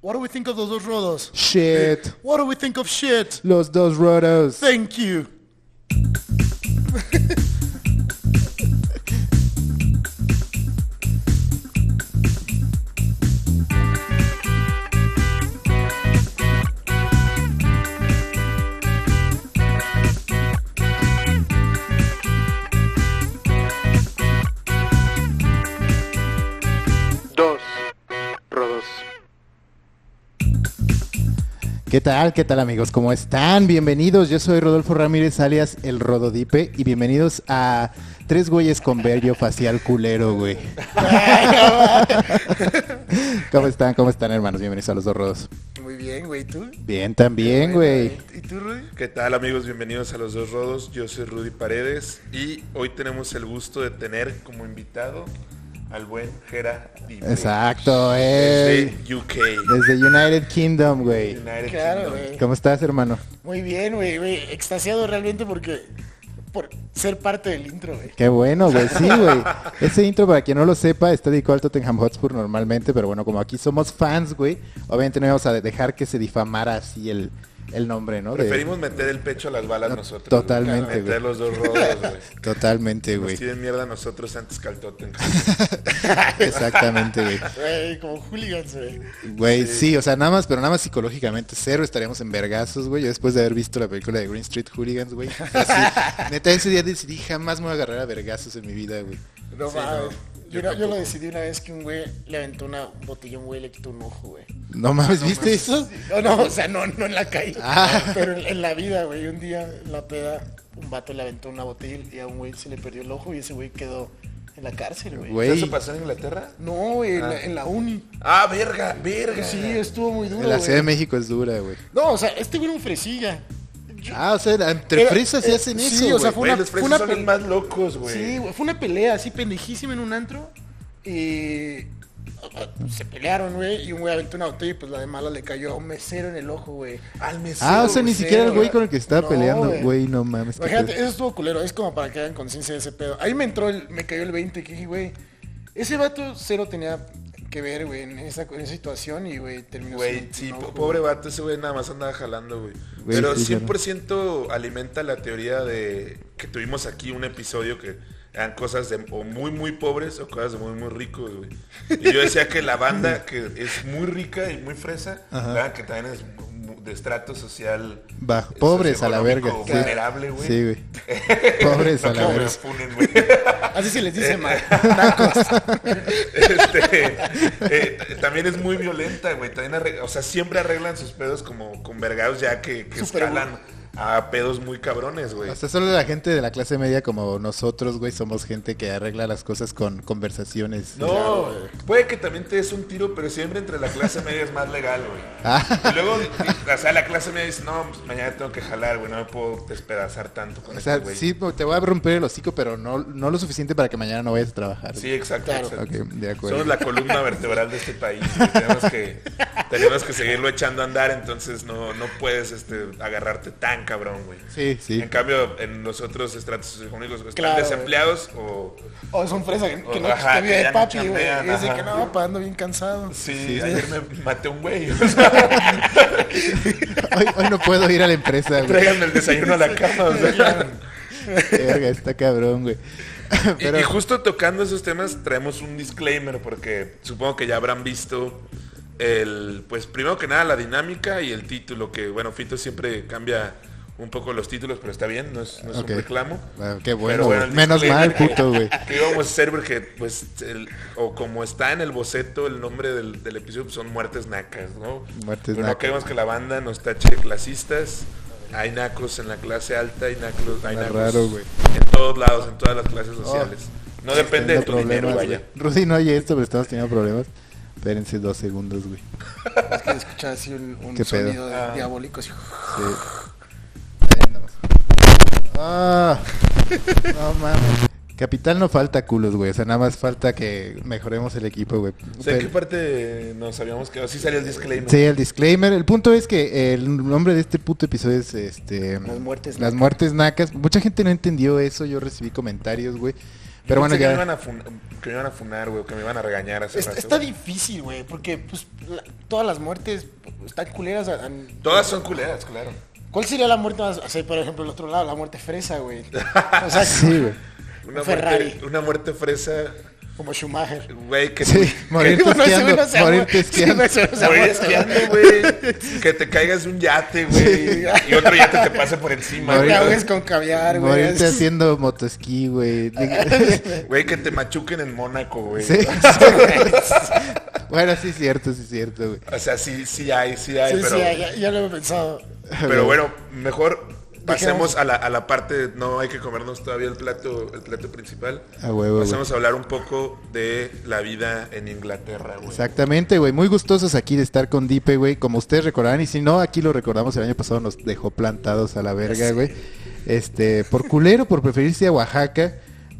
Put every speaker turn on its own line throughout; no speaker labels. What do we think of los dos rodos?
Shit.
What do we think of shit?
Los dos rotos.
Thank you.
Dos rodos. ¿Qué tal? ¿Qué tal amigos? ¿Cómo están? Bienvenidos. Yo soy Rodolfo Ramírez alias El Rododipe y bienvenidos a Tres Güeyes con Vello Facial Culero, güey. ¿Cómo están? ¿Cómo están, hermanos? Bienvenidos a Los Dos Rodos.
Muy bien, güey, ¿tú?
Bien también, güey.
¿Y tú, Rudy?
¿Qué tal amigos? Bienvenidos a Los Dos Rodos. Yo soy Rudy Paredes y hoy tenemos el gusto de tener como invitado al buen Gera Dipe.
Exacto, eh.
Desde UK.
Desde United Kingdom, güey.
United
Claro,
Kingdom.
güey.
¿Cómo estás, hermano?
Muy bien, güey, güey. Extasiado realmente porque... Por ser parte del intro, güey.
Qué bueno, güey. Sí, güey. Ese intro, para quien no lo sepa, está dedicado al Tottenham Hotspur normalmente, pero bueno, como aquí somos fans, güey, obviamente no íbamos a dejar que se difamara así el, el nombre, ¿no? De-
Preferimos meter el pecho a las balas nosotros.
totalmente,
güey. Meter
güey.
los dos rodos, güey.
Totalmente,
Nos
güey.
tienen mierda a nosotros antes que al Tottenham.
Exactamente, güey.
Güey, como hooligans, güey.
Güey, sí, o sea, nada más, pero nada más psicológicamente cero estaríamos en vergazos, güey. Yo después de haber visto la película de Green Street Hooligans, güey. así, neta, ese día decidí jamás me voy a agarrar a vergazos en mi vida, güey.
No
Sí,
mames.
no, yo
Yo, no- yo lo
tampoco.
decidí una vez que un güey le aventó una botella a un güey y le quitó un ojo, güey.
No mames, ¿viste eso?
No, no, o sea, no, no en la calle.
Ah.
Pero en, en la vida, güey. Un día en la peda, un vato le aventó una botella y a un güey se le perdió el ojo y ese güey quedó en la cárcel, güey.
Güey.
¿Eso pasó en Inglaterra?
No, güey, en, la- en la uni.
Ah, verga, verga.
Sí, estuvo muy duro.
La
güey.
Ciudad de México es dura, güey.
No, o sea, este güey era un fresilla. Yo-
Ah, o sea, entre
Era-
fresas sí
eh,
hacen
sí,
eso,
o
güey.
sea, fue una-
Güey, los
fue
presos
una
son
pel-
los más locos, güey.
Sí, güey, fue una pelea así pendejísima en un antro. Y uh, uh, se pelearon, güey, y un güey aventó una botella y pues la de mala le cayó a un mesero en el ojo, güey.
Al mesero,
Ah, o sea, ni
güey.
siquiera el
cero,
güey con el que estaba
no,
peleando,
güey.
güey, no mames. qué
Imagínate,
pedo.
eso estuvo culero, es como para que hagan conciencia de ese pedo. Ahí me entró, el, me cayó el 20, que dije, güey, ese vato cero tenía que ver, güey, en esa, en esa situación y, güey, terminó
Güey,
siendo
sí,
un
po-
ojo,
pobre vato, ese güey nada más andaba jalando, güey.
Güey,
Pero
sí, ya no.
100% alimenta la teoría de que tuvimos aquí un episodio que eran cosas de o muy, muy pobres o cosas de muy, muy ricos, güey. Y yo decía que la banda que es muy rica y muy fresa,
Ajá.
la que también es mu- de estrato social.
Bajo, pobres a la verga.
socioeconómico
sí.
Vulnerable, güey.
Sí, güey. Pobres
No
a la
que me
verga.
funen, güey.
Así se les dice mal.
Este, eh, t- también es muy violenta, güey. También arre- o sea, siempre arreglan sus pedos como con vergados ya que, que
Súper
escalan a pedos muy cabrones, güey.
O sea, solo la gente de la clase media como nosotros, güey, somos gente que arregla las cosas con conversaciones.
No, puede que también te des un tiro, pero siempre entre la clase media es más legal, güey.
Ah,
Y luego, o sea, la clase media dice, no, pues mañana tengo que jalar, güey, no me puedo despedazar tanto con
o
este
sea,
güey. Sí,
sí, te voy a romper el hocico, pero no, no lo suficiente para que mañana no vayas a trabajar. güey.
exacto,
Claro.
exacto.
Ok, de acuerdo.
Somos la columna vertebral de este país. güey. Tenemos que, tenemos que seguirlo echando a andar, entonces no, no puedes este, agarrarte tan cabrón, güey.
Sí, sí.
En cambio, en los otros estratos socioeconómicos están
Claro, güey.
desempleados o...
O son fresas que, que no
Ajá,
que vive
que
de
ya no
papi, güey.
chambean,
Y dice
ajá.
que no, pa, ando bien cansado.
Sí, ayer me maté un güey. O sea,
Hoy, hoy no puedo ir a la empresa, güey.
tráiganme el desayuno a la cama. o sea.
Verga, está cabrón, güey.
Y- Y, justo tocando esos temas traemos un disclaimer porque supongo que ya habrán visto el, pues primero que nada la dinámica y el título, que bueno, Fito siempre cambia un poco los títulos, pero está bien, no es, no es
Ok.
un reclamo.
Ah, qué
Pero
bueno,
bueno,
güey.
el
menos mal,
disclaimer que-
puto, güey.
¿Qué íbamos a hacer? Porque, pues, el- o como está en el boceto el nombre del, del episodio, pues, son muertes nacas, ¿no?
Muertes
Pero
nacas.
No queremos que la banda nos tache de clasistas. Hay nacos en la clase alta, hay nacos, hay
Está
nacos
raro, güey.
en todos lados, en todas las clases sociales. no depende de tu
Tengo
dinero,
problemas,
vaya.
güey. Rudy no oye esto, pero estamos teniendo problemas. Espérense dos segundos, güey.
Es que escuchaba así un, un
¿Qué pedo?
sonido de-
Ah.
diabólico. Así.
Sí. Ahí andamos. Ah, no mames. Capital no falta culos, güey. O sea, nada más falta que mejoremos el equipo, güey.
O sea, ¿en qué
Pero-
parte nos habíamos quedado? Sí salió el disclaimer.
Sí, el disclaimer. El punto es que el nombre de este puto episodio es este.
Las muertes
Las
nacas.
muertes nacas. Mucha gente no entendió eso. Yo recibí comentarios, güey. Pero bueno,
Pensé que me
ya.
iban a fun- que me iban a funar, güey, o que me iban a regañar hace
Está,
rato,
está
güey.
difícil, güey, porque pues, la- todas las muertes están culeras. a- a-
Todas son culeras, claro.
¿Cuál sería la muerte más, o sea, por ejemplo, el otro lado, la muerte fresa, güey? O sea,
Sí, güey.
Una
Ferrari.
muerte, una muerte fresa,
como Schumacher.
güey, que
Sí, morir
Bueno, ese güey
pesqueando.
no se ha
Morir
muerto. Sí,
pesqueando.
güey, ese güey no se ha
Morir
muerto.
esquiando, güey. Que te caigas de un yate, güey. Y otro yate te pase por encima,
Te
Morir-
güey.
ahogues con caviar, güey.
Morirte haciendo motoesquí, güey.
Güey, que te machuquen en Mónaco, güey.
Sí. bueno, sí es cierto, sí es cierto, güey.
O sea, sí, sí hay, sí hay,
Sí,
pero,
sí, ya, ya- ya lo he pensado.
pero bueno, mejor pasemos
Dejemos-
a la, a la parte, no hay que comernos todavía el plato, el plato principal.
A huevo, güey.
Pasemos a hablar un poco de la vida en Inglaterra, güey.
Exactamente, güey. Muy gustosos aquí de estar con Dipe, güey. Como ustedes recordarán, y si no, aquí lo recordamos, el año pasado nos dejó plantados a la verga, güey. Este, por culero, por preferirse a Oaxaca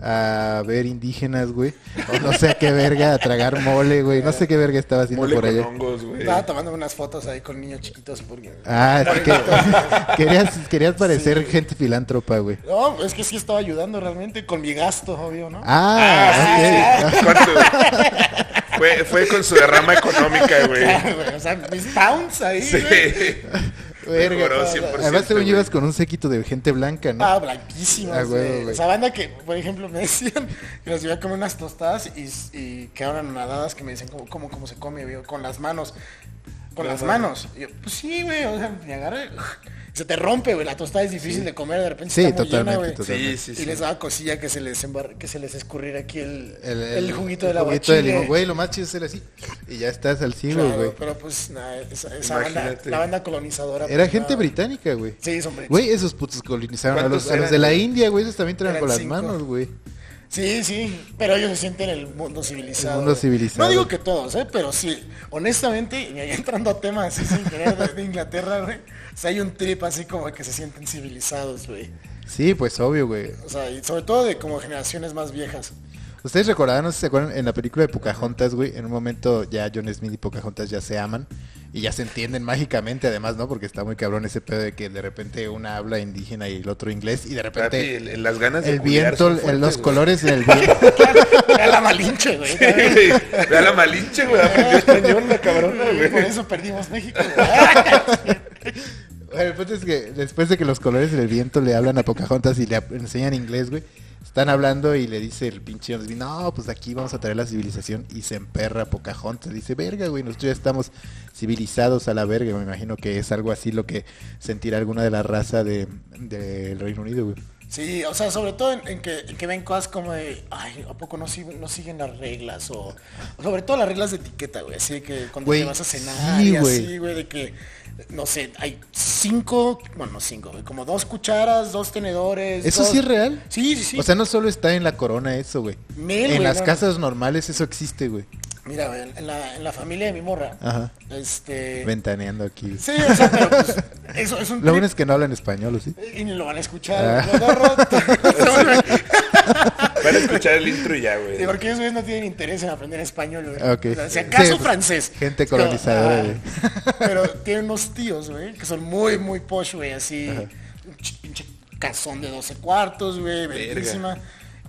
a ver indígenas, güey. O no sé a qué verga, a tragar mole, güey. No sé qué verga estaba haciendo
Mole
por
con
allá.
hongos, güey.
Estaba tomando unas fotos ahí con niños chiquitos porque...
Ah, es que querías, querías parecer gente filántropa, güey.
No, es que sí estaba ayudando realmente con mi gasto, obvio, ¿no?
Ah, ok.
Con su- fue, fue con su derrama económica, güey.
Claro, güey, o sea, mis pounds ahí,
Sí.
güey.
Ah, Verga.
Mejoró
Además,
100%,
según
güey.
ibas con un séquito de gente blanca, ¿no?
Ah, blanquísimas,
Ah, güey,
güey.
güey.
O sea, banda que, por ejemplo, me decían que nos iba a comer unas tostadas y, y quedaron anonadadas que me dicen cómo, cómo, cómo se come, güey, con las manos. Con las manos. Y yo, pues sí, güey, o sea, me agarré. Se te rompe, güey, la tostada es difícil de comer, de repente
Sí,
está muy
totalmente,
llena, güey.
totalmente.
Sí, sí,
Y
sí.
les daba cosilla que se les embar- que se les escurriera aquí el,
El,
el, juguito de la
juguito de limón,
guachile.
güey. Lo más chido es el así. Y ya estás al cibo,
Claro,
güey.
pero pues nada, esa, esa banda,
Imagínate.
la banda colonizadora.
Era
pues,
gente
nada.
británica, güey.
Sí, son británicos.
Güey, esos putos colonizaron a los,
¿Cuántos
a los
eran,
de la
güey?
India, güey. Esos también traen
Eran
con las
cinco.
manos, güey.
Sí, sí, pero ellos se sienten en el mundo civilizado.
El mundo
güey.
civilizado.
No digo que todos, ¿eh? pero sí, honestamente, y ya entrando a temas así sin querer de, de Inglaterra, güey, o sea, hay un trip así como que se sienten civilizados, güey.
Sí, pues obvio, güey.
O sea, y sobre todo de como generaciones más viejas.
Ustedes recordarán, no sé si se acuerdan, en la película de Pocahontas, güey. En un momento ya John Smith y Pocahontas ya se aman. Y ya se entienden mágicamente, además, ¿no? Porque está muy cabrón ese pedo de que de repente una habla indígena y el otro inglés. Y de
Papi,
repente
el- el- las ganas de
el
culiar
viento,
son fuertes,
el- los
güey.
colores del viento.
Era la malinche, güey. ¿sabes?
Güey, Ve a la malinche, güey. Aprendió español la cabrona,
Por
güey.
eso perdimos México, güey.
Bueno, el punto es que después de que los colores del viento le hablan a Pocahontas y le ap- enseñan inglés, güey, están hablando y le dice el pinche John Smith, no, pues aquí vamos a traer la civilización y se emperra Pocahontas. Dice, verga, güey, nosotros ya estamos civilizados a la verga. Me imagino que es algo así lo que sentirá alguna de la raza de- del Reino Unido, güey.
Sí, o sea, sobre todo en, en que, en que ven cosas como de, ay, ¿a poco no, sig- no siguen las reglas? O sobre todo las reglas de etiqueta, güey, así de que cuando
Güey,
te vas a cenar
sí,
y
güey.
así, güey, de que, no sé, hay cinco, bueno, no cinco, güey, como dos cucharas, dos tenedores.
¿Eso
dos-
sí es real?
Sí, sí, sí.
O sea, no solo está en la corona eso, güey.
Mil,
en
güey,
las
no, no.
casas normales eso existe, güey.
Mira, güey, en la, en la familia de mi morra,
Ajá.
este...
Ventaneando aquí.
Sí, o sea, pero pues, eso es un
Lo
trip
bueno es que no hablan español, ¿o sí?
y ni lo van a
Ah.
escuchar. güey, lo derroto.
Van a escuchar el intro y ya, güey.
Sí, porque ellos güeyes no tienen interés en aprender español, güey.
Ok.
O sea, si acaso
Sí, pues,
francés.
gente
Es como,
colonizadora,
ah,
güey.
Pero tienen unos tíos, güey, que son muy, muy posh, güey, así. Un ch- pinche cazón de 12 cuartos, güey,
Verga.
bellísima.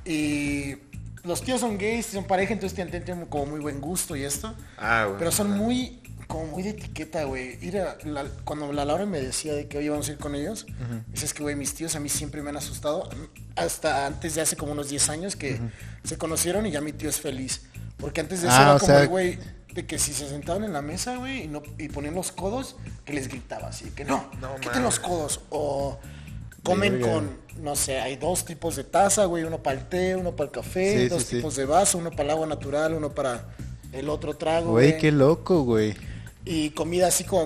Y los tíos son gays, son pareja, entonces tienen, tienen como muy buen gusto y esto.
Ah, güey.
Pero son muy, como muy de etiqueta, güey. Ir a la- cuando la Laura me decía de que hoy vamos a ir con ellos, dices que, güey, mis tíos a mí siempre me han asustado. Hasta antes de hace como unos 10 años que se conocieron y ya mi tío es feliz. Porque antes de eso
Ah,
era
o
como,
sea-
el güey, de que si se sentaban en la mesa, güey, y, no, y ponían los codos, que les gritaba así, que no,
No
quiten
mames.
los codos. O comen
Verga.
con, no sé, hay dos tipos de taza, güey, uno para el té, uno para el café,
Sí, sí,
dos
sí.
tipos de vaso, uno para el agua natural, uno para el otro trago.
Güey,
güey.
qué loco, güey.
Y comida así como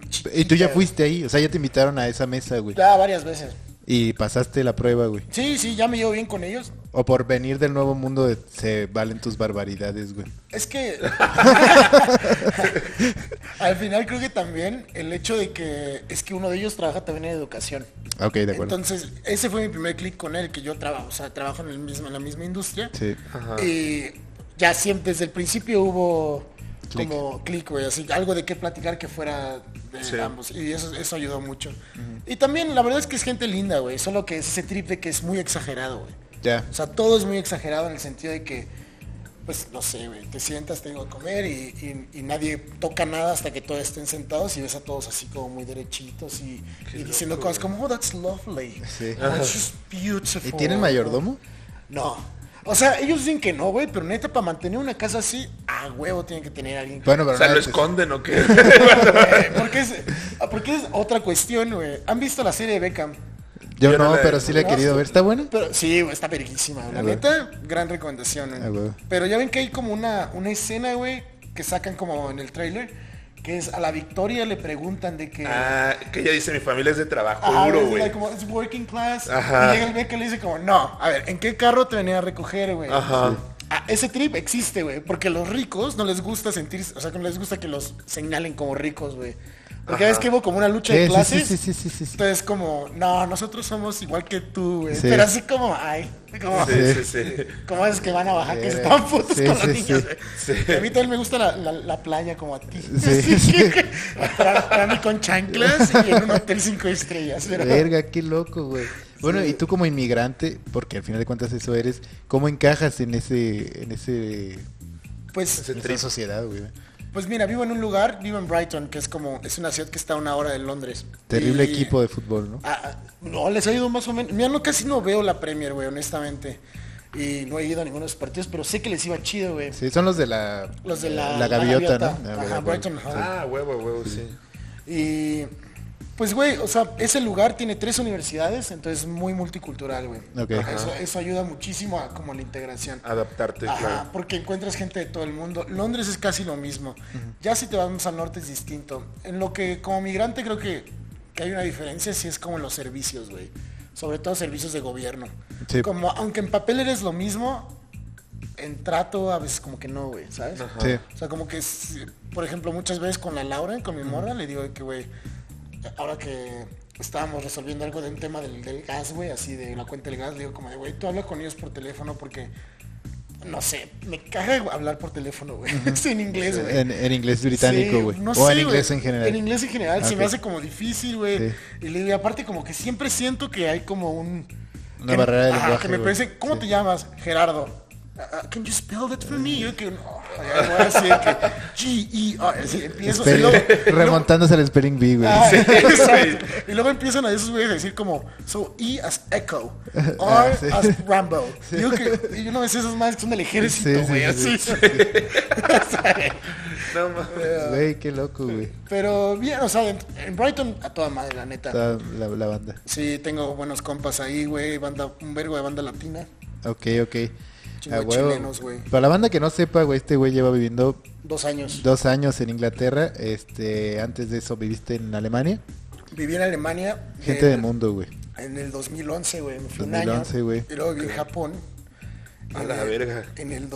Y tú ya
chiquita.
fuiste ahí, o sea, ya te invitaron a esa mesa, güey.
Ya varias veces.
Y pasaste la prueba, güey.
Sí, sí, ya me llevo bien con ellos.
O por venir del nuevo mundo de- se valen tus barbaridades, güey.
Es que al final creo que también el hecho de que es que uno de ellos trabaja también en educación.
Ah, Ok, de acuerdo.
Entonces, ese fue mi primer clic con él, que yo trabajo, o sea, trabajo en, el mismo, en la misma industria.
Sí.
Y ya siempre, desde el principio hubo
Clic.
como clic, güey, así, algo de qué platicar que fuera de
Sí.
ambos. Y eso, eso ayudó mucho. Y también, la verdad es que es gente linda, güey, solo que es ese trip de que es muy exagerado, güey.
Ya.
O sea, todo es muy exagerado en el sentido de que, pues, no sé, güey, te sientas, te digo a comer y, y- y nadie toca nada hasta que todos estén sentados y ves a todos así como muy derechitos y,
Qué
y diciendo
loco,
cosas
güey.
como, oh, that's lovely.
Sí.
Oh, it's just beautiful.
¿Y tienen mayordomo?
No. O sea, ellos dicen que no, güey, pero neta, para mantener una casa así, a huevo tienen que tener a alguien que
Bueno, pero
O sea,
no
¿lo
es-
esconden o qué?
Eh, porque es, ah, porque es otra cuestión, güey. ¿Han visto la serie de Beckham?
Yo,
Yo no
no,
la-
pero sí la he
no,
querido ver. ¿Está buena?
Pero sí, güey, está verguísima. güey. La
Ah, güey.
neta, gran recomendación, güey.
Ah, güey.
Pero ya ven que hay como una, una escena, güey, que sacan como en el tráiler, que es a la Victoria le preguntan de que...
Ah, que ella dice, mi familia es de trabajo
Ah,
duro,
es
güey.
like como, "It's working class.
Ajá.
Y llega el Beckham y le dice como, no, a ver, ¿en qué carro te venía a recoger, güey?
Ajá.
Ah, ese trip existe, güey, porque los ricos no les gusta sentirse, o sea, que no les gusta que los señalen como ricos, güey. Porque
Ajá.
ves que hubo como una lucha
Sí,
de
sí,
clases.
sí, sí, sí, sí, sí.
Entonces como, no, nosotros somos igual que tú, güey.
Sí.
Pero así como, ay, como,
Sí, sí, sí.
¿cómo es que van a bajar que
Sí,
están putos
sí,
con los
sí,
niños?
sí.
güey?
Sí.
A mí también me gusta la, la- la playa como a ti.
Sí.
Así que, para, para mí con chanclas y en un hotel cinco estrellas. pero-
Verga, qué loco, güey. Bueno, y tú como inmigrante, porque al final de cuentas eso eres, ¿cómo encajas en ese, en ese,
pues,
en esa sociedad, güey?
pues mira, vivo en un lugar, vivo en Brighton, que es como, es una ciudad que está a una hora de Londres.
Terrible
Y-
equipo de fútbol, ¿no?
Ah, ah, no, les ha ido más o menos. Mira, no casi no veo la Premier, güey, honestamente. Y no he ido a ninguno de los partidos, pero sé que les iba chido, güey.
Sí, son los de la,
Los de la,
la gaviota, ¿no?
Ajá,
Ah, bueno,
Brighton,
bueno.
ajá.
Ah, huevo, huevo, sí.
Y pues, güey, o sea, ese lugar tiene tres universidades, entonces es muy multicultural, güey.
Ok.
Eso, eso ayuda muchísimo a como la integración.
Adaptarte,
Ajá,
claro.
porque encuentras gente de todo el mundo. Londres es casi lo mismo. Ya si te vamos al norte es distinto. En lo que como migrante creo que, que hay una diferencia si es como en los servicios, güey. Sobre todo servicios de gobierno.
Sí.
Como aunque en papel eres lo mismo, en trato a veces como que no, güey, ¿sabes?
Sí.
O sea, como que, es- por ejemplo, muchas veces con la Lauren, con mi morra, le digo que, güey, ahora que estábamos resolviendo algo de un tema del, del gas, güey, así de la cuenta del gas, le digo como de, güey, tú habla con ellos por teléfono porque, no sé, me caga hablar por teléfono, güey. Estoy en inglés, güey.
En, en inglés británico,
Sí,
güey.
no
o
sé,
en inglés
güey.
en general.
En inglés en general se
Ok.
me hace como difícil, güey.
Sí.
Y le digo, y aparte como que siempre siento que hay como un...
Una barrera de
Ajá,
lenguaje,
Que me
güey.
parece, ¿cómo
Sí.
te llamas? Gerardo. Ah, ah, can you spell that for me? Yo que no, ya voy a decir que G E R sí, empiezo y
Spelling-
luego,
remontándose al Spelling Bee, güey.
Ah,
Sí,
exacto.
güey.
Y luego empiezan a esos güeyes a decir como so E as Echo, R
Ah, sí.
as Rambo. Y Yo que y yo no me sé esas madres que son del ejército,
Sí, sí,
güey,
sí,
así.
No mames.
Güey, qué loco, güey.
Pero bien, o sea, en, en Brighton a toda madre, la neta.
Está la, la banda.
Sí, tengo buenos compas ahí, güey, banda, un vergo de banda latina.
Ok, ok.
Chingo
A
de
huevo.
chilenos, güey.
Para la banda que no sepa, güey, este güey lleva viviendo
Dos años.
dos años en Inglaterra. Este, antes de eso viviste en Alemania.
Viví en Alemania.
Gente
eh,
del mundo, güey.
En el 2011, güey, me fui un
2011,
año.
güey.
Y luego viví en Japón.
A
En
la
el-
verga.
En el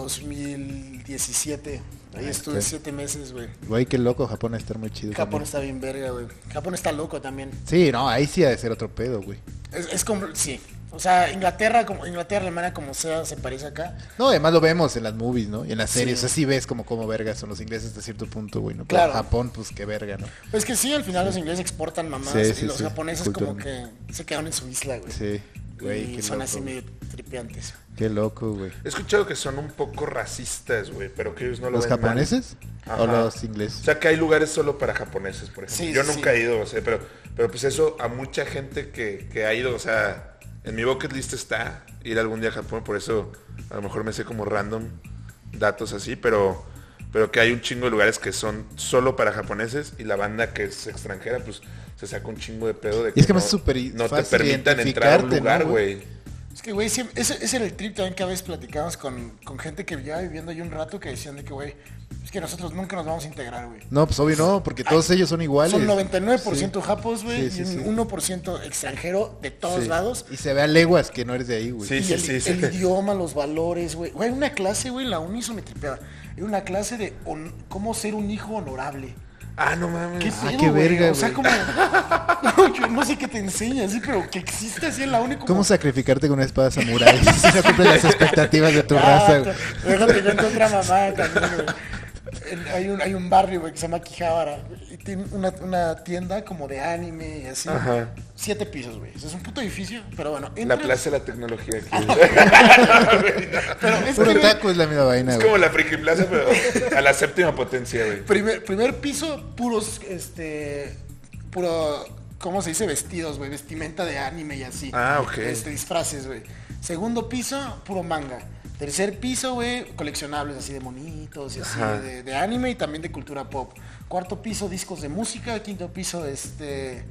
2017. Ahí estuve
Ah, ok.
siete meses, güey.
Güey, qué loco, Japón va a estar muy chido.
Japón
también.
está bien verga, güey. Japón está loco también.
Sí, no, ahí sí ha de ser otro pedo, güey.
Es, es como, sí. O sea, Inglaterra, como Inglaterra, Alemania, como sea, se parece acá.
No, además lo vemos en las movies, ¿no? Y en las
Sí.
series, así ves como cómo vergas son los ingleses hasta cierto punto, güey, ¿no?
Claro.
Pero Japón, pues qué verga, ¿no?
Pues que sí, al final los ingleses exportan mamás
Sí,
y
sí,
los
sí.
japoneses como que
Culturalmente.
se quedaron en su isla, güey.
Sí, güey,
y
qué
son
loco.
así
güey.
medio tripeantes.
Qué loco, güey.
He escuchado que son un poco racistas, güey, pero que ellos no lo
¿Los
ven mal.
japoneses
Ajá.
o los
O
ingleses?
sea, que hay lugares solo para japoneses, por ejemplo.
Sí,
Yo
sí,
nunca
sí.
he ido, o sea, pero, pero pues eso a mucha gente que, que ha ido, o sea, en mi bucket list está ir algún día a Japón, por eso a lo mejor me sé como random datos así, pero, pero que hay un chingo de lugares que son solo para japoneses y la banda que es extranjera, pues se saca un chingo de pedo de
Y es que me
no,
es súper
no te
fácil
permitan entrar a un
identificarte, ¿no,
lugar,
güey?
güey.
Es que, güey, siem- ese, ese era el trip también que a veces platicamos con, con gente que llevaba viviendo ahí un rato que decían de que, güey, es que nosotros nunca nos vamos a integrar, güey.
No, pues obvio no, porque todos ellos son iguales.
Son 99%
Sí.
japos, güey,
Sí, sí,
y
sí.
un 1% extranjero de todos
Sí.
lados.
Y se ve a leguas que no eres de ahí, güey.
Sí.
y el,
sí, sí.
el idioma, los valores, güey. Güey, una clase, güey, la uni hizo me tripeaba. Era una clase de hon- cómo ser un hijo honorable.
Ah, no
¿Qué
mames.
Ah,
pedo,
qué
güey?
verga,
O sea,
güey.
como... No, yo no sé qué te enseña, sí, pero que existe así en la uni como...
¿Cómo sacrificarte con una espada samurai? si no cumples las expectativas de tu
Ah,
raza, güey.
te- Déjate cuento otra mamá también, güey. en- hay, un, hay un barrio, güey, que se llama Quijabara. Y tiene una, una tienda como de anime y así.
Ajá.
Siete pisos, güey. Es un puto edificio, pero bueno.
La
entras-
plaza de la tecnología aquí.
Pero es que,
Puro
güey,
taco es la misma vaina,
es
güey.
como la friki plaza, pero a la séptima potencia, güey.
primer, primer piso, puros, este, puro, ¿cómo se dice? Vestidos, güey, vestimenta de anime y así.
Ah, ok.
Este, disfraces, güey. Segundo piso, puro manga. Tercer piso, güey, coleccionables así de monitos y así,
Ajá.
de, de anime y también de cultura pop. Cuarto piso, discos de música. Quinto piso, este,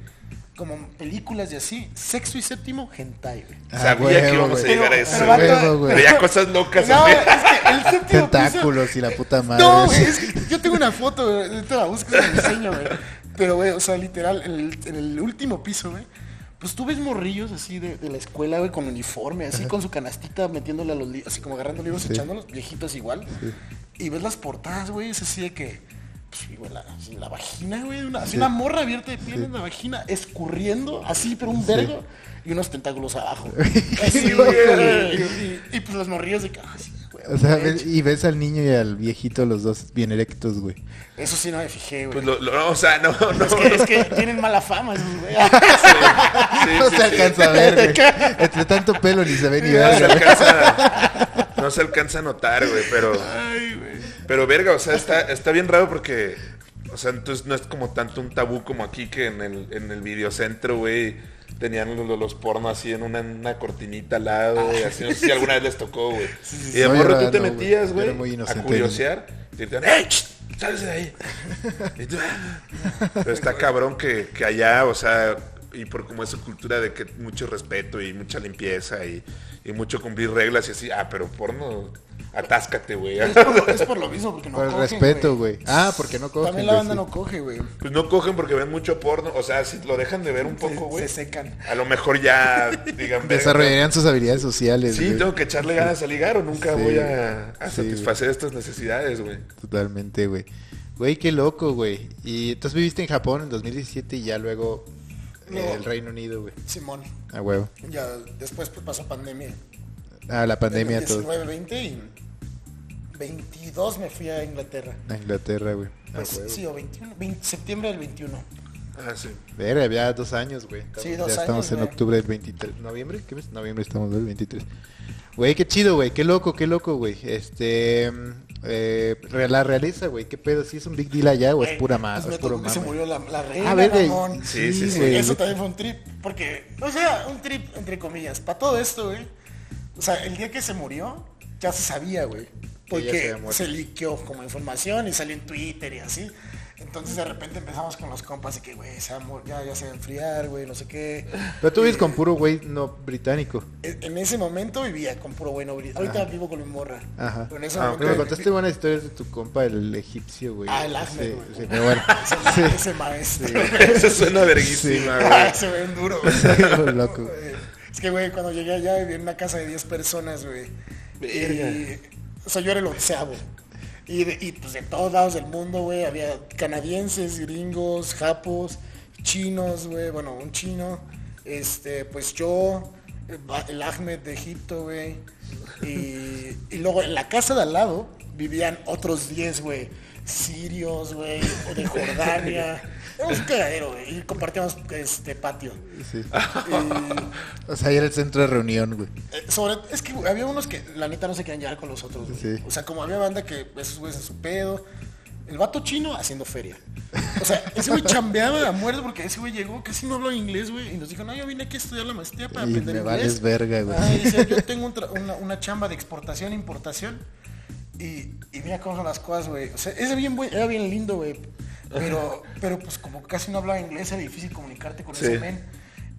como películas y así. Sexto y séptimo, hentai, güey.
Ah,
Sabía
huevo,
que íbamos a
güey.
llegar a
Pero-
eso.
pero
güey.
vato-
Huevo, güey.
Pero ya cosas locas.
No,
güey.
es que el séptimo piso...
Tentáculos y la puta madre.
No, güey,
güey.
es que yo tengo una foto, güey. ahorita la busco y te la enseño, güey. Pero, güey, o sea, literal, en el, en el último piso, güey. Pues tú ves morrillos así de, de la escuela, güey, con uniforme, así con su canastita metiéndole a los libros, así como agarrando libros, echándolos, viejitos igual. Y ves las portadas, güey, es así de que, pues, güey, la, así la vagina, güey, una, así una morra abierta de piel en la vagina, escurriendo, así, pero un vergo, y unos tentáculos abajo. Así,
loco,
güey. Y, y, pues los morrillos de que, ah, sí, güey,
O sea,
güey,
ves- y ves al niño y al viejito, los dos bien erectos, güey.
Eso sí no me fijé, güey.
Pues lo, lo- no, o sea, no, no.
Es que, es que tienen mala fama esos güey.
Sí,
no se
sí, sí.
alcanza a ver, güey. Entre tanto pelo ni se ve ni
No se
verga, güey.
alcanza, no se alcanza a notar, güey, pero. Pero verga, o sea, está, está bien raro porque. O sea, entonces no es como tanto un tabú como aquí que en el, en el videocentro, güey, tenían los, los pornos así en una, una cortinita al lado, güey, así. No sé si alguna vez les tocó, güey. Y de
No, yo
morro
era-
tú te
no, güey,
metías,
yo
güey,
era muy
a
inocente.
curiosear. Y te decían, ¡eh! ch, ¡Sálvese de ahí! Y tú, "Ah". Pero está cabrón que, que allá, o sea, y por como esa cultura de que mucho respeto y mucha limpieza y, y mucho cumplir reglas y así, ah, pero porno, atáscate, güey.
es por lo mismo, porque no
Por el
cogen,
respeto, güey. Ah, porque no cogen.
También la
güey,
banda
sí.
no coge, güey.
Pues no cogen porque ven mucho porno, o sea, si lo dejan de ver un
Se,
poco, güey.
se secan.
A lo mejor ya, digan, "Verga,
Desarrollarían sus habilidades sociales,
Sí,
güey.
tengo que echarle ganas a ligar o nunca
Sí,
voy a, a
sí,
satisfacer estas necesidades, güey.
Totalmente, güey. Güey, qué loco, güey. Y entonces viviste en Japón en 2017 y ya luego eh,
No.
el Reino Unido, güey.
Simón.
A huevo.
Ya después pues, pasó pandemia.
Ah, la pandemia, todo.
19, 20 y 22 me fui a Inglaterra.
A Inglaterra, güey. A
Pues,
huevo.
sí, o 21, 20 septiembre del 21.
Ah, sí.
Verga, había dos años, güey.
Sí,
ya
dos
estamos
años,
en
güey.
octubre del 23. ¿Noviembre? ¿Qué mes? Noviembre estamos del 23. Güey, qué chido, güey. Qué loco, qué loco, güey. Este. mm, eh, re- la realeza, güey. ¿Qué pedo? ¿Sí es un big deal allá o es
Eh,
pura más?
pues, me
es puro
tocó que se
mame?
murió la, la reina,
Ah, verga.
mamón.
Sí, sí, sí.
güey.
Eso también fue un trip, porque, o sea, un trip entre comillas. Para todo esto, güey. O sea, el día que se murió, ya se sabía, güey.
ya se
Porque
había muerto.
se liqueó como información y salió en Twitter y así. Entonces de repente empezamos con los compas y que, güey, se va a mor- ya, ya se va a enfriar, güey, no sé qué.
Pero tú vives con puro güey no británico.
E- En ese momento vivía con puro bueno. Ahorita vivo con mi morra.
Ajá.
Pero en ese
Ah,
Pero me
momento...
contaste buenas historias de tu compa, el egipcio, güey.
Ah, el Ahmed,
Sí,
güey.
sí, pero bueno.
Ese, ese maestro.
Eso suena verguísima, güey.
se ven duro, güey.
Sí, loco.
Eh, Es que, güey, cuando llegué allá vivía en una casa de 10 personas, güey. Y, o sea, yo era el onceavo. Y, de- y, pues de todos lados del mundo, güey, había canadienses, gringos, japos, chinos, güey, bueno, un chino, este, pues yo, eh, Ba- el Ahmed de Egipto, güey. Y, y luego en la casa de al lado vivían otros 10, güey, sirios, güey, de Jordania. Era un cagadero, güey, y compartíamos este patio.
Sí.
Y-
O sea, ahí era el centro de reunión, güey.
eh, Sobre, es que güey, había unos que la neta no se querían llevar con los otros. güey.
Sí.
O sea, como había banda que esos güeyes en su pedo. El vato chino haciendo feria. O sea, ese güey chambeaba a muerte porque ese güey llegó, casi no habló inglés, güey. Y nos dijo, no, yo vine aquí a estudiar la maestría para
Y
aprender
me
inglés.
vales verga, güey.
Ah, dice, yo tengo un tra- una, una chamba de exportación e importación. Y, y mira cómo son las cosas, güey. O sea, ese bien, güey, era bien lindo, güey. Pero, pero pues como casi no hablaba inglés, era difícil comunicarte con
Sí.
ese men.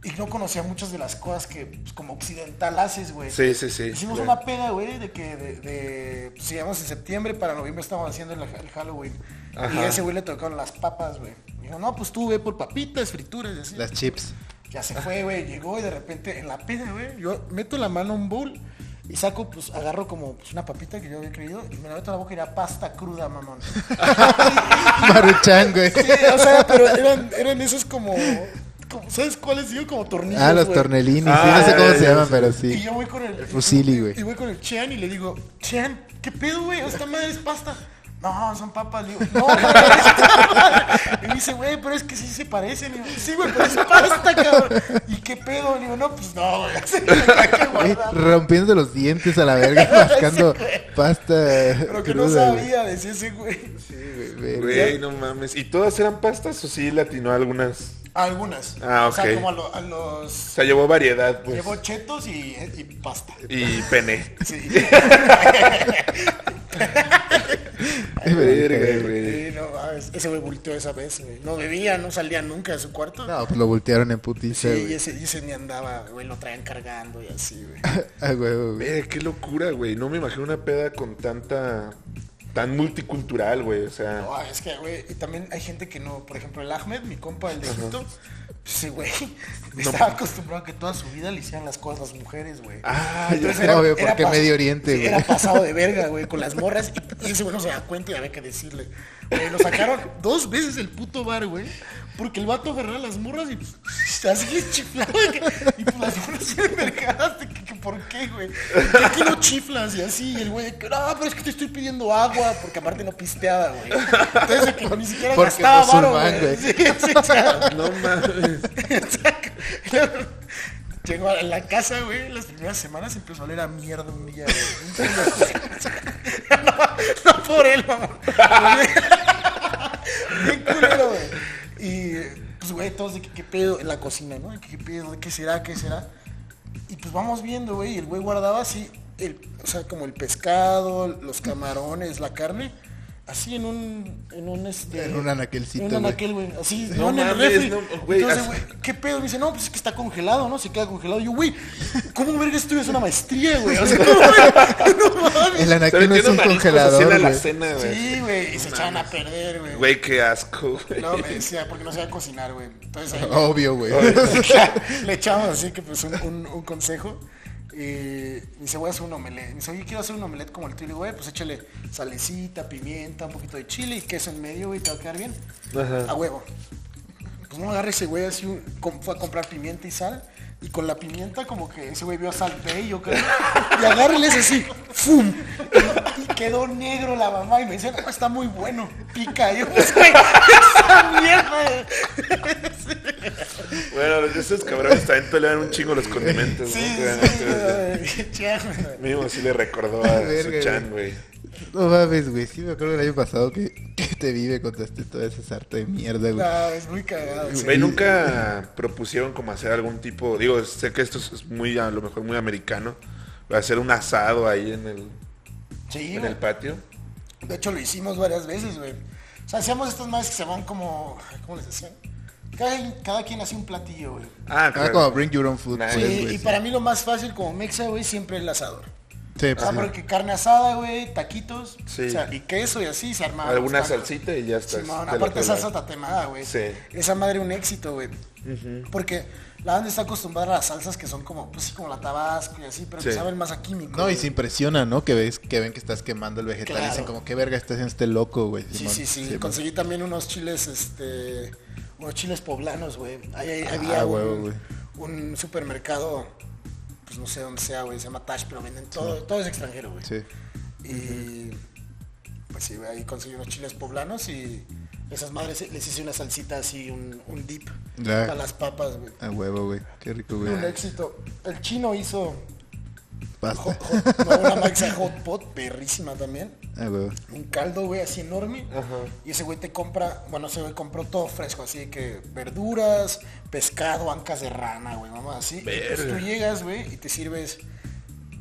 Y no conocía muchas de las cosas que pues, como occidental haces, güey.
Sí, sí, sí.
Hicimos
Claro.
una peda, güey, de que de, de- pues, llegamos en septiembre, para noviembre estábamos haciendo el, el Halloween. Y a ese güey le tocaron las papas, güey. Dijo, no, pues tú ve por papitas, frituras y así.
Las chips.
Ya se fue, güey, llegó y de repente en la peda, güey, yo meto la mano a un bowl y saco, pues, agarro como pues, una papita que yo había creído y me la meto a la boca y era pasta cruda, mamón.
Maruchan, güey.
Sí, o sea, pero eran, eran esos como, como- ¿sabes cuáles digo? Como tornillos,
Ah, los
güey.
tornellinis. sí,
Ah,
no sé cómo
ya,
se
ya,
llaman,
sí.
pero
Y
sí.
yo voy con el.
Fusili, güey.
Y voy con el Chean y le digo, Chean, ¿qué pedo, güey? Esta madre es pasta. No, son papas. Le digo, no, no, no. Y me dice, güey, pero es que sí se parecen. Le digo, sí, güey, pero es pasta, cabrón. ¿Y qué pedo? Le digo, no, pues no, güey. Así que hay que
Güey,
guardar.
rompiéndose los dientes a la verga, mascando pasta.
Pero que no
cruda, güey.
sabía, decía ese güey.
Sí, güey,
Güey, no mames. ¿Y todas eran pastas o sí latinó algunas?
Algunas.
Ah,
O
ok.
sea, como a, lo- a
O
los...
sea, llevó variedad, pues.
Llevo chetos y, y pasta.
Y pene.
Sí.
Verga, güey.
Sí, no, mames, ese güey volteó esa vez, güey. No bebía, no salía nunca de su cuarto.
No, pues lo voltearon en putiza,
Sí, y
güey.
ese, y ese ni andaba, güey, lo traían cargando y así, güey.
Ah, huevo, güey.
Mira, qué locura, güey. No me imagino una peda con tanta. tan multicultural, güey. O sea.
No, es que, güey, y también hay gente que no, por ejemplo, el Ahmed, mi compa, el de Egipto, ese güey estaba acostumbrado a que toda su vida le hicieran las cosas las mujeres, güey.
Ah,
Entonces
ya. Obvio, porque
pas-
Medio Oriente,
sí,
güey.
Era pasado de verga, güey, con las morras. Y, y ese güey no se da cuenta y había que decirle. Güey, lo sacaron dos veces el puto bar, güey. Porque el vato agarraba las morras y pues, así les chiflaba. que- Y pues las morras se envergadas de que, que por qué, güey. ¿Por qué no chiflas? Y así, y el güey, que, no, pero es que te estoy pidiendo agua. Porque aparte no pisteaba, güey. Entonces de que ni siquiera
Porque
gastaba varo,
musulmán,
güey.
güey.
Sí, sí, o sea,
No mames.
Llego a la casa, güey, las primeras semanas empezó a oler a mierda un día, güey. no, no por él, mamón. Bien culero, güey. Y pues, güey, todos de que qué pedo en la cocina, ¿no? ¿Qué, qué pedo? ¿Qué será? ¿Qué será? Y pues vamos viendo, güey, y el güey guardaba así, el, o sea, como el pescado, los camarones, la carne, así en un, en un, este...
En un anaquelcito,
En un
güey.
anaquel, güey, así,
No
no, en el
mames,
refri.
no, güey,
Entonces,
así-
güey, ¿qué pedo? Me dice, no, pues es que está congelado, ¿no? Se queda congelado. Y yo, güey, ¿cómo verga estudias una maestría, güey? O sea, ¿cómo verga? No mames.
El anaquel no es un
Así
congelador,
era la
güey.
cena, güey.
Sí, güey, y se echaban a perder, güey.
Güey, qué asco, güey.
No, me decía, porque no sabía cocinar, güey. Entonces ahí
Obvio, güey.
le echamos así que pues un, un- un consejo. Y me dice, voy a hacer un omelette. Me dice, oye, quiero hacer un omelette como el tuyo. Y digo, güey, pues échale salecita, pimienta, un poquito de chile y queso en medio, güey, te va a quedar bien.
Ajá.
A huevo. Pues no agarre ese güey así, un- com- fue a comprar pimienta y sal. Y con la pimienta como que ese güey vio a Salt Bay, yo creo. Y agárreles así, ¡fum! Y, y quedó negro la mamá y me dice, no, está muy bueno, pica. Y yo, pues, güey, esa mierda.
Bueno, esos cabrones también pelean un chingo los condimentos,
Sí,
¿no?
sí,
Claro, entonces,
güey, ya, güey.
Mínimo sí le recordó a su
Verga,
chan, güey.
No mames, güey. Sí, me acuerdo el año pasado que, que te vi y me contaste este, toda esa sarta de mierda, güey.
No, es muy cagado. sí.
Güey, nunca propusieron como hacer algún tipo, digo, sé que esto es muy, a lo mejor muy americano, pero hacer un asado ahí en el,
Sí,
en
güey.
el patio.
De hecho, lo hicimos varias veces, güey. O sea, hacíamos estas madres que se van como... ¿Cómo les decían? Cada, cada quien hace un platillo, güey.
Ah,
Ah,
claro.
como Bring Your Own Food,
Nice.
Sí,
pues,
y
güey. Sí,
para mí lo más fácil como mexa, güey, siempre el asador.
Sí,
O sea,
pues, sí.
Ah, porque carne asada, güey, taquitos,
Sí.
o sea, y queso y así se armaba.
Alguna
los tacos.
salsita pues, y ya estás
Simón,
del
aparte
otro
salsa
lado.
tatemada, güey.
Sí.
Esa madre un éxito, güey. Porque la banda está acostumbrada a las salsas que son como, pues sí, como la tabasco y así, pero
Sí.
que saben más a químico.
No, y
güey.
se impresiona, ¿no? Que ves, que ven que estás quemando el vegetal y dicen
Claro.
como, ¿qué verga estás haciendo este loco, güey?
Sí,
Simón.
sí, sí.
Simón.
Conseguí también unos chiles, este, unos chiles poblanos, güey. Ahí ahí
Ah,
había un,
huevo, güey.
un supermercado, pues no sé dónde sea, güey, se llama Tash, pero venden todo, todo es extranjero, güey.
Sí.
Y pues sí, güey, ahí conseguí unos chiles poblanos y esas madres les hice una salsita así, un, un dip
Ya.
para las papas, güey.
A huevo, güey. Qué rico, güey.
Un éxito. El chino hizo
Pasta.
hot- hot- no, una maxa hot pot, perrísima también.
A huevo.
Un caldo, güey, así enorme. Y ese güey te compra, bueno, ese güey compró todo fresco, así que verduras, pescado, ancas de rana, güey, mamá, así. Y, pues,
Verga.
tú llegas, güey, y te sirves.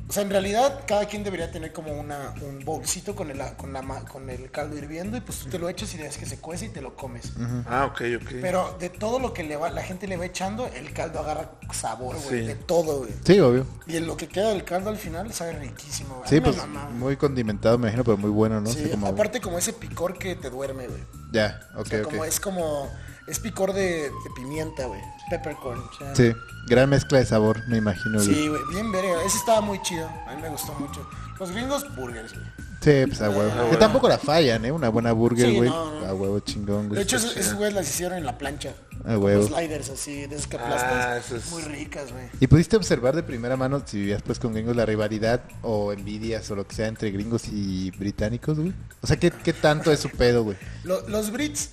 O sea, en realidad cada quien debería tener como una, un bolsito con el, a- con, la, ma- con el caldo hirviendo y pues tú te lo echas y dejas que se cuece y te lo comes.
Ah, ok, ok.
Pero de todo lo que le va, la gente le va echando, el caldo agarra sabor, güey,
Sí.
de todo, güey.
Sí, obvio.
Y en lo que queda del caldo al final sabe riquísimo, güey. A
Sí,
mí me
pues
mamaba.
muy condimentado, me imagino, pero muy bueno, ¿no?
Sí,
Así como-
aparte como ese picor que te duerme, güey.
Ya, ok,
O sea,
ok.
como es como es picor de, de pimienta, güey. Peppercorn. o sea,
Sí, gran mezcla de sabor, me imagino. güey.
Sí, güey, bien verga. Ese estaba muy chido. A mí me gustó mucho. Los gringos burgers, güey.
Sí, pues a huevo.
Ah,
que
bueno.
tampoco la fallan, ¿eh? Una buena burger,
Sí,
güey.
no, no.
A huevo chingón, güey.
De hecho,
Está
esos esos güeyes las hicieron en la plancha.
A huevo.
Sliders así, de esas que aplastas,
Ah, eso es-
muy ricas, güey.
¿Y pudiste observar de primera mano, si vivías pues con gringos, la rivalidad o envidias o lo que sea entre gringos y británicos, güey? O sea, ¿qué, qué tanto es su pedo, güey?
Lo- los Brits,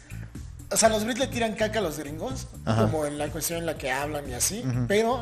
o sea, los Brits le tiran caca a los gringos,
Ajá.
como en la cuestión en la que hablan y así, pero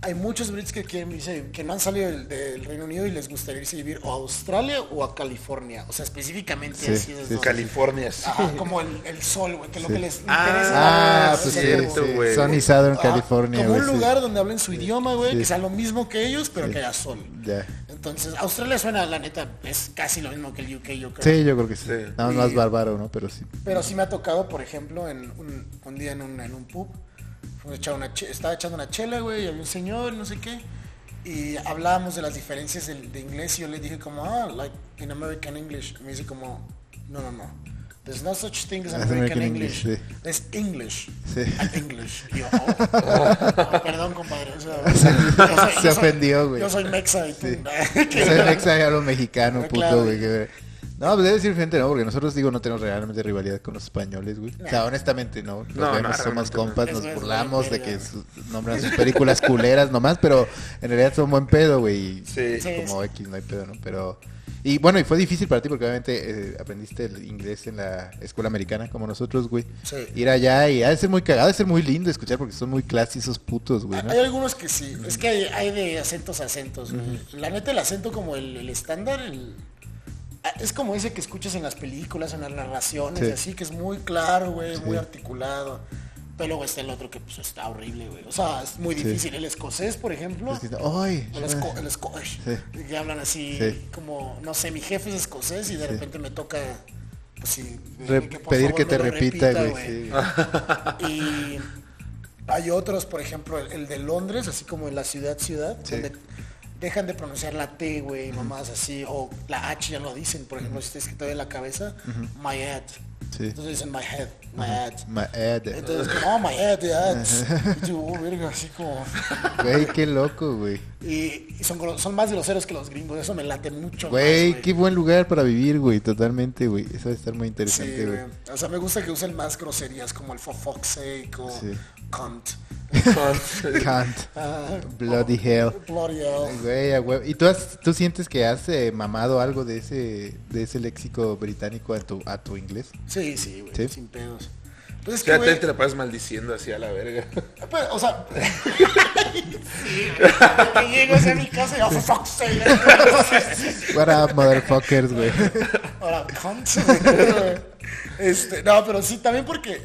hay muchos Brits que quieren irse- que no han salido del, del Reino Unido y les gustaría irse a vivir o a Australia o a California, o sea, específicamente
Sí,
así. es
sí,
donde-
California. sí.
Ajá, como el, el sol, güey, que lo que les interesa.
Ah,
es
Ah,
la-
pues
sí,
sí,
cierto,
sí.
güey.
Sunny Southern,
Ajá,
California,
Como
güey.
un
sí.
lugar donde hablen su idioma, güey,
Sí.
que sea lo mismo que ellos, pero que haya sol.
Ya.
Entonces, Australia suena, la neta, es casi lo mismo que el UK, yo creo.
Sí, yo creo que sí.
Sí.
Nada más,
Y-
más bárbaro, ¿no? Pero sí.
Pero sí me ha tocado, por ejemplo, en un, un día en un, en un pub, fuimos a echar una che- estaba echando una chela, güey, y había un señor, no sé qué, y hablábamos de las diferencias del- de, inglés y yo le dije como, ah, like in American English. Y me dice como, no, no, no. There's no such thing as
As
American,
American
English.
English,
There's English.
Sí.
And English. Y yo, oh, oh, perdón, compadre. o sea, yo soy-
Se
yo soy-
ofendió, güey.
Yo soy mexa y tú...
Sí.
¿qué?
Soy mexa y hablo mexicano,
Ah,
puto,
claro.
güey. que- No, pues debe ser diferente, ¿no? Porque nosotros, digo, no tenemos realmente rivalidad con los españoles, güey. O sea, honestamente, no. Nos
No, no,
vemos, somos
realmente no.
compas,
Eso
nos
es
burlamos de
buena
que
verga.
sus- nombran sus películas culeras nomás, pero en realidad son buen pedo, güey. y
Sí.
Sí,
Como X, no hay pedo, ¿no? Pero... Y bueno, y fue difícil para ti porque obviamente eh, aprendiste el inglés en la escuela americana como nosotros, güey.
Sí.
Ir allá y ha de ser muy cagado, ha de ser muy lindo escuchar porque son muy clásicos putos, güey, ¿no?
Hay algunos que sí. Es que hay, hay de acentos a acentos. güey. La neta, el acento como el, el estándar, el- ah, es como ese que escuchas en las películas, en las narraciones,
Sí.
y así, que es muy claro, güey, muy
Sí.
articulado. Pero luego está el otro que pues, está horrible, güey. O sea, es muy
Sí.
difícil. El escocés, por ejemplo.
Es que- ¡Ay!
o el esco- el Scottish,
Sí.
que hablan así
Sí.
como, no sé, mi jefe es escocés y de repente me toca pues, sí,
Re-
que por
pedir
favor
que
me
te
lo Ah.
repita, güey. sí, güey.
y hay otros, por ejemplo, el, el de Londres, así como en la ciudad, ciudad,
Sí.
donde dejan de pronunciar la T, güey, mamás así, o la H ya lo dicen, por ejemplo, si está escrito en la cabeza, my head.
Sí.
Entonces dicen my head, my head.
Ma- eh, de-
Entonces, como, oh, my head, yeah. Y tú, oh, verga, así como...
Güey, qué loco, güey.
Y, y son, gro- son más groseros que los gringos, eso me late mucho. más,
Güey, qué buen lugar para vivir, güey, totalmente, güey. Eso debe estar muy interesante,
Sí,
güey.
güey. O sea, me gusta que usen más groserías como el fofoxe o
Sí.
cunt.
Can't.
Ah,
Bloody hell.
bloody hell.
Güey, a huevo. ¿Y tú, has- tú sientes que has eh, mamado algo de ese, de ese léxico británico a tu, a tu inglés?
Sí, sí, güey,
¿Sí?
sin pedos. Pues es
Ya
que,
te,
güey,
te la pasas maldiciendo así a la verga.
pues, o sea, sí, güey, que llegas a mi casa y yo, "For fuck's sake", güey.
What up, motherfuckers, güey.
Ahora, cunt, güey. Este, no, pero sí, también porque,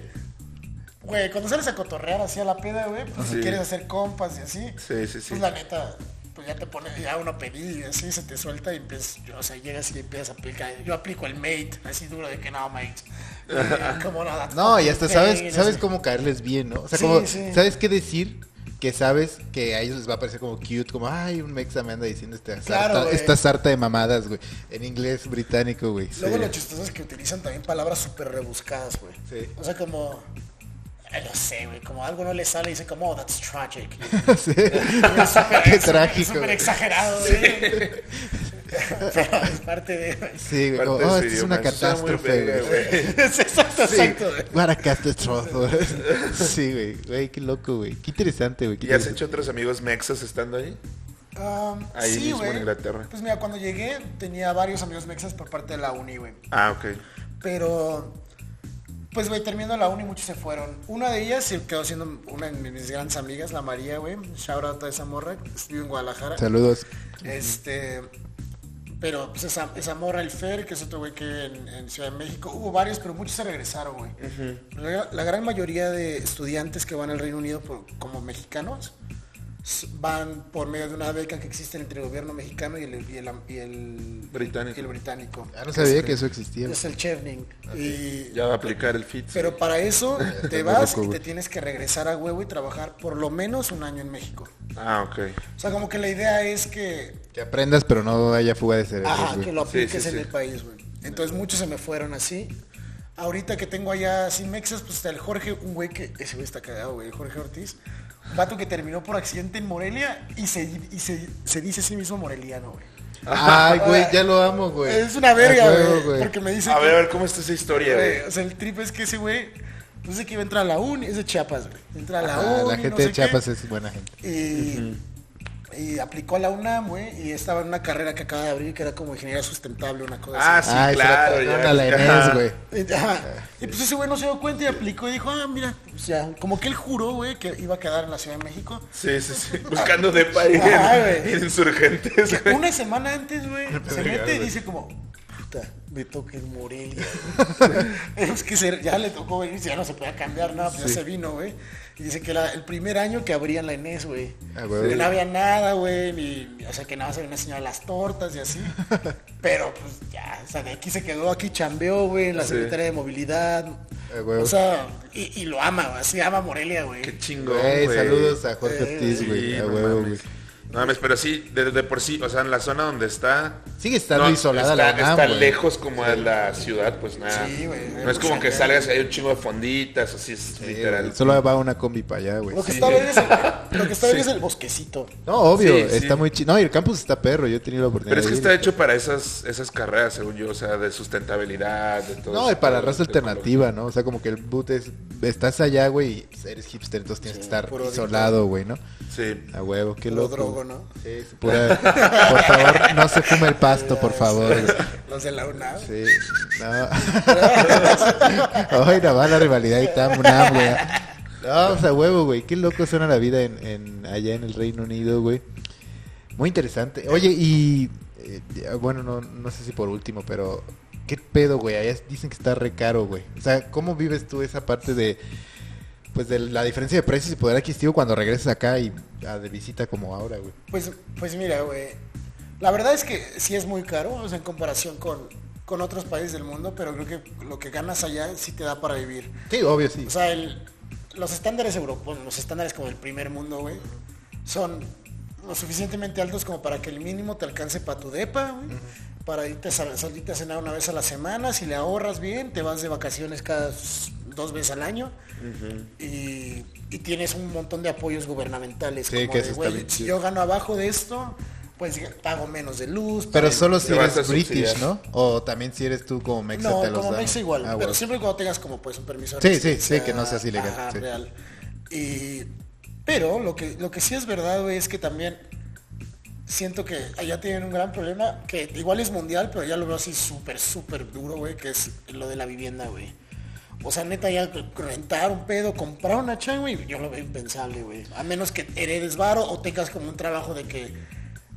güey, cuando sales a cotorrear así a la peda, güey, pues si
Sí.
quieres hacer compas y así,
Sí, sí, sí.
pues la neta, pues ya te pone, ya uno pedido y así, se te suelta y empiezas, o sea, llegas y empiezas a aplicar, yo aplico el mate, así duro de que no, mate. Y, Como no, that's
No, y
fucking
hasta
pain",
sabes, sabes
así.
cómo caerles bien, ¿no? O sea,
Sí,
como,
sí.
¿sabes qué decir? Que sabes que a ellos les va a parecer como cute, como, ay, un mexa me anda diciendo esta,
Claro,
sarta,
güey.
esta sarta de mamadas, güey. En inglés británico, güey.
Luego
Sí.
lo chistoso es que utilizan también palabras súper rebuscadas, güey.
Sí.
O sea, como... ay, No sé, güey, como algo no le sale y dice como, oh, that's tragic.
Sí.
Y es súper-
Qué
es súper-
trágico.
Súper
güey.
exagerado, güey. Pero es parte de...
Sí, güey.
Parte
como,
de su
Oh, esto es una
idioma, eso está muy
catástrofe,
verga,
güey.
Es exacto, exacto, güey.
What a catastrophe, güey. Sí, güey. Güey, qué loco, güey. Qué interesante, güey. qué
¿Y has
interesante.
hecho otros amigos mexas estando ahí?
Um,
Ahí
sí,
mismo en
güey.
Inglaterra.
Pues mira, cuando llegué tenía varios amigos mexas por parte de la uni, güey.
Ah, ok.
Pero, pues, güey, terminando la uni, muchos se fueron. Una de ellas se quedó siendo una de mis grandes amigas, la María, güey. Shout out a esa morra. Estuve en Guadalajara.
Saludos.
Este. Pero pues esa, esa morra, el Fer, que es otro güey que vive en, en Ciudad de México, hubo varios, pero muchos se regresaron, güey. la, la gran mayoría de estudiantes que van al Reino Unido por- como mexicanos s- van por medio de una beca que existe entre el gobierno mexicano y el, y el- y el-
Británico.
y el británico.
Ah, no sabía que eso existía. güey.
Es el Chevning.
Ah,
Y-
Ya va a aplicar el fit.
pero para eso te
muy
vas
loco,
y te
güey.
tienes que regresar a huevo y trabajar por lo menos un año en México.
Ah, ok.
O sea, como que la idea es que
Que aprendas, pero no haya fuga de cerebros,
Ajá,
güey.
que lo
Sí, sí,
apliques en
sí.
el país, güey. Entonces muchos se me fueron así. Ahorita que tengo allá así mexas, pues está el Jorge, un güey que, ese güey está cagado, güey, el Jorge Ortiz. Un vato que terminó por accidente en Morelia y se, y se, se dice a sí mismo moreliano, güey.
Ay, güey, ya lo amo, güey.
Es una
A
verga,
huevo,
güey. Porque me dice
A
que-
ver, a ver, ¿cómo está esa historia,
güey,
güey?
o sea, el trip es que ese güey Entonces que iba a entrar a la uni, es de Chiapas, güey. Entra a la
Ah,
uni.
la gente
no
de
sé
Chiapas
qué.
es buena gente.
Y, y aplicó a la UNAM, güey. Y estaba en una carrera que acaba de abrir que era como ingeniería sustentable, una cosa
Ah,
así.
Sí,
ah,
claro,
se la
ya.
pagaron a la Enes,
Ajá.
güey.
Y, ajá, y pues ese güey no se dio cuenta y aplicó y dijo, ah, mira, o sea, como que él juró, güey, que iba a quedar en la Ciudad de México.
Sí, sí, sí. Buscando de país
Ah,
Ay, güey.
en insurgentes, güey.
Una semana antes, güey, se
Verga,
mete y
güey.
dice como, puta, me toca en Morelia. es que se- ya le tocó, güey, ya no se podía cambiar nada, pues
Sí.
ya se vino, güey. Y dice que era el primer año que abrían la Enés, güey.
Ah, güey.
Que no había nada, güey, ni, o sea, que nada más había enseñado las tortas y así. Pero, pues, ya, o sea, de aquí se quedó, aquí chambeó, güey, en la
Sí.
Secretaría de Movilidad.
Ah, güey.
O sea, y, y lo ama, güey, así ama Morelia, güey.
Qué chingón,
Güey,
güey.
saludos a Jorge
Eh,
Ortiz,
Sí,
güey. a
no
huevo, güey.
mames. No mames, pero sí, de, de por sí, o sea, en la zona donde está...
Sigue estando
no,
isolada
está,
la UNAM,
Está
güey.
lejos como a la ciudad, pues nada.
Sí, güey.
No es como que
Sí,
salgas y hay un chingo de fonditas, así es
Sí,
literal.
Eh, güey, Solo va una combi para allá, güey.
Lo que
Sí.
está bien es el, lo que está bien
Sí.
es el bosquecito.
No, obvio,
Sí, sí.
está muy chido. No, y el campus está perro, yo he tenido la oportunidad.
Pero es que
de
está
ir.
hecho para esas, esas carreras, según yo, o sea, de sustentabilidad, de todo.
No, y
ese
para
pedo,
raza
de ecología.
alternativa, ¿no? O sea, como que el boot es. Estás allá, güey, y eres hipster, entonces tienes
Sí,
que estar
puro adicto.
isolado, güey, ¿no?
Sí.
A huevo, qué
Lo
loco.
drogo, ¿no?
Sí, sí, pura- Por favor, no se fume el pasto, por favor. güey.
Los de la UNAM.
Sí, no. Ay, nada más la rivalidad y tam, nam, güey. No, o sea, huevo, güey. Qué loco suena la vida en, en- allá en el Reino Unido, güey. Muy interesante. Oye, y. eh, ya, bueno, no, no sé si por último, pero. ¿Qué pedo, güey? Allá dicen que está re caro, güey. O sea, ¿cómo vives tú esa parte de. Pues de la diferencia de precios y poder adquisitivo cuando regresas acá y a de visita como ahora, güey?
Pues, pues mira, güey. La verdad es que sí es muy caro, o sea, en comparación con, con otros países del mundo, pero creo que lo que ganas allá sí te da para vivir.
Sí, obvio, sí.
O sea, el- los estándares europeos, los estándares como el primer mundo, güey, son lo suficientemente altos como para que el mínimo te alcance para tu depa, güey. Para irte a, sal- salirte a cenar una vez a la semana, si le ahorras bien, te vas de vacaciones cada s- dos veces al año y, y tienes un montón de apoyos gubernamentales.
Sí,
como
que
de,
eso está
"Güey,
bien
si
chido".
yo gano abajo de esto, pues pago menos de luz.
Pero
pago-
solo si
Te vas
eres
a
british,
subsidiar.
¿no? O también si eres tú como mexa
No,
te los
como
dan.
Mex igual,
Ah,
pero
bueno.
siempre y cuando tengas como pues un permiso de
Sí, sí,
residencia,
sí, que no seas ilegal,
ajá,
sí.
real. Y pero lo que lo que sí es verdad güey, es que también siento que allá tienen un gran problema que igual es mundial, pero ya lo veo así súper súper duro, güey, que es lo de la vivienda, güey. O sea, neta, ya rentar un pedo, comprar una chan, güey, yo lo veo impensable, güey. A menos que heredes varo o tengas como un trabajo de que,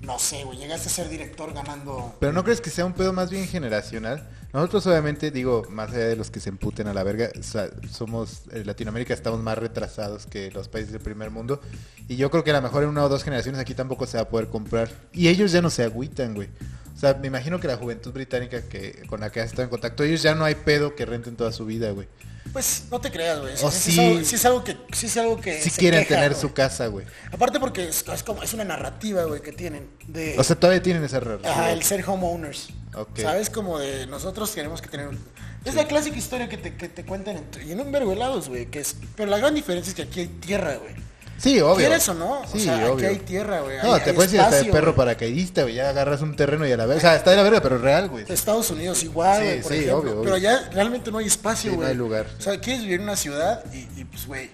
no sé, güey, llegaste a ser director ganando
Pero no crees que sea un pedo más bien generacional. Nosotros obviamente, digo, más allá de los que se emputen a la verga, o sea, somos, en Latinoamérica estamos más retrasados que los países del primer mundo. Y yo creo que a lo mejor en una o dos generaciones aquí tampoco se va a poder comprar. Y ellos ya no se agüitan, güey. O sea, me imagino que la juventud británica que con la que has estado en contacto, ellos ya no hay pedo que renten toda su vida, güey.
Pues no te creas, güey.
O
sí,
sí.
es algo, sí es algo que, sí es algo que
Si
Eh, se
quieren
queja,
tener
güey.
su casa, güey.
Aparte porque es, es como es una narrativa, güey, que tienen de
O sea, todavía tienen esa relación.
Eh. ajá, el ser homeowners.
Ok.
¿Sabes? Como de nosotros tenemos que tener un- es la clásica historia que te, que te cuentan en, tu- y en un vergo de lados, güey, que es pero la gran diferencia es que aquí hay tierra, güey.
Sí, obvio.
¿Quieres o no? O
Sí,
sea, aquí
obvio.
hay tierra, güey,
No,
hay-
te
hay
puedes ir hasta de
espacio,
perro
güey.
paracaidista, güey. Ya agarras un terreno y a la verga. O sea, está de la verga, pero real, güey.
Estados Unidos igual,
Sí,
güey, por
sí,
ejemplo.
obvio, obvio.
Pero allá realmente no hay
Sí,
espacio,
no
güey.
hay lugar.
O sea, quieres vivir en una ciudad y, y, pues, güey.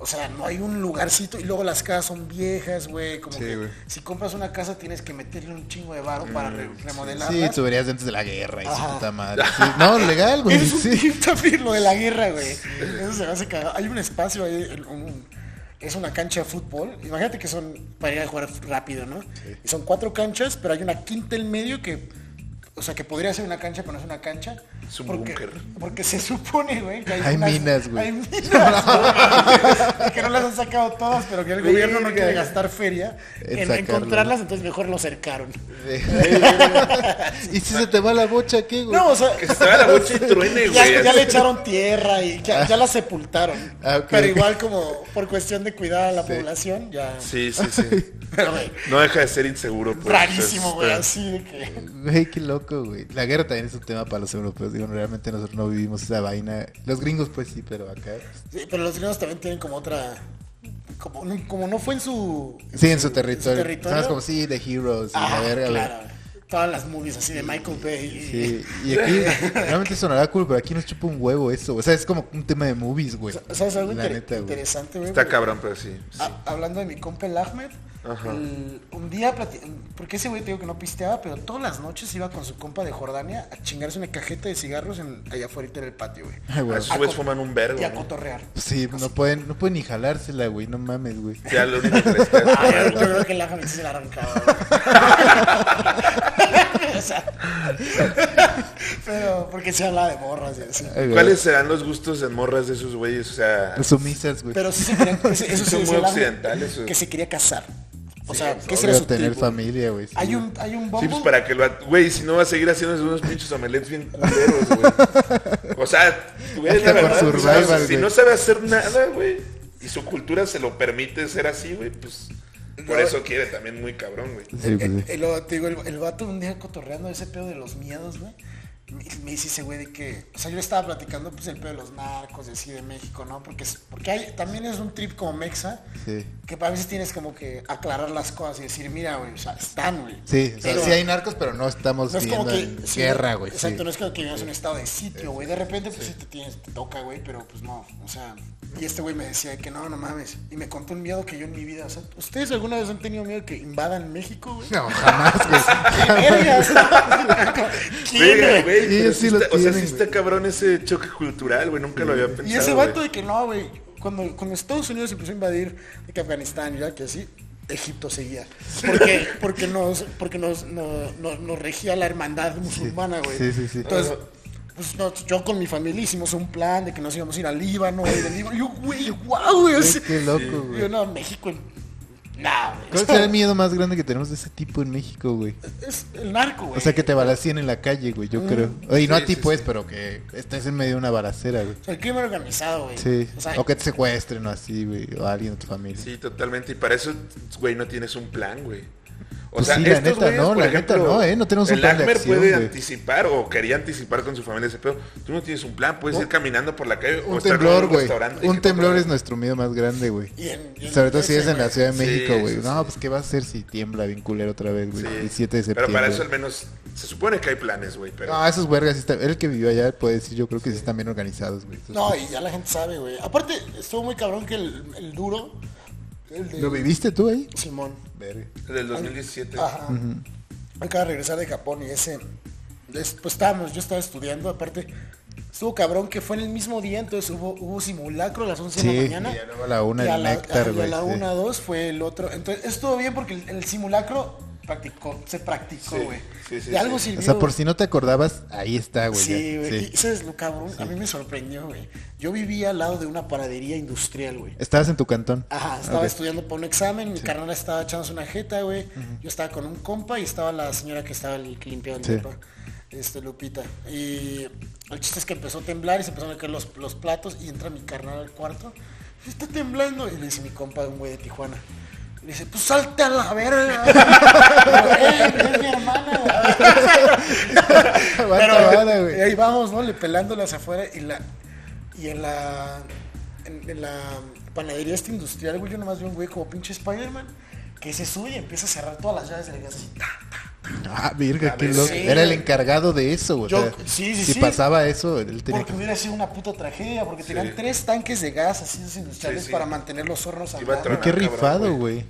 O sea, no hay un lugarcito y luego las casas son viejas, güey. Como
Sí,
que
güey.
si compras una casa tienes que meterle un chingo de varo para re- remodelarla.
Mm. Sí, tú verías antes de la guerra y su
Ajá.
puta madre. Sí. No, legal, güey.
Es un
Sí.
tip también lo de la guerra, güey. Eso se me hace cagado. Hay un espacio ahí, el- un- un- es una cancha de fútbol. Imagínate que son para ir a jugar rápido, ¿no? Y son cuatro canchas, pero hay una quinta en medio que, o sea, que podría ser una cancha, pero no es una cancha.
Es un
porque,
búnker.
Porque se supone, güey, que hay,
Hay
unas-
minas, güey.
Hay minas, güey, y que no las han sacado todas, pero que el gobierno no
Verga.
quiere gastar feria
En
en,
sacarlo.
encontrarlas, entonces mejor lo cercaron.
¿Y si se te va la bocha qué, güey?
No, o sea,
Que se te va la bocha y truene,
ya,
güey.
ya
así.
le echaron tierra y ya, ya la sepultaron.
Ah, ok.
Pero igual como por cuestión de cuidar a la
Sí.
población, ya.
Sí, sí, sí.
Pero güey,
No deja de ser inseguro. Pues,
rarísimo, güey,
entonces,
así de que.
Güey, qué loco, güey. La guerra también es un tema para los europeos. Digo, realmente nosotros no vivimos esa vaina. Los gringos, pues sí, pero acá.
Sí, pero los gringos también tienen como otra. Como, no- como no fue en su.
Sí, en su territorio.
territorio?
Somos como, sí, de heroes y
Ah,
la verga,
claro.
güey.
todas las movies así de Michael Bay.
Sí, y aquí realmente sonará cool, pero aquí nos chupa un huevo eso. O sea, es como un tema de movies, güey.
¿Sabes algo
La
inter-
neta, güey.
interesante, güey?
eh, Está cabrón, pero sí. Pues sí.
Ah,
Ha- hablando de mi compa el Ahmed,
Ajá.
el- un día, plati- porque ese güey te digo que no pisteaba, pero todas las noches iba con su compa de Jordania a chingarse una cajeta de cigarros en, allá afuera en el patio, güey.
Ay,
A
güey.
esos güeyes fuman un vergo.
Y a
¿no?
cotorrear.
Sí, no pueden, no pueden ni jalársela, güey. No mames, güey.
Ya lo único que les queda es
Ay,
fumar,
yo
güey.
creo que el Ahmed sí se la arrancaba. güey. o sea, pero porque se habla de morras y así.
Ay, güey.
¿Cuáles serán los gustos en morras de esos güeyes? O sea,
Las Sumisas, güey.
Pero sí se querían, eso sí
Son muy
decía el Ahmed,
occidentales, güey.
Que se quería casar. O sea, que
Obvio,
ese era su
tener
trip, güey.
familia, güey. sí,
Hay
güey.
un, hay un
sí,
bombo.
pues para que lo... at- Güey, si no va a seguir haciendo esos unos pinches omelets bien culeros, güey. O sea, güey, la
Hasta con
verdad, o sea,
Survivor,
si
güey.
no sabe hacer nada, güey, y su cultura se lo permite ser así, güey, pues... Por
No.
eso quiere también muy cabrón, güey.
Sí, pues, sí.
Eh, luego te digo, el, el vato un día cotorreando ese pedo de los miedos, güey. Me, me dice ese güey de que, o sea, yo le estaba platicando pues el pedo de los narcos, de así de México, ¿no? Porque, es- porque hay, también es un trip como mexa,
Sí.
que a veces tienes como que aclarar las cosas y decir, mira, güey, o sea, están, güey.
Sí, o sea,
Pero
sí hay narcos, pero no estamos
no es
viendo
como que...
en
sí,
guerra, güey. sí.
Exacto, no es como que vivimos en un estado de sitio, güey. De repente, pues sí, te, tienes, te toca, güey, pero pues no, o sea... Y este güey me decía que no, no mames. Y me contó un miedo que yo en mi vida, o sea, ¿ustedes alguna vez han tenido miedo que invadan México, güey?
No, jamás, güey.
Vergas.
Verga,
¿Quién, güey?
güey,
Ellos
pero
sí
sí
lo
está- O sea, sí
tienen,
está cabrón ese choque cultural, güey. Nunca lo había pensado,
Y ese vato
güey.
de que no, güey. Cuando, cuando Estados Unidos empezó a invadir de que Afganistán, Irak que así, Egipto seguía. Porque, porque nos, porque nos, no- no- nos regía la hermandad musulmana, güey.
sí, sí, sí.
Entonces, pues no, yo con mi familia hicimos un plan de que nos íbamos a ir al Líbano, güey, del Líbano. Yo, güey, wow, güey. o
Güey,
sea,
Qué loco, güey.
Yo no, México. Nah,
¿Cuál será el miedo más grande que tenemos de ese tipo en México, güey?
Es el narco, güey.
O sea, que te balacien en la calle, güey, yo creo. Oye, no
Mm. Sí,
a ti,
sí,
pues,
sí.
pero que estés en medio de una balacera, güey.
el crimen organizado, güey.
Sí.
O sea,
O que te secuestren o así, güey. O a alguien de tu familia.
Sí, totalmente. Y para eso, güey, no tienes un plan, güey. O
Pues sí, la neta, no,
por
la neta, no, ¿eh? No tenemos un
el
plan de
Acmer
acción,
puede
güey.
anticipar o quería anticipar con su familia ese pedo. Tú no tienes un plan, puedes ir caminando por la calle o
Un
estar en
temblor, güey.
restaurante y que
Un
te
temblor
roben.
es nuestro miedo más grande, güey.
Y en- y en
Sobre todo
el
si es
ese,
en la
güey.
Ciudad de
Sí,
México, güey.
sí,
no,
sí.
pues, ¿qué va a hacer si tiembla bien culero otra vez, güey?
Sí.
El 7 de septiembre. Ah,
Pero para eso al menos se supone que hay planes, güey. Pero
No, esos vergas, sí están- el que vivió allá puede decir, yo creo que sí están bien organizados, güey. Esos-
Pues No, y ya la gente sabe, güey. Aparte, estuvo muy cabrón que el, el duro, el de
¿Lo viviste tú ahí?
Simón,
Verga.
del 2017.
ajá, acaba de regresar de Japón y ese, es- pues estábamos, yo estaba estudiando, aparte, estuvo cabrón que fue en el mismo día, entonces hubo, hubo simulacro a las 11 de
Sí,
la mañana.
y luego a la una
y a
el
la-
néctar,
ajá, y a
güey,
la
sí.
1, 2 fue el otro. Entonces, estuvo bien porque el, el simulacro practicó, se practicó,
Sí,
güey.
sí, sí,
de algo
sí.
sirvió.
O sea, por si no te acordabas, ahí está, güey.
Sí,
ya.
güey.
Sí.
Y eso es lo cabrón. A mí me sorprendió, güey. Yo vivía al lado de una panadería industrial, güey.
Estabas en tu cantón.
Ajá, estaba
Ok.
estudiando para un examen, mi carnal estaba echándose una jeta, güey. Yo estaba con un compa y estaba la señora que estaba li- que limpiaba el
Sí.
depa, este Lupita. Y el chiste es que empezó a temblar y se empezaron a caer los, los platos y entra mi carnal al cuarto. Está temblando. Y le dice mi compa, un güey de Tijuana. Y le dice, pues salte a la verga. Pero, "Ey, es mi hermana, güey".
Aguanta,
Pero
vara, güey.
y ahí vamos, ¿no? Le pelándolas afuera y la. Y en la. En, en la panadería esta industrial, güey, yo nomás veo un güey como pinche Spider-Man que se sube y empieza a cerrar todas las llaves del gas así. ta.
Ah, virga, qué
ver,
loco.
sí.
Era el encargado de eso, güey.
Yo-
o sea,
sí, sí,
si
sí.
pasaba eso, él tenía
Porque
que...
hubiera sido una puta tragedia, porque tenían tres tanques de gas así esos industriales
Sí, sí.
para mantener los hornos al
Iba a
lado.
tronar,
Qué
cabrón,
rifado,
güey.
güey.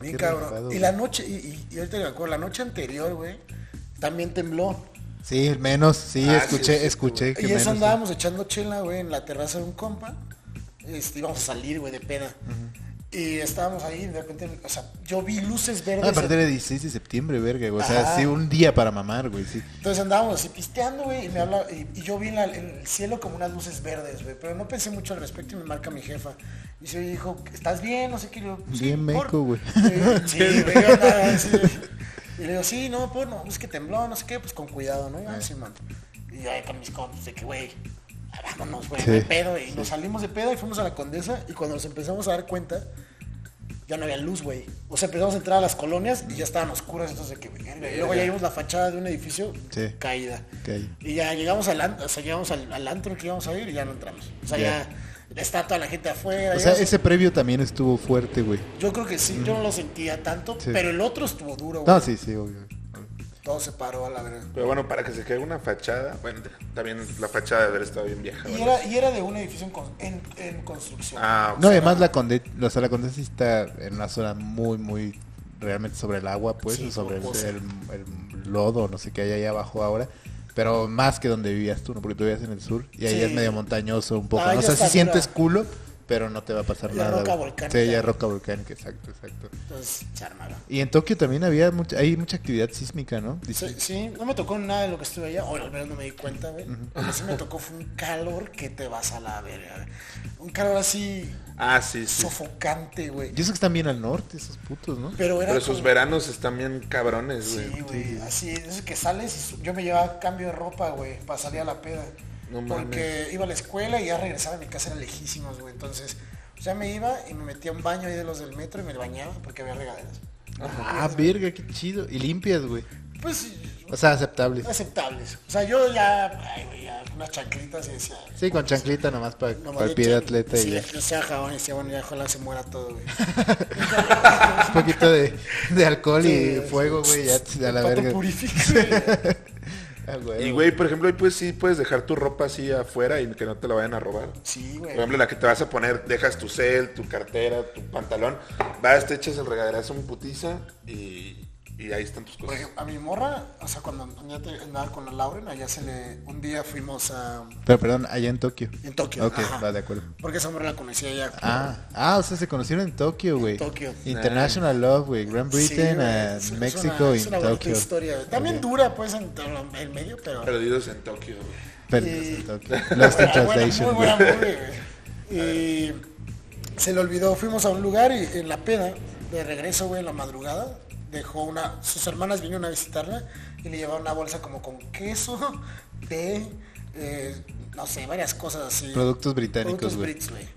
Bien
Qué
cabrón.
rifado,
y
güey.
la noche, y, y- y ahorita me acuerdo, la noche anterior, güey, también tembló.
Sí, menos, sí,
Ah,
escuché,
sí, sí,
escuché que
Y
menos.
eso
sí.
andábamos echando chela, güey, en la terraza de un compa. Este, íbamos a salir, güey, de peda. Y estábamos ahí, y de repente, o sea, yo vi luces verdes.
No, aparte era 16 de septiembre, verga, güey. O sea,
Ajá.
sí, un día para mamar, güey, sí.
Entonces andábamos así pisteando, güey, y me habla, y, y yo vi en, la- en el cielo como unas luces verdes, güey, pero no pensé mucho al respecto y me marca mi jefa. Y dice, oye, hijo, ¿estás bien? No sé qué. Y yo, "Sí,
Bien
por".
meco, güey.
Eh, Sí, güey, yo andaba así, güey. Y le digo, sí, no, pues no, es que tembló, no sé qué, pues con cuidado, ¿no? Y, ah, sí, man. Y yo ahí con mis compas de que, güey, vámonos, güey,
Sí,
no hay pedo. Y nos salimos de pedo y fuimos a la condesa y cuando nos empezamos a dar cuenta, ya no había luz, güey. O sea, empezamos a entrar a las colonias y ya estaban oscuras, entonces de que, verga. Y luego ya vimos la fachada de un edificio
Sí.
caída.
Caída.
Y ya llegamos al, an- o sea, llegamos al, al antro que íbamos a ir y ya no entramos. O sea,
Ya.
ya está toda la gente afuera.
O
ya
sea,
se-
ese previo también estuvo fuerte, güey.
Yo creo que sí, yo no lo sentía tanto,
Sí.
pero el otro estuvo duro, güey.
No, sí, sí, obvio.
Todo se paró a la verga.
Pero bueno, para que se caiga una fachada. Bueno, t- también la fachada de haber estado bien vieja.
Y
¿vale?
era, y era de un edificio en, con- en- en construcción.
Ah, ok.
No, además la conde, o sea, la Condesa sí está en una zona muy, muy realmente sobre el agua, pues,
Sí,
o sobre el,
rocosa.
el- el lodo, no sé qué hay ahí abajo ahora. Pero más que donde vivías tú, ¿no? Porque tú vivías en el sur y ahí
Sí.
es medio montañoso un poco.
Ah,
¿no? O
ya
sea, sí
está dura.
sientes culo, pero no te va a pasar
Ya
nada.
roca
güey.
volcánica.
Sí, ya roca volcánica, exacto, exacto.
Entonces, se armaron.
Y en Tokio también había mucha, hay mucha actividad sísmica, ¿no? Dice-
Sí, sí, no me tocó nada de lo que estuve allá, o al menos no me di cuenta, güey. Lo que sí me tocó fue un calor que te vas a la verga, güey. Un calor así
Ah, sí, sí.
sofocante, güey.
Y eso que están bien al norte, esos putos, ¿no?
Pero era
Pero esos
como-
veranos están bien cabrones, güey.
Sí, güey, así es que sales y su- yo me llevaba cambio de ropa, güey, para salir a la peda.
No
porque iba a la escuela y ya regresaba a mi casa, era lejísimos, güey. Entonces, o sea, me iba y me metía a un baño ahí de los del metro y me bañaba porque había regaderas.
Ah, verga, qué chido. Y limpias, güey.
Pues
O sea, aceptables.
Ah, aceptables. O sea, yo ya, ay, güey, ya unas chanclitas y decía,
Sí, con chanclita nomás para
No
el pie de atleta y ya.
que sea jabón y decía, bueno, ya ojalá se muera todo, güey.
Un poquito de, de alcohol
Sí,
y fuego, güey, ya te da la
Pato
verga.
purifica, güey.
Ah,
Y güey, por ejemplo, ahí pues sí puedes dejar tu ropa así afuera y que no te la vayan a robar.
Sí, güey.
Por ejemplo, la que te vas a poner, dejas tu cel, tu cartera, tu pantalón, vas, te echas el regaderazo en putiza y, y ahí están tus
Por
cosas.
ejemplo, a mi morra, o sea, cuando ya te- andaba con la Lauren, allá se le... Un día fuimos a...
Pero perdón, allá en Tokio.
En Tokio.
Ok,
ajá.
va, de acuerdo.
Porque esa morra la conocía ya.
Ah, ah, o sea, se conocieron en Tokio, güey.
Tokio.
International Love, güey. Gran
Sí,
Britain,
güey,
a
es- es una-
México y
es una bonita
Tokio.
historia. güey. También dura, pues, en en el medio, pero...
Perdidos en Tokio, güey.
Perdidos
Y-
en Tokio. Lost in
eh, Buena, buena,
Translation,
Ah, muy
güey.
buena movie, güey. Y se le olvidó, fuimos a un lugar y en la peda, de regreso, güey, en la madrugada, dejó una, sus hermanas vinieron a visitarla y le llevaron una bolsa como con queso, té, eh, no sé, varias cosas así.
Productos británicos,
Productos
güey.
brits, güey.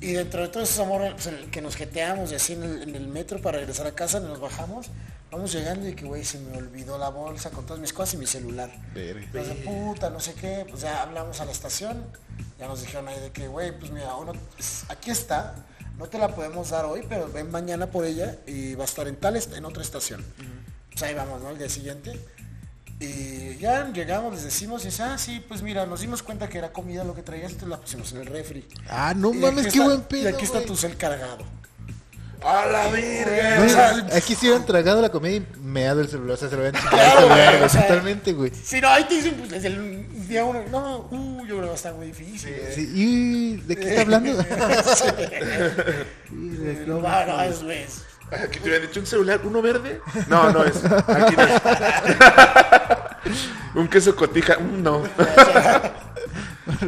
Y dentro de todo ese amor pues, en el que nos jeteamos y así en el, en el metro para regresar a casa, nos bajamos, vamos llegando y que, güey, se me olvidó la bolsa con todas mis cosas y mi celular.
Verga.
Pues de puta, no sé qué, pues ya hablamos a la estación, ya nos dijeron ahí de que, güey, pues mira, uno, pues, aquí está, no te la podemos dar hoy, pero ven mañana por ella y va a estar en tal, est- en otra estación. Pues ahí vamos, ¿no? El día siguiente. Y ya llegamos, les decimos, y dice, ah, sí, pues mira, nos dimos cuenta que era comida lo que traías, entonces la pusimos en el refri.
Ah, no
Y
mames,
aquí
qué
está-
buen
Y
pedo,
aquí está
güey.
tu cel cargado.
¡A la verga!
No,
o sea,
aquí se hubieran tragado la comida y meado el celular, o sea, se lo habían chingado
Claro,
esta
güey,
verga,
o sea,
totalmente, güey.
Si no, ahí te dicen, pues desde el día uno, no, uh, yo creo que va a estar muy difícil. güey.
Sí, y, ¿De qué está hablando?
Eh, no, va, no, es, es-
Que te hubieran dicho un celular, uno verde. No, no es. Aquí no es. un queso cotija, mm, no.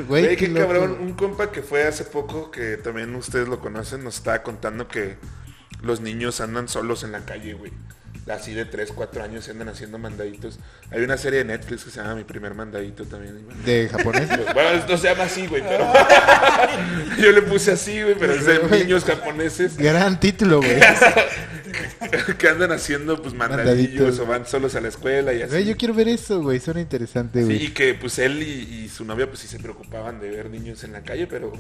Güey,
Güey, qué
loco,
cabrón.
güey.
Un compa que fue hace poco, que también ustedes lo conocen, nos estaba contando que los niños andan solos en la calle, güey. Así de 3, 4 años se andan haciendo mandaditos. Hay una serie de Netflix que se llama Mi primer mandadito también.
De japonés.
Bueno, esto se llama así, güey, pero... Yo le puse así, güey, pero es de
Güey.
niños japoneses
Gran título, güey.
que andan haciendo, pues, mandadillos
Mandaditos.
o van solos a la escuela y
Güey,
así.
yo quiero ver eso, güey. Suena interesante,
Sí,
güey.
y que, pues, él y, y su novia, pues, sí se preocupaban de ver niños en la calle, pero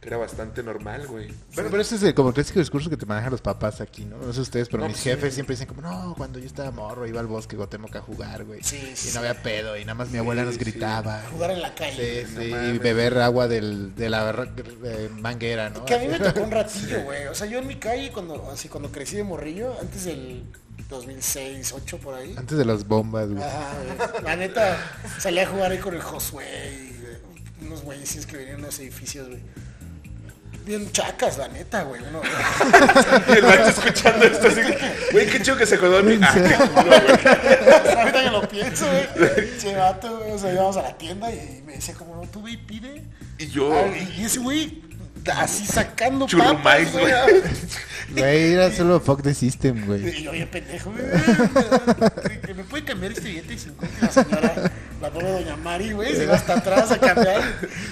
que era bastante normal, güey.
Bueno, pero ese es el, como el clásico discurso que te manejan los papás aquí, ¿no? No sé ustedes, pero
No,
mis
pues, sí.
jefes siempre dicen como, no, cuando yo estaba morro iba al bosque Gotemoc a jugar, güey.
Sí, sí.
Y no había pedo, y nada más mi abuela nos
sí.
gritaba.
jugar en la calle.
Sí,
No
sí, y
mames.
beber agua del, de la ra- eh, manguera, ¿no?
Que a mí me tocó un ratillo, güey. O sea, yo en mi calle, cuando, así, cuando crecí de morrillo, antes del 2006, 2008 por ahí,
Antes de las bombas, güey.
Ah.
ajá, güey, la neta, salía a jugar ahí con el Josué y eh, unos güeyes que venían en los edificios, güey. Bien chacas, la neta, güey. uno-
Y el vato escuchando esto así, güey, qué chido que se acordó de mí. Ah, qué culo, güey.
Ahorita que lo pienso, güey. Che, vato, güey. O sea, íbamos a la tienda y me decía, como no, tú ve y pide.
Y yo,
Ay, Y ese güey, así sacando
Churrumais,
papas, güey.
Güey, era solo fuck the system, güey.
Y yo bien pendejo, güey. Que- que ¿Me puede cambiar este billete de 50? Y La señora, la pobre doña Mari, güey, se va hasta atrás a cambiar.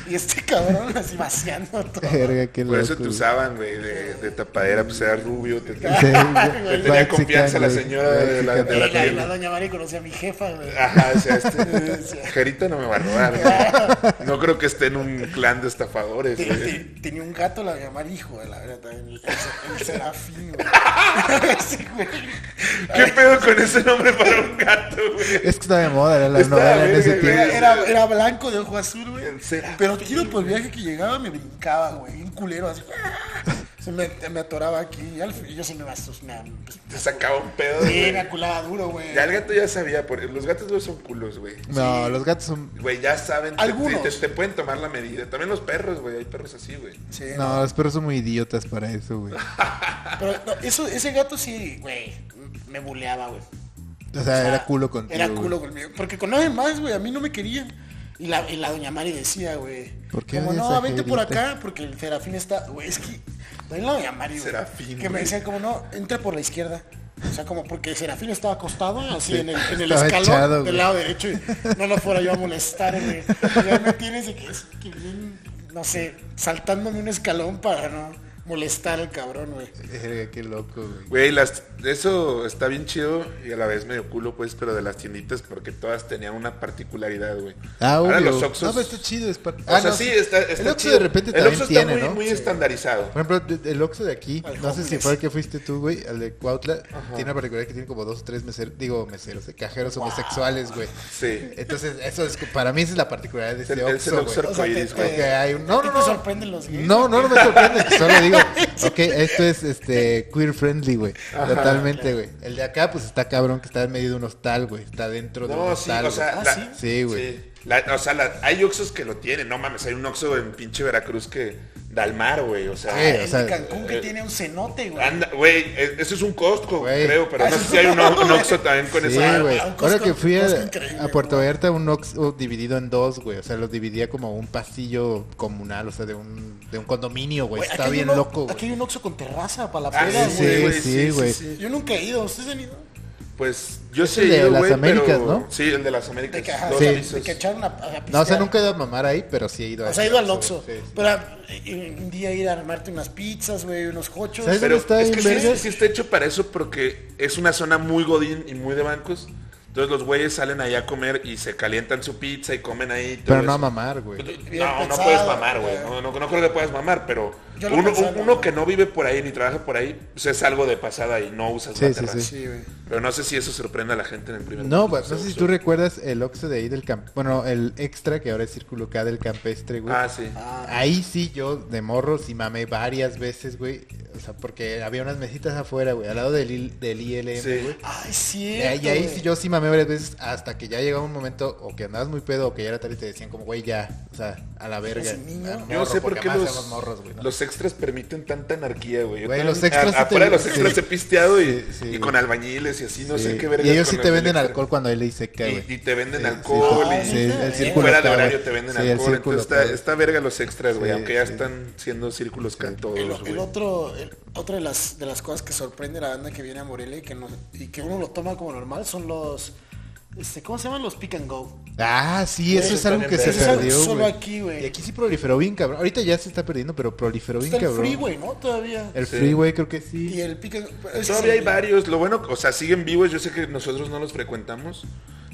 Y este cabrón así vaciando todo.
Verga, qué
por eso
loco,
te
güey.
usaban, güey, de, de tapadera, pues era rubio. Te,
Sí, güey.
te tenía
Mexican,
confianza la
güey.
señora de la, Ah, de la
Y eh, la, y la
tienda.
doña Mari conocía a mi jefa, güey.
Ajá, o sea, este, Jerita no me va a robar, güey. No creo que esté en un clan de estafadores,
Te-
güey.
te- Tenía un gato, la doña Mari, hijo de la verdad, también. Él se- él se la Serafín, güey. Sí, güey.
¿Qué pedo con ese nombre para un gato, güey?
Es que estaba de moda era la
Está
novela en
verga,
ese
güey.
tiempo.
Era, era- era blanco de ojo azul, güey.
El Serafín,
Pero tiro por viaje que llegaba me brincaba, güey. Un culero así. Se me, me atoraba aquí. Y, al- y yo se me va a asustar.
Te sacaba un pedo,
Sí,
güey.
me culaba duro, güey.
Ya el gato ya sabía, por- los gatos güey, son culos, güey.
No, los gatos son.
Güey, ya saben, te-
Algunos.
Te, te pueden tomar la medida. También los perros, güey, hay perros así, güey.
Sí,
No, los perros son muy idiotas para eso, güey.
Pero no, eso, ese gato sí, güey, me buleaba, güey.
O sea, era culo contigo.
Era
güey.
culo conmigo. Porque con nadie más, güey, a mí no me querían. Y la, y la doña Mari decía, güey.
¿Por qué
Como
odias
no,
a
vente por
Jairita?
acá, porque el Serafín está. Güey, es que. También la doña Mari, güey.
Serafín,
Que me
güey.
decía, como no, entra por la izquierda. O sea, como porque Serafín estaba acostado, así
Sí,
en el, en el
estaba
escalón
echado,
del
güey.
lado derecho. Y no lo fuera yo a molestar, güey. Y ahí me tienes de que es que bien, no sé, saltándome un escalón para no molestar al cabrón, güey.
Verga, Eh, qué loco, güey.
Güey, las, eso está bien chido y a la vez medio culo, pues, pero de las tienditas, porque todas tenían una particularidad, güey.
Ah,
Ahora
obvio.
los Oxxos...
No, pero está chido. Es par-
o
Ah,
sea,
no,
sí, está, está
El Oxxo
chido.
de repente
El
también
Oxxo está
tiene,
muy,
¿no?
muy
Sí.
estandarizado.
Por ejemplo, de- el Oxxo de aquí,
Al
no sé si
homeless.
fue el que fuiste tú, güey, al de Cuautla, tiene una particularidad que tiene como dos o tres meseros, digo, meseros, eh, cajeros homosexuales, güey.
Sí.
Entonces, eso es, para mí esa es la particularidad de
Es el,
este
es el
Oxxo,
Oxxo
güey.
O sea,
arcoíris,
te-
güey.
te-
Que hay un- no,
¿A ti
no,
te
no.
sorprenden los gays?
No, no, no me sorprende, solo digo, ok, esto es este queer friendly, güey, totalmente, güey. El de acá, pues está cabrón que está en medio de un hostal, güey, está dentro de un
No, sí,
hostal,
o sea,
güey.
la-
Ah, ¿sí?
Sí, güey.
La- o sea, la- hay Oxxos que lo tienen, no mames, hay un Oxxo en pinche Veracruz que da al mar, güey, o sea,
Sí, o
El
sea,
de Cancún que
eh,
tiene un cenote, güey.
anda, güey, eh, eso es un Costco,
Güey.
creo, pero
Ah,
no sé
eso es
si hay
un-
un, un Oxxo también con
Sí,
esa
güey.
un Costco-
Ahora que fui a,
Costco increíble,
a Puerto
güey.
Vallarta, un Oxxo dividido en dos, güey. O sea, los dividía como un pasillo comunal, o sea, de un, de un condominio, güey.
Güey, aquí
Está
hay
bien
uno-
loco,
Aquí
güey.
hay un Oxxo con terraza para la
Ah,
peda,
sí,
güey.
sí, güey.
Yo nunca he ido. ¿Ustedes han ido?
Pues yo
Es
sí,
el de
he ido,
las
güey,
Américas,
pero-
¿no?
Sí, el de las Américas.
De que, ajá,
dos
o sea,
avisos.
de que echaron a, a
No, o sea,
pistear.
nunca he ido a mamar ahí, pero sí he ido a
O sea, he ido al
sí,
Oxxo.
sí, sí.
Pero ah, eh, un día ir a armarte unas pizzas, güey, unos cochos.
¿Sabes?
Pero
¿Dónde está
es
ahí,
que sí,
verga?
sí está hecho para eso porque es una zona muy godín y muy de bancos. Entonces los güeyes salen ahí a comer y se calientan su pizza y comen ahí. y todo
Pero no a
eso.
mamar, güey.
Bien
No, no
pensado,
puedes mamar, güey.
güey.
No, no, no creo que puedas mamar, pero
Yo lo
uno,
pensaba,
uno
güey.
que no vive por ahí ni trabaja por ahí, pues es algo de pasada y no usas
Sí,
la
sí,
terraza.
sí.
Sí, güey.
Pero no sé si eso sorprende a la gente en el primer
No,
mundo,
pues, no sé si tú recuerdas el Oxxo de ahí del camp... Bueno, el extra, que ahora es Círculo K del campestre, güey.
Ah, sí.
Ahí sí yo de morro sí mamé varias veces, güey. O sea, porque había unas mesitas afuera, güey, al lado del, I- del ILM,
Sí.
güey.
Ay, sí.
Y ahí, y ahí sí yo sí mamé varias veces hasta que ya llegaba un momento o que andabas muy pedo o que ya era tarde y te decían como, güey, ya, o sea, a la verga.
Eres un niño.
a
Yo
Yo no
morro,
sé por
porque
qué
más
los,
seamos morros, güey, ¿no?
los extras permiten tanta anarquía, güey. Yo
Güey,
también
los extras
a-
sí te-
afuera de los extras
sí.
he pisteado y,
Sí, sí,
y
güey.
con albañiles y así, no sé
Sí.
qué
Y
vergas
ellos sí
con
te
los
venden
extra.
alcohol cuando él le dice que, güey.
Y, y te venden
Sí,
alcohol
sí,
y,
sí, el
y
círculo
fuera de
acá,
horario
güey.
te venden
Sí, el
alcohol.
círculo
Entonces está,
acá.
está verga los extras, güey.
Sí,
aunque ya
sí.
están siendo círculos acá
El,
todos,
el
güey.
otro, el- otra de las, de las cosas que sorprende a la banda que viene a Morelia y que, no- y que uno lo toma como normal son los, este, ¿cómo se llaman? Los pick and go.
Ah, sí, eso
Eso
es algo
también
que se
verga.
Eso es algo
perdió,
solo
güey.
aquí, güey.
Y aquí sí proliferó bien, cabrón. Ahorita ya se está perdiendo, pero proliferó bien,
Está el
cabrón.
freeway, ¿no? Todavía.
El
Sí.
freeway creo que
Y
sí.
el pick and go. ese
Todavía
es
hay
el-
varios. Lo bueno, o sea, siguen vivos. Yo sé que nosotros no los frecuentamos.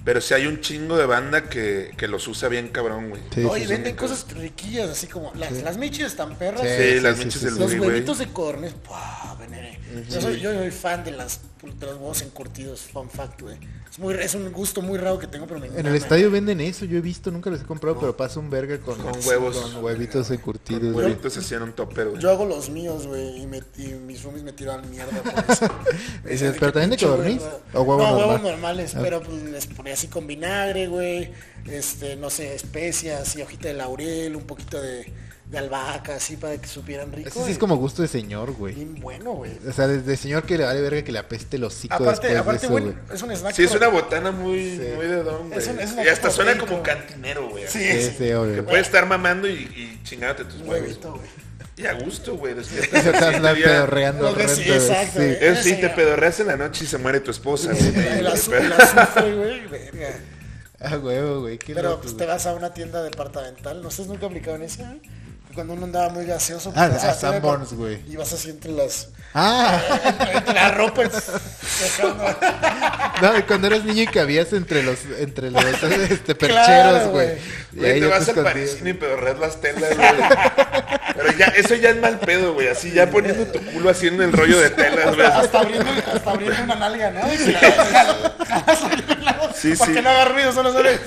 Pero sí hay un chingo de banda que, que los usa bien cabrón, güey.
Sí,
Oye,
sí,
venden cosas riquillas, así como las, las michis están perras.
Sí,
Sí,
sí,
las
sí,
minches
sí,
del
sí.
Los
Uri, güey.
huevitos de córner, ¡pua! venere. Yo soy, yo soy fan de las, de los huevos encurtidos, fun fact, güey. Es, muy, es un gusto muy raro que tengo, pero me
En
encanta.
el estadio venden eso, yo he visto, nunca los he comprado, pero pasa un verga con,
Con huevos.
con huevitos encurtidos. güey.
Huevitos hacían un topper, güey.
Yo hago los míos, güey, y, me- y mis roomies me tiran mierda por eso. Me
Dices,
dicen de
¿pero también de
pinche
codorniz?
huevo.
¿O huevo
no,
normal? Ah.
huevos normales, pero pues les ponía así con vinagre, güey, este, no sé, especias y hojita de laurel, un poquito de, de albahaca, así para que supieran rico.
Eso sí
y-
es como gusto de señor, güey.
Bien bueno, güey.
O sea, desde señor que le vale verga que le apeste el hocico
Aparte,
después de
aparte,
eso,
pues, güey,
güey.
es un snack.
Sí, es una
pero-
botana muy, muy de don, güey.
Es un- es una
y hasta
cosa
suena
rico.
como cantinero, güey.
Sí,
Sí,
sí,
sí,
Que
obvio.
puedes estar mamando y, y chingándote tus
un
huevos.
huevito, güey.
Y a gusto, güey.
O sea,
Despiertas
estás
al siguiente día.
pedorreando.
Lo que pues sí,
horrendo, güey.
exacto,
Sí.
güey.
Eso sí, te
Señor.
pedorreas en la noche y se muere tu esposa, güey.
El azu- el azufre, güey, verga.
Ah, huevo, güey, qué
Pero
loco,
pues, te
güey.
vas a una tienda departamental, no sé, nunca aplicado en esa. Te cuando uno andaba muy gaseoso.
Ah,
pues,
a
hacía de-
Sanborns, güey.
Ibas así entre las...
Ah,
entre las ropas.
no, y cuando eras niño y cabías entre los, entre los este, percheros,
Claro,
güey.
güey.
Y
Güey,
ahí pues
te
ya
vas al
escondías.
parisino y pedorreas las telas, güey. Pero ya, eso ya es mal pedo, güey. Así ya poniendo tu culo así en el rollo de telas, güey.
Hasta abriendo, hasta abriendo una nalga, ¿no? Y se la- jalas a algún lado
Sí,
para
sí.
que no haga ruido, solo sale.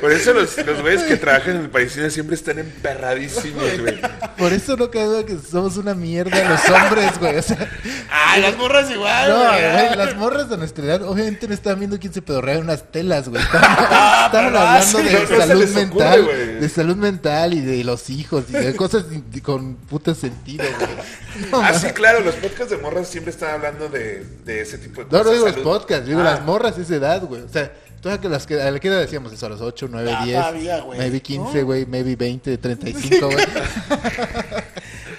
Por eso los, los güeyes que trabajan en el parisino siempre están emperradísimos, güey.
Por eso no quedó que somos una mierda los hombres, güey. O sea,
Ah, las burras igual.
no,
güey.
güey, las morras de nuestra edad obviamente no estaban viendo quién se pedorrea en unas telas, güey. Estaban, estaban
¿verdad?
hablando
Sí,
de
no, no se
salud
les ocurre,
mental,
güey.
de salud mental y de los hijos y de cosas sin- con puto sentido, güey. No,
Ah,
mames.
sí, claro, los podcasts de morras siempre están hablando de, de ese tipo de
No,
cosas.
no digo los
salud.
podcasts, digo
Ah,
las morras de esa edad, güey. O sea, todas que las que, a la que edad decíamos eso, a los 8, 9,
Ah,
10,
todavía, güey.
maybe 15, güey, maybe 20, 35, güey.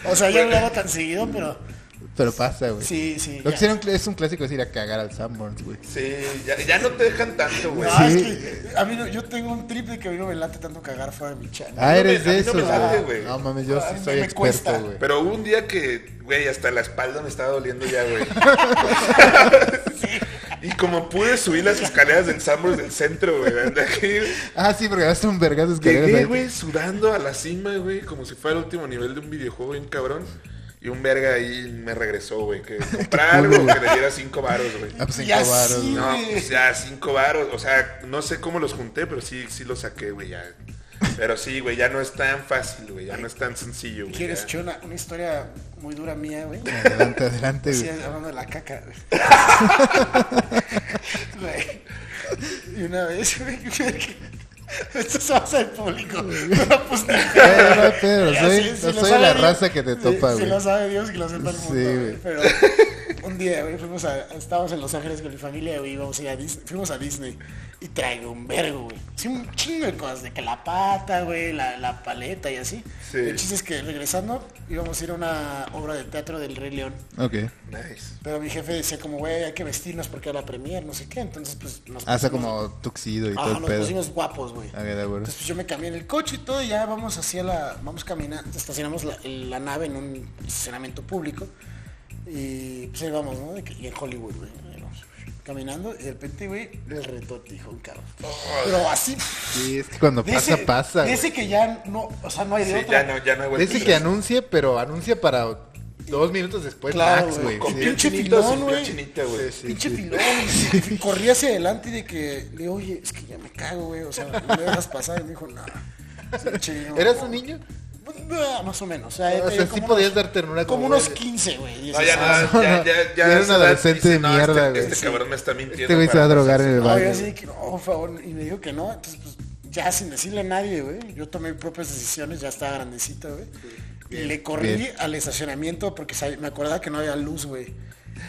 O sea, yo no lo hago tan seguido, pero
Pero pasa, güey.
sí, sí.
Lo que
ya.
hicieron es un clásico es ir a cagar al Sanborns, güey.
Sí, ya, ya no te dejan tanto, güey.
No,
Sí.
Ah, es que a mí no- yo tengo un triple que a mí no me late tanto cagar fuera de mi channel.
Ah,
me-
eres
a mí
de
no
esos,
me late,
güey.
güey.
No mames, yo
A
sí
mí
soy
me cuesta.
experto, güey.
Pero hubo un día que, güey, hasta la espalda me estaba doliendo ya, güey. Y como pude subir las escaleras del Sambors del centro, güey, de aquí,
Ah, sí, porque gastas un vergazo
llegué,
escaleras, güey.
güey, sudando a la cima, güey, como si fuera el último nivel de un videojuego bien cabrón. Y un verga ahí me regresó, güey, que comprar
culo,
algo,
güey.
que le diera cinco varos, güey.
Ah, pues en
Y así,
Cobaros, güey.
No,
güey.
pues ya, cinco varos. O sea, no sé cómo los junté, pero sí, sí los saqué, güey, ya. Pero sí, güey, ya no es tan fácil, güey. Ya no es tan sencillo, güey.
¿Quieres
ya.
echar una, una historia muy dura mía, güey?
Adelante, adelante,
Sí,
güey.
hablando de la caca, güey. Güey. Y una vez, güey, esto se va a hacer público. Pero pues
Eh, no hay pedo,
Ya,
soy-
sí, sí
no
lo
soy de la
sabe
raza que te
Sí,
topa,
sí
güey.
lo sabe Dios y lo sepa el
Sí,
mundo, güey.
güey.
Pero un día, güey, fuimos a... Estábamos en Los Ángeles con mi familia, güey, íbamos a ir a Disney. Fuimos a Disney y traigo un vergo, güey. Sí, un chingo de cosas, de que la pata, güey, la, la paleta y así.
Sí.
El chiste es que regresando íbamos a ir a una obra de teatro del Rey León.
Ok.
Nice.
Pero mi jefe decía como, güey, hay que vestirnos porque era la premier, no sé qué. Entonces, pues, nos
Hace
pusimos-
Ah, como tuxido y
Ajá,
todo el
nos
pedo. Ah,
pusimos guapos, güey.
Ok, de acuerdo.
Entonces pues, yo me cambié en el coche y todo y ya vamos hacia la, vamos caminando, estacionamos la, el- la nave en un estacionamiento público y pues ahí vamos, ¿no? De que- y en Hollywood, güey. ahí vamos, Caminando y de repente, güey, el reto, dijo un cabrón. Pero así,
Sí, es que cuando
de
pasa,
ese-
pasa,
de
güey.
ese que ya no, o sea, no hay de
Sí,
otra.
ya no, ya no, güey.
Dice que anuncie, pero anuncia para dos minutos después
Claro,
max,
güey.
güey.
Con
Sí.
piel
Pinche
chinita,
filón,
sin piel
güey.
chinita, güey.
Sí,
Pinche
sí.
pilón, güey. corrí hacia adelante y de que le digo, oye, es que ya me cago, güey. O sea, no me dejas pasar. Y me dijo, no. Sí, chingo,
¿Eras
no.
un niño?
Pues, no, más o menos. O sea,
O
te
sea,
digo,
sí
como
podías
unos-
dar ternura
Como
güey.
unos 15, güey.
No,
16.
ya no, ya, ya,
Era
ya.
un
a esa edad
adolescente de
dice, "No, este-
mierda, güey".
Este, cabrón me está mintiendo.
Este güey se va a
para
drogar en
pasarse".
el
No, yo
baño.
así de que no, por favor. Y me dijo que no. Entonces, pues, ya sin decirle a nadie, güey. Yo tomé mis propias decisiones, ya estaba grandecito, güey. Y le corrí
Bien.
al estacionamiento porque sab- me acordaba que no había luz, güey.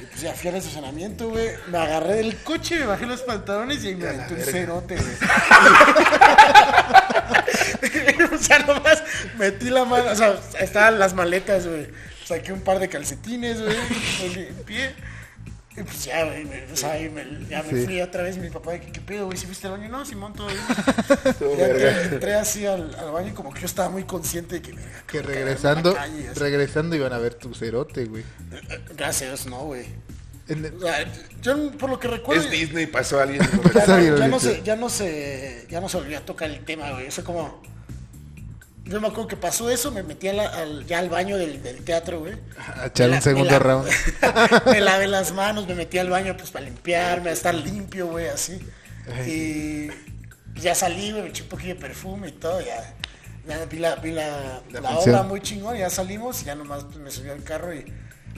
Y pues ya fui al estacionamiento, güey. Me agarré del coche, me bajé los pantalones y ahí me
la
aventé un
verga.
cerote, güey. o sea, nomás metí la mano, o sea, estaban las maletas, güey. Saqué un par de calcetines, güey. me limpié. Y pues ya, güey, me, o sea, ahí me- ya me
Sí.
fui otra vez. Mi papá, de que, ¿qué pedo, güey? ¿Si fuiste al baño? No, Simón, todo bien.
Estuvo
Ya
verga.
que entré así al, al baño y como que yo estaba muy consciente de que... verga,
Que
como cagar en la
regresando,
calle, así.
regresando iban a ver tu cerote, güey.
Gracias, no, güey.
En-
O sea, yo por lo que recuerdo...
Es Disney, pasó alguien.
ya,
Está bien,
no, ya no
ahorita.
se, ya no se, ya no se volvió a tocar el tema, güey. Eso como... Yo me acuerdo que pasó eso, me metí a la- al, ya al baño del, del teatro, güey.
A echar
Me
un
la-
segundo
me la-
round.
me lavé las manos, me metí al baño pues para limpiarme, a estar limpio, güey, así. Y ya salí, güey, me eché un poquillo de perfume y todo, ya. ya vi la, vi la, la
función.
obra muy chingón, ya salimos, y ya nomás pues, me subí al carro y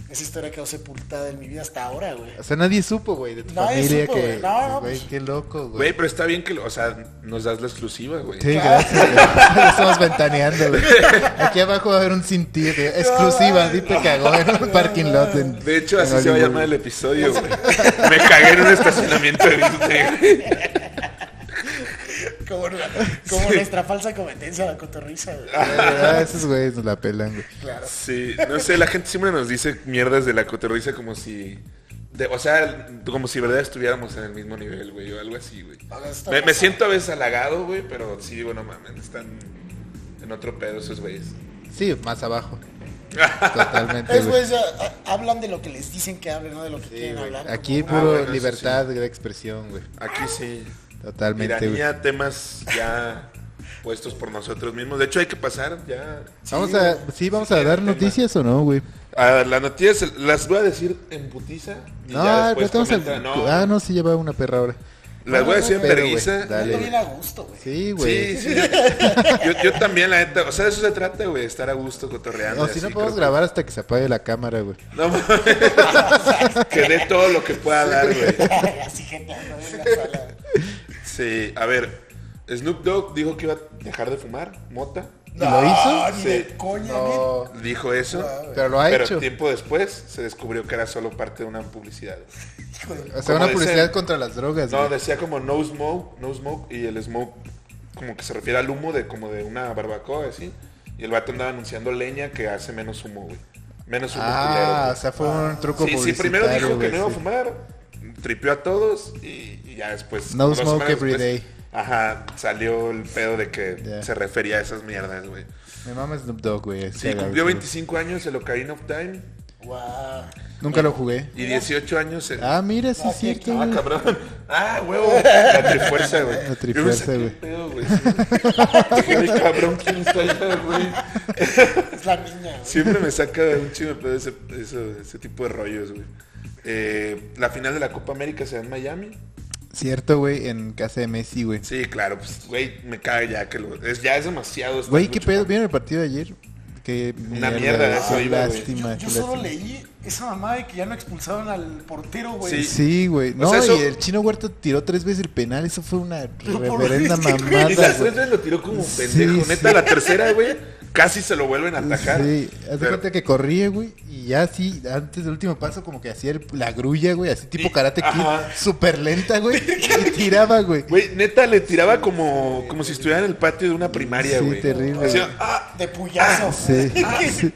esa historia quedó sepultada en mi vida hasta ahora, güey.
O sea, nadie supo, güey, de tu
Nadie
familia
supo,
que...
güey. No, no,
güey,
pues-
qué loco,
Güey,
güey.
pero está bien que, lo- o sea, nos das la exclusiva, güey.
Sí, gracias. güey. Estamos ventaneando, güey. Aquí abajo va a haber un cintillo que- exclusiva.
no,
Di te cagó en un parking lot. en-
De hecho,
en
así se va a
Hollywood,
llamar el episodio, güey. Me cagué en un estacionamiento de Disney, güey.
Como, la- como nuestra falsa competencia, la cotorriza, güey.
Ah, esos güeyes nos la pelan, güey.
Claro.
Sí, no sé, la gente siempre nos dice mierdas de la coterriza como si de- o sea, como si verdad estuviéramos en el mismo nivel, güey, o algo así, güey.
A ver, está
Me, me
pasando.
siento a veces halagado, güey, pero sí digo, no mames, están en otro pedo esos güeyes.
Sí, más abajo. Totalmente.
Es,
güey.
güey, o sea, a- hablan de lo que les dicen que hablen, no de lo que
Sí,
quieren
güey.
hablar.
Aquí
Como-
Ah,
puro
bueno, eso
libertad de expresión, güey.
Aquí sí.
Totalmente, güey.
Tiranía, temas ya puestos por nosotros mismos. De hecho, hay que pasar ya.
Vamos a, sí, vamos a dar
tema.
noticias o no, güey.
a las noticias, las voy a decir en putiza. y
No,
ya
no
después
estamos al-
comentan. No,
Ah, no, sí lleva una perra ahora.
Las voy a decir en
Pero,
vergüenza.
güey,
Me siento
dale.
bien
güey.
a gusto, güey.
Sí, güey.
Sí, sí. Yo, yo también, la neta. O sea, de eso se trata, güey. Estar a gusto cotorreando.
O
y
si no
así,
podemos
creo
grabar hasta que se apague la cámara, güey.
que- No mames. que dé todo lo que pueda dar, güey.
Así gente hablando en la sala.
Sí, a ver. Snoop Dogg dijo que iba a dejar de fumar mota.
¿Y lo hizo?
ni de
Sí.
coña, güey.
No,
Dijo eso.
Ah, pero lo ha
pero
hecho.
tiempo después se descubrió que era solo parte de una publicidad.
Hijo de-
O sea, una
como
publicidad
dicen-
contra las drogas,
No,
güey.
decía como no smoke, no smoke, y el smoke como que se refiere al humo de como de una barbacoa, así. Y el vato andaba anunciando leña que hace menos humo, güey. Menos humo culero,
Ah,
güey.
o sea, fue un truco
Sí, sí,
publicitario,
primero dijo que
güey,
no iba a
sí.
fumar, tripió a todos y, y ya después.
No
como dos
smoke
semanas
every
después,
day.
Ajá, salió el pedo de que
Ya.
se refería a esas mierdas, güey.
Me mama Snoop Dogg, güey.
Sí,
Está
cumplió
güey.
25 años el Ocarina of Time
Guau.
Nunca lo jugué.
y 18 años el.
Ah, mira, sí
Ah,
es
sí,
cierto,
Ah,
güey.
cabrón. Ah, huevo. La trifuerza, güey.
La trifuerza,
Yo no
güey.
sé qué pedo, güey. Sí. Güey, cabrón, ¿quién está allá, güey?
Es la niña, güey.
Siempre me saca de un chingo de pedo ese, eso- ese tipo de rollos, güey. Eh, la final de la Copa América se da en Miami.
Cierto, güey, en casa de Messi, güey.
Sí, claro, pues, güey, me caga ya que lo. Es, ya es demasiado. está
Güey, ¿qué
mucho
pedo?
más.
¿Vieron el partido de ayer? Qué
Una mierda, de eso
qué
iba, güey.
lástima.
Yo
qué
solo
lástima.
leí esa mamá de que ya no expulsaron al portero, güey.
Sí.
Sí, güey. No,
sea, eso-
y el chino Huerta tiró tres veces el penal. Eso fue una
Pero por-
reverenda
es que, güey,
mamada,
Y las tres
güey.
veces lo tiró como
Sí,
pendejo.
sí.
Neta, la tercera, güey, casi se lo vuelven a atacar.
Sí, haz de
Pero-
cuenta que corría, güey, y ya sí, antes del último paso, como que hacía el- la grulla, güey, así tipo
Y-
karate kid,
ajá.
súper lenta, güey, y tiraba, güey.
Güey, neta, le tiraba como, como si estuviera en el patio de una primaria,
Sí,
güey.
terrible,
Así,
güey.
ah,
De puyazo.
Sí, sí.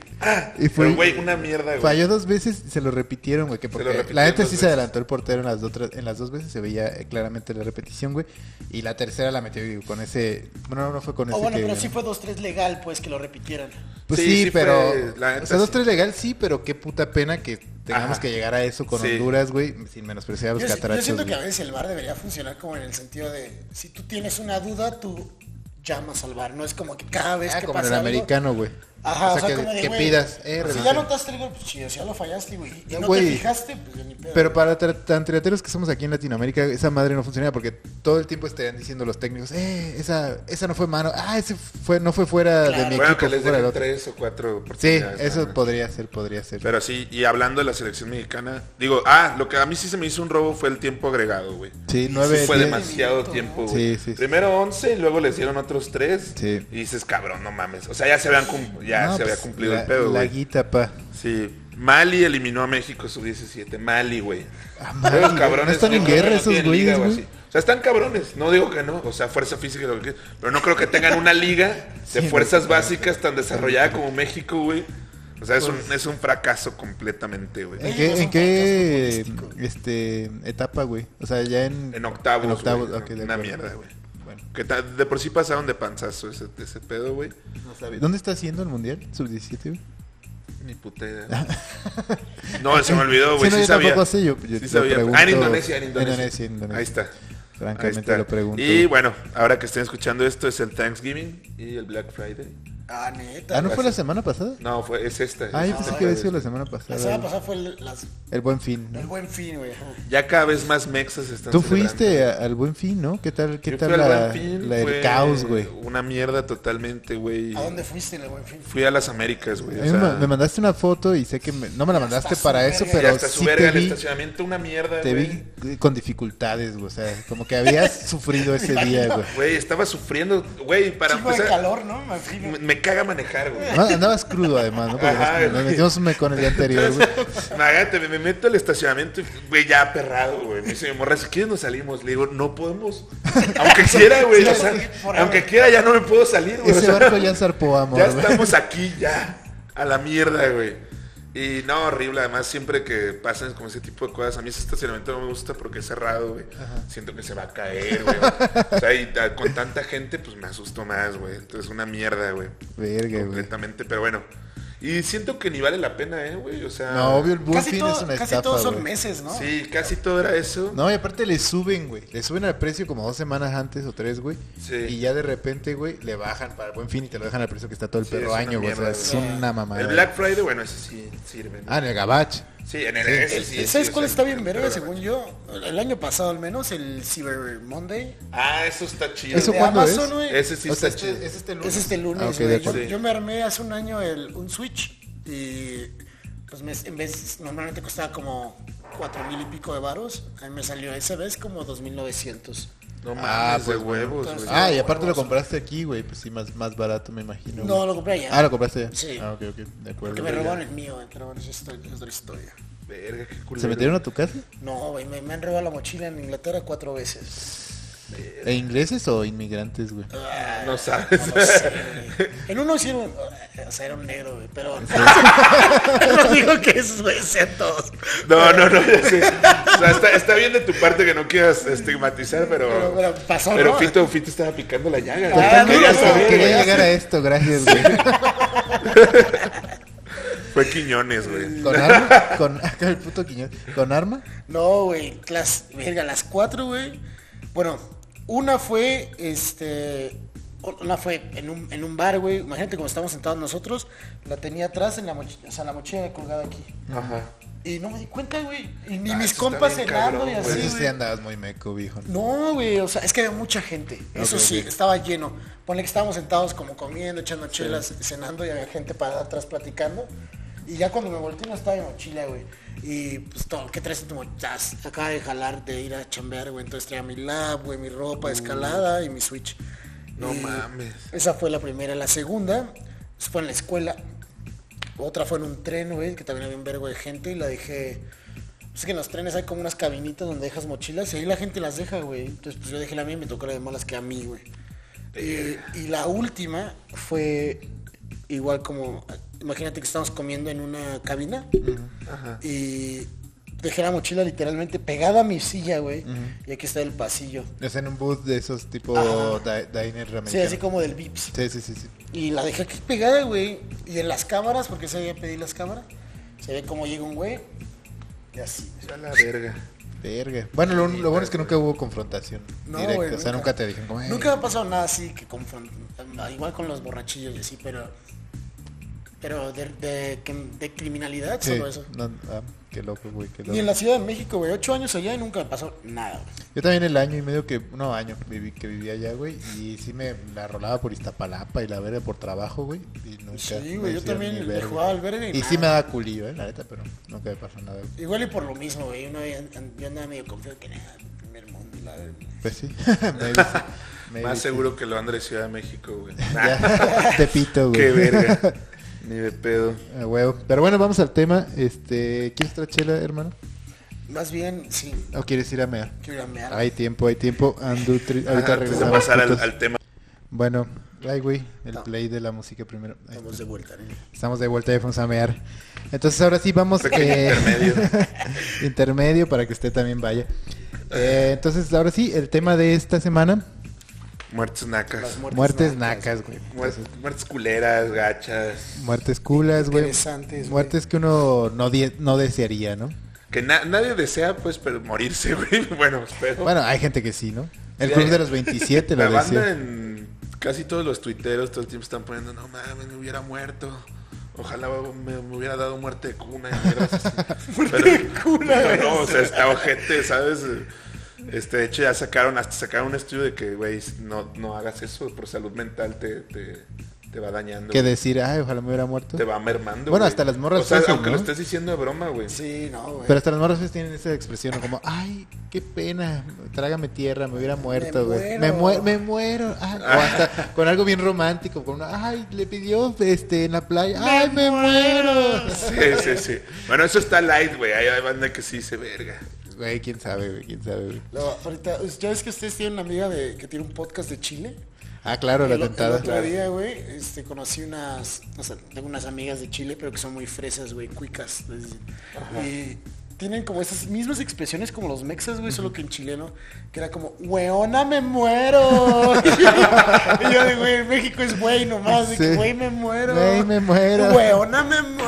Y fue,
pero, güey, una mierda, güey.
falló dos veces, se lo repitieron, güey, que porque
repitieron
la neta
dos
sí se
veces.
adelantó el portero en las, dos, en las dos veces, se veía eh, claramente la repetición, güey, y la tercera la metió güey, con ese, bueno, no fue con
O
ese
Ah, Oh, bueno,
que-
pero sí fue 2-3 legal, pues, que lo repitieran.
Pues
Sí,
sí,
sí
pero.
fue, la neta,
o sea, dos,
sí.
tres legal, sí, pero qué puta pena que tengamos
Ajá.
que llegar a eso con
Sí.
Honduras, güey, sin menospreciar a
Yo,
los
si- yo
catarachos.
siento que a
güey.
veces el bar debería funcionar como en el sentido de, si tú tienes una duda, tú llamas al bar. No es como que cada vez
Ah,
que
como en
pasa
el
algo-
americano, güey.
Ajá,
o sea, que,
como de,
que
güey,
pidas, eh,
Si
revisión.
ya notaste el gol, pues chido, si ya lo fallaste, güey. Y
No,
no
güey.
te fijaste, pues yo ni pedo.
Pero para tra- tan triateros que somos aquí en Latinoamérica, esa madre no funciona porque todo el tiempo estarían diciendo los técnicos, eh, esa, esa no fue mano, ah, ese fue, no fue fuera de
Claro.
mi
bueno,
equipo,
que
fue
les
fuera del
dejen
otro.
tres o cuatro
Sí,
oportunidades.
eso
¿no?
podría ser, podría ser.
Pero sí, y hablando de la selección mexicana, digo, ah, lo que a mí sí se me hizo un robo fue el tiempo agregado, güey.
sí, nueve,
Sí, fue
diez.
demasiado
Sí,
tiempo,
sí,
güey.
sí, sí.
Primero 11 y luego les dieron otros 3.
Sí.
Y dices, cabrón, no mames. O sea, ya se, habían cum- ya
No,
se había
pues,
cumplido
la,
el pedo,
La
güey.
guita, pa.
Sí. Mali eliminó a México sub-17. Mali, güey.
Ah,
Pero
madre,
los
güey,
cabrones
no están
yo
en
creo que
guerra
no
esos
tienen liga
güeyes,
o
güey.
así. O sea, están cabrones. No digo que no. O sea, fuerza física, lo que quieras. Pero no creo que tengan una liga de
Sí,
fuerzas básicas tan desarrollada como México, güey. O sea, es
Pues
un, es un fracaso completamente, güey.
¿En
Ellos
qué,
no
en
son
qué
fracasos futbolísticos.
este, etapa, güey? O sea, ya en...
En octavos,
en octavos,
güey,
ok, de
Una
acuerdo.
mierda, güey.
Bueno.
Que ta- de por sí pasaron de panzazo ese, ese pedo, güey.
¿Dónde está haciendo el mundial? ¿Sub-17, güey?
Ni puta idea. No, se me olvidó,
Sí,
güey.
no,
sí
yo
sabía.
tampoco sé, yo- yo
Sí
te
sabía.
pregunto-
Ah, en Indonesia, en
en
Indonesia.
Indonesia, en Indonesia.
Ahí está.
Francamente
Ahí está.
lo pregunto.
Y bueno, ahora que estén escuchando esto es el Thanksgiving y el Black Friday.
Ah, neta.
Ah, ¿no fue la semana pasada?
No, fue, es esta.
Ah, yo
es este
pensé que había
jueves.
sido la semana
La
pasada.
semana
güey.
pasada fue el, las-
El Buen Fin,
el
¿no?
buen fin, güey. ajá.
Ya cada vez más mexas están
Tú
celebrando.
fuiste a- al Buen Fin, ¿no? ¿Qué tal, qué
Yo
tal
fui al
la,
Buen Fin,
la-
fue
el caos, güey?
Una mierda totalmente, güey.
¿A dónde fuiste en el buen fin?
Fui a las Américas, güey.
A
o
mí
sea,
me, me mandaste una foto y sé que me- no me la
Ya está
mandaste
su
para
verga,
eso,
ya
y
pero
hasta su
sí
verga
te
el
vi,
estacionamiento, una mierda,
te
güey.
vi eh, con dificultades, güey. O sea, como que habías sufrido ese día, güey.
Güey, estaba sufriendo, güey, para
Chico de
empezar.
calor, ¿no? Me imagino.
Me, me caga manejar, güey.
No, Andabas crudo además, ¿no? Porque
Ajá,
nos, nos
güey.
metimos un mecón el día anterior, güey.
Imagínate, me, me meto al estacionamiento y, güey, ya aperrado, güey. Me dice mi morra, si quieres nos salimos. Le digo, no podemos. Aunque quiera, güey.
Sí,
o sea,
sí, por
aunque
ahora.
quiera, ya no me puedo salir, güey. o
Ese
sea,
barco ya zarpó, amor.
ya
güey.
estamos aquí, ya. A la mierda, güey. Y no, horrible. Además, siempre que pasan como ese tipo de cosas, a mí ese estacionamiento no me gusta porque es cerrado, güey. Siento que se va a caer, güey. o sea, y ta- con tanta gente, pues me asusto más, güey. Entonces, una mierda, güey.
Verga, güey.
Completamente, pero bueno. Y siento que ni vale la pena, ¿eh, güey? O sea...
No, obvio, el
Casi,
Bullfin
todo-
es una
casi
estafa,
todos son
güey.
meses, ¿no?
Sí, casi todo era eso.
No, y aparte le suben, güey. Le suben al precio como dos semanas antes o tres, güey.
Sí.
Y ya de repente, güey, le bajan para el buen fin y te lo dejan al precio que está todo el
Sí, es
perro
una
año, güey. O sea,
mierda,
es
güey.
una mamada.
el Black Friday, bueno, ese sí sirve. ¿no?
Ah, en el gabach.
Sí, en el...
Sí.
ese sí,
¿Sabes
sí,
cuál
o sea,
está bien
en-
verga,
pero-
según yo? El año pasado al menos, el Cyber Monday.
Ah, eso está chido.
¿Eso
de
cuándo
Amazon,
es?
güey.
Ese sí
O sea,
está chido.
este, es este lunes.
Es este lunes,
Ah, ok,
güey.
de
yo,
acuerdo.
yo me armé hace un año el, un Switch y pues me- en vez, normalmente costaba como cuatro mil y pico de varos. A mí me salió esa vez como 2.900.
No mames,
Ah,
de
pues, bueno.
huevos, güey.
Entonces-
Ah, y aparte lo compraste aquí, güey. Pues sí, más, más barato, me imagino.
No,
güey.
lo compré ya.
Ah, lo compraste ya.
Sí.
Ah, ok, ok. De acuerdo.
Porque me
güey.
robaron el mío, güey, pero bueno, eso es otra es otra historia.
Verga, qué culero.
ah. ¿Se metieron a tu casa?
No, güey, me, me han robado la mochila en Inglaterra cuatro veces.
¿E ingleses o inmigrantes, güey?
Ah,
No sabes.
No sé, güey. En uno sí era un, o sea, era un negro, güey, pero no digo que esos güeyes sean todos.
No, no, no, ya sé. O sea, está, está bien de tu parte que no quieras estigmatizar, pero.
Pero- pero pasó,
pero
¿no?
Fito, Fito estaba picando la llaga. güey.
Ah, no,
Quería
no,
saber,
quería
güey.
llegar a esto, gracias, güey.
Fue Quiñones, güey.
¿Con arma? ¿Con, acá el puto Quiñón. ¿Con arma?
No, güey, las, verga, las cuatro, güey. Bueno, una fue, este, una fue en un, en un bar, güey. Imagínate como estamos sentados nosotros, la tenía atrás en la mochila, o sea, la mochila colgada aquí.
Ajá.
Y no me di cuenta, güey. Y ni
Ah,
mis
eso está
compas
bien
cenando
cabrón, güey.
y así,
Pues
güey.
sí andabas muy meco, viejo.
No, güey, o sea, es que había mucha gente. Eso
Ok,
sí,
ok.
estaba lleno. Ponle que estábamos sentados como comiendo, echando chelas, cenando y había gente para atrás platicando. Y ya cuando me volteé no estaba mi mochila, güey. Y pues todo, ¿qué traes en tu mochila? Acaba de jalar de ir a chambear, güey. Entonces traía mi lab, güey, mi ropa de escalada y mi switch.
No
Y
mames.
Esa fue la primera. La segunda pues, fue en la escuela. Otra fue en un tren, güey, que también había un vergo de gente y la dejé. Es que en los trenes hay como unas cabinitas donde dejas mochilas y ahí la gente las deja, güey. Entonces pues yo dejé la mía y me tocó la de malas que a mí, güey. Y, y la última fue igual como, imagínate que estamos comiendo en una cabina y dejé la mochila literalmente pegada a mi silla, güey. Y aquí está el pasillo.
Es en un booth de esos tipo
Ajá.
di- diner americano.
Sí, así como del Vips.
Sí, sí, sí, sí.
Y la dejé aquí pegada, güey. Y en las cámaras, porque se había pedido las cámaras, se ve cómo llega un güey. Y así.
Ya la verga.
Verga. Bueno, lo, lo bueno es que nunca hubo confrontación
No,
directa.
güey,
o sea, nunca te dijeron como, "Ey".
Nunca me ha pasado nada así que confrontan. Igual con los borrachillos y así, pero. Pero de, de- que- de criminalidad,
Sí,
solo eso.
no, ah, qué loco, güey, qué
Ni en
loco.
la Ciudad de México, güey. Ocho años allá y nunca me pasó nada, güey.
Yo también el año y medio que, no, año viví, que vivía allá, güey, y sí me la rolaba por Iztapalapa y la verga por trabajo, güey, y nunca
Sí,
me
güey, yo
hicieron
también
ni
le
verga.
jugaba al verga y
Y sí
nada.
me daba culillo, eh, la neta, pero nunca me pasó nada, güey.
Igual y por lo mismo, güey. Uno, yo andaba medio confiado que nada, primer mundo, la verdad.
Pues sí, maybe sí, maybe
Más
sí.
seguro que lo anda de Ciudad de México, güey.
Ya, te pito, güey.
Qué verga. Ni de pedo.
Ah, huevo. Pero bueno, vamos al tema. Este, ¿Quieres otra chela, hermano?
Más bien, sí,
¿O quieres ir a mear?
quiero ir a mear.
Hay tiempo, hay tiempo. Andu tri-
Ajá,
ahorita
Ah, antes de
regresamos.
pasar al,
juntos.
al tema.
Bueno, ay, güey, el
No.
play de la música primero. Ahí
Estamos
está.
de vuelta, ¿no?
Estamos de vuelta y vamos a mear. Entonces ahora sí vamos
Pequeño
eh,
intermedio.
intermedio para que usted también vaya. Eh, entonces ahora sí, el tema de esta semana,
Muertes
Las
nacas.
muertes,
muertes nacas, güey.
Muer- Muertes culeras, gachas.
Muertes culas, güey.
Interesantes, güey.
Muertes que uno no, die- no desearía, ¿no?
Que na- nadie desea, pues, pero morirse, güey. Bueno, espero.
Bueno, hay gente que sí, ¿no? El
Sí,
club
hay-
de los 27
La
lo
banda
decía.
en casi todos los tuiteros todo el tiempo están poniendo, no mames, me hubiera muerto. Ojalá me, me hubiera dado muerte de cuna. y mierdas así". Pero- pero No, o sea, está ojete, ¿sabes? Este, de hecho, ya sacaron, hasta sacaron un estudio de que, güey, no, no hagas eso, por salud mental te, te, te va dañando.
Que decir, ay, ojalá me hubiera muerto.
te va mermando.
Bueno,
güey.
hasta las morras
O sea,
hacen,
aunque
¿no?
lo estés diciendo de broma, güey.
Sí, no, güey.
Pero hasta las morras pues tienen esa expresión ¿no? como, ay, qué pena, trágame tierra, me hubiera muerto, güey. Me, muero,
muero".
me muero. ay, o hasta con algo bien romántico, con una, ay, le pidió este, en la playa, ay, me muero.
Sí, sí, sí. Bueno, eso está light, güey. Hay hay banda que sí se verga.
Güey, quién sabe, güey, quién sabe, güey.
Luego, ahorita, ¿ya ves que ustedes tienen una amiga de, que tiene un podcast de Chile?
Ah, claro, la
El o-
tentada.
El otro día, güey, este, conocí unas, o sea, tengo unas amigas de Chile, pero que son muy fresas, güey, cuicas. les dicen. Y tienen como esas mismas expresiones como los mexas, güey, solo que en chileno, que era como, weona, me muero. y yo de, güey, México es güey nomás, de que,
Sí.
güey, me muero.
Güey, me muero.
Weona, me muero.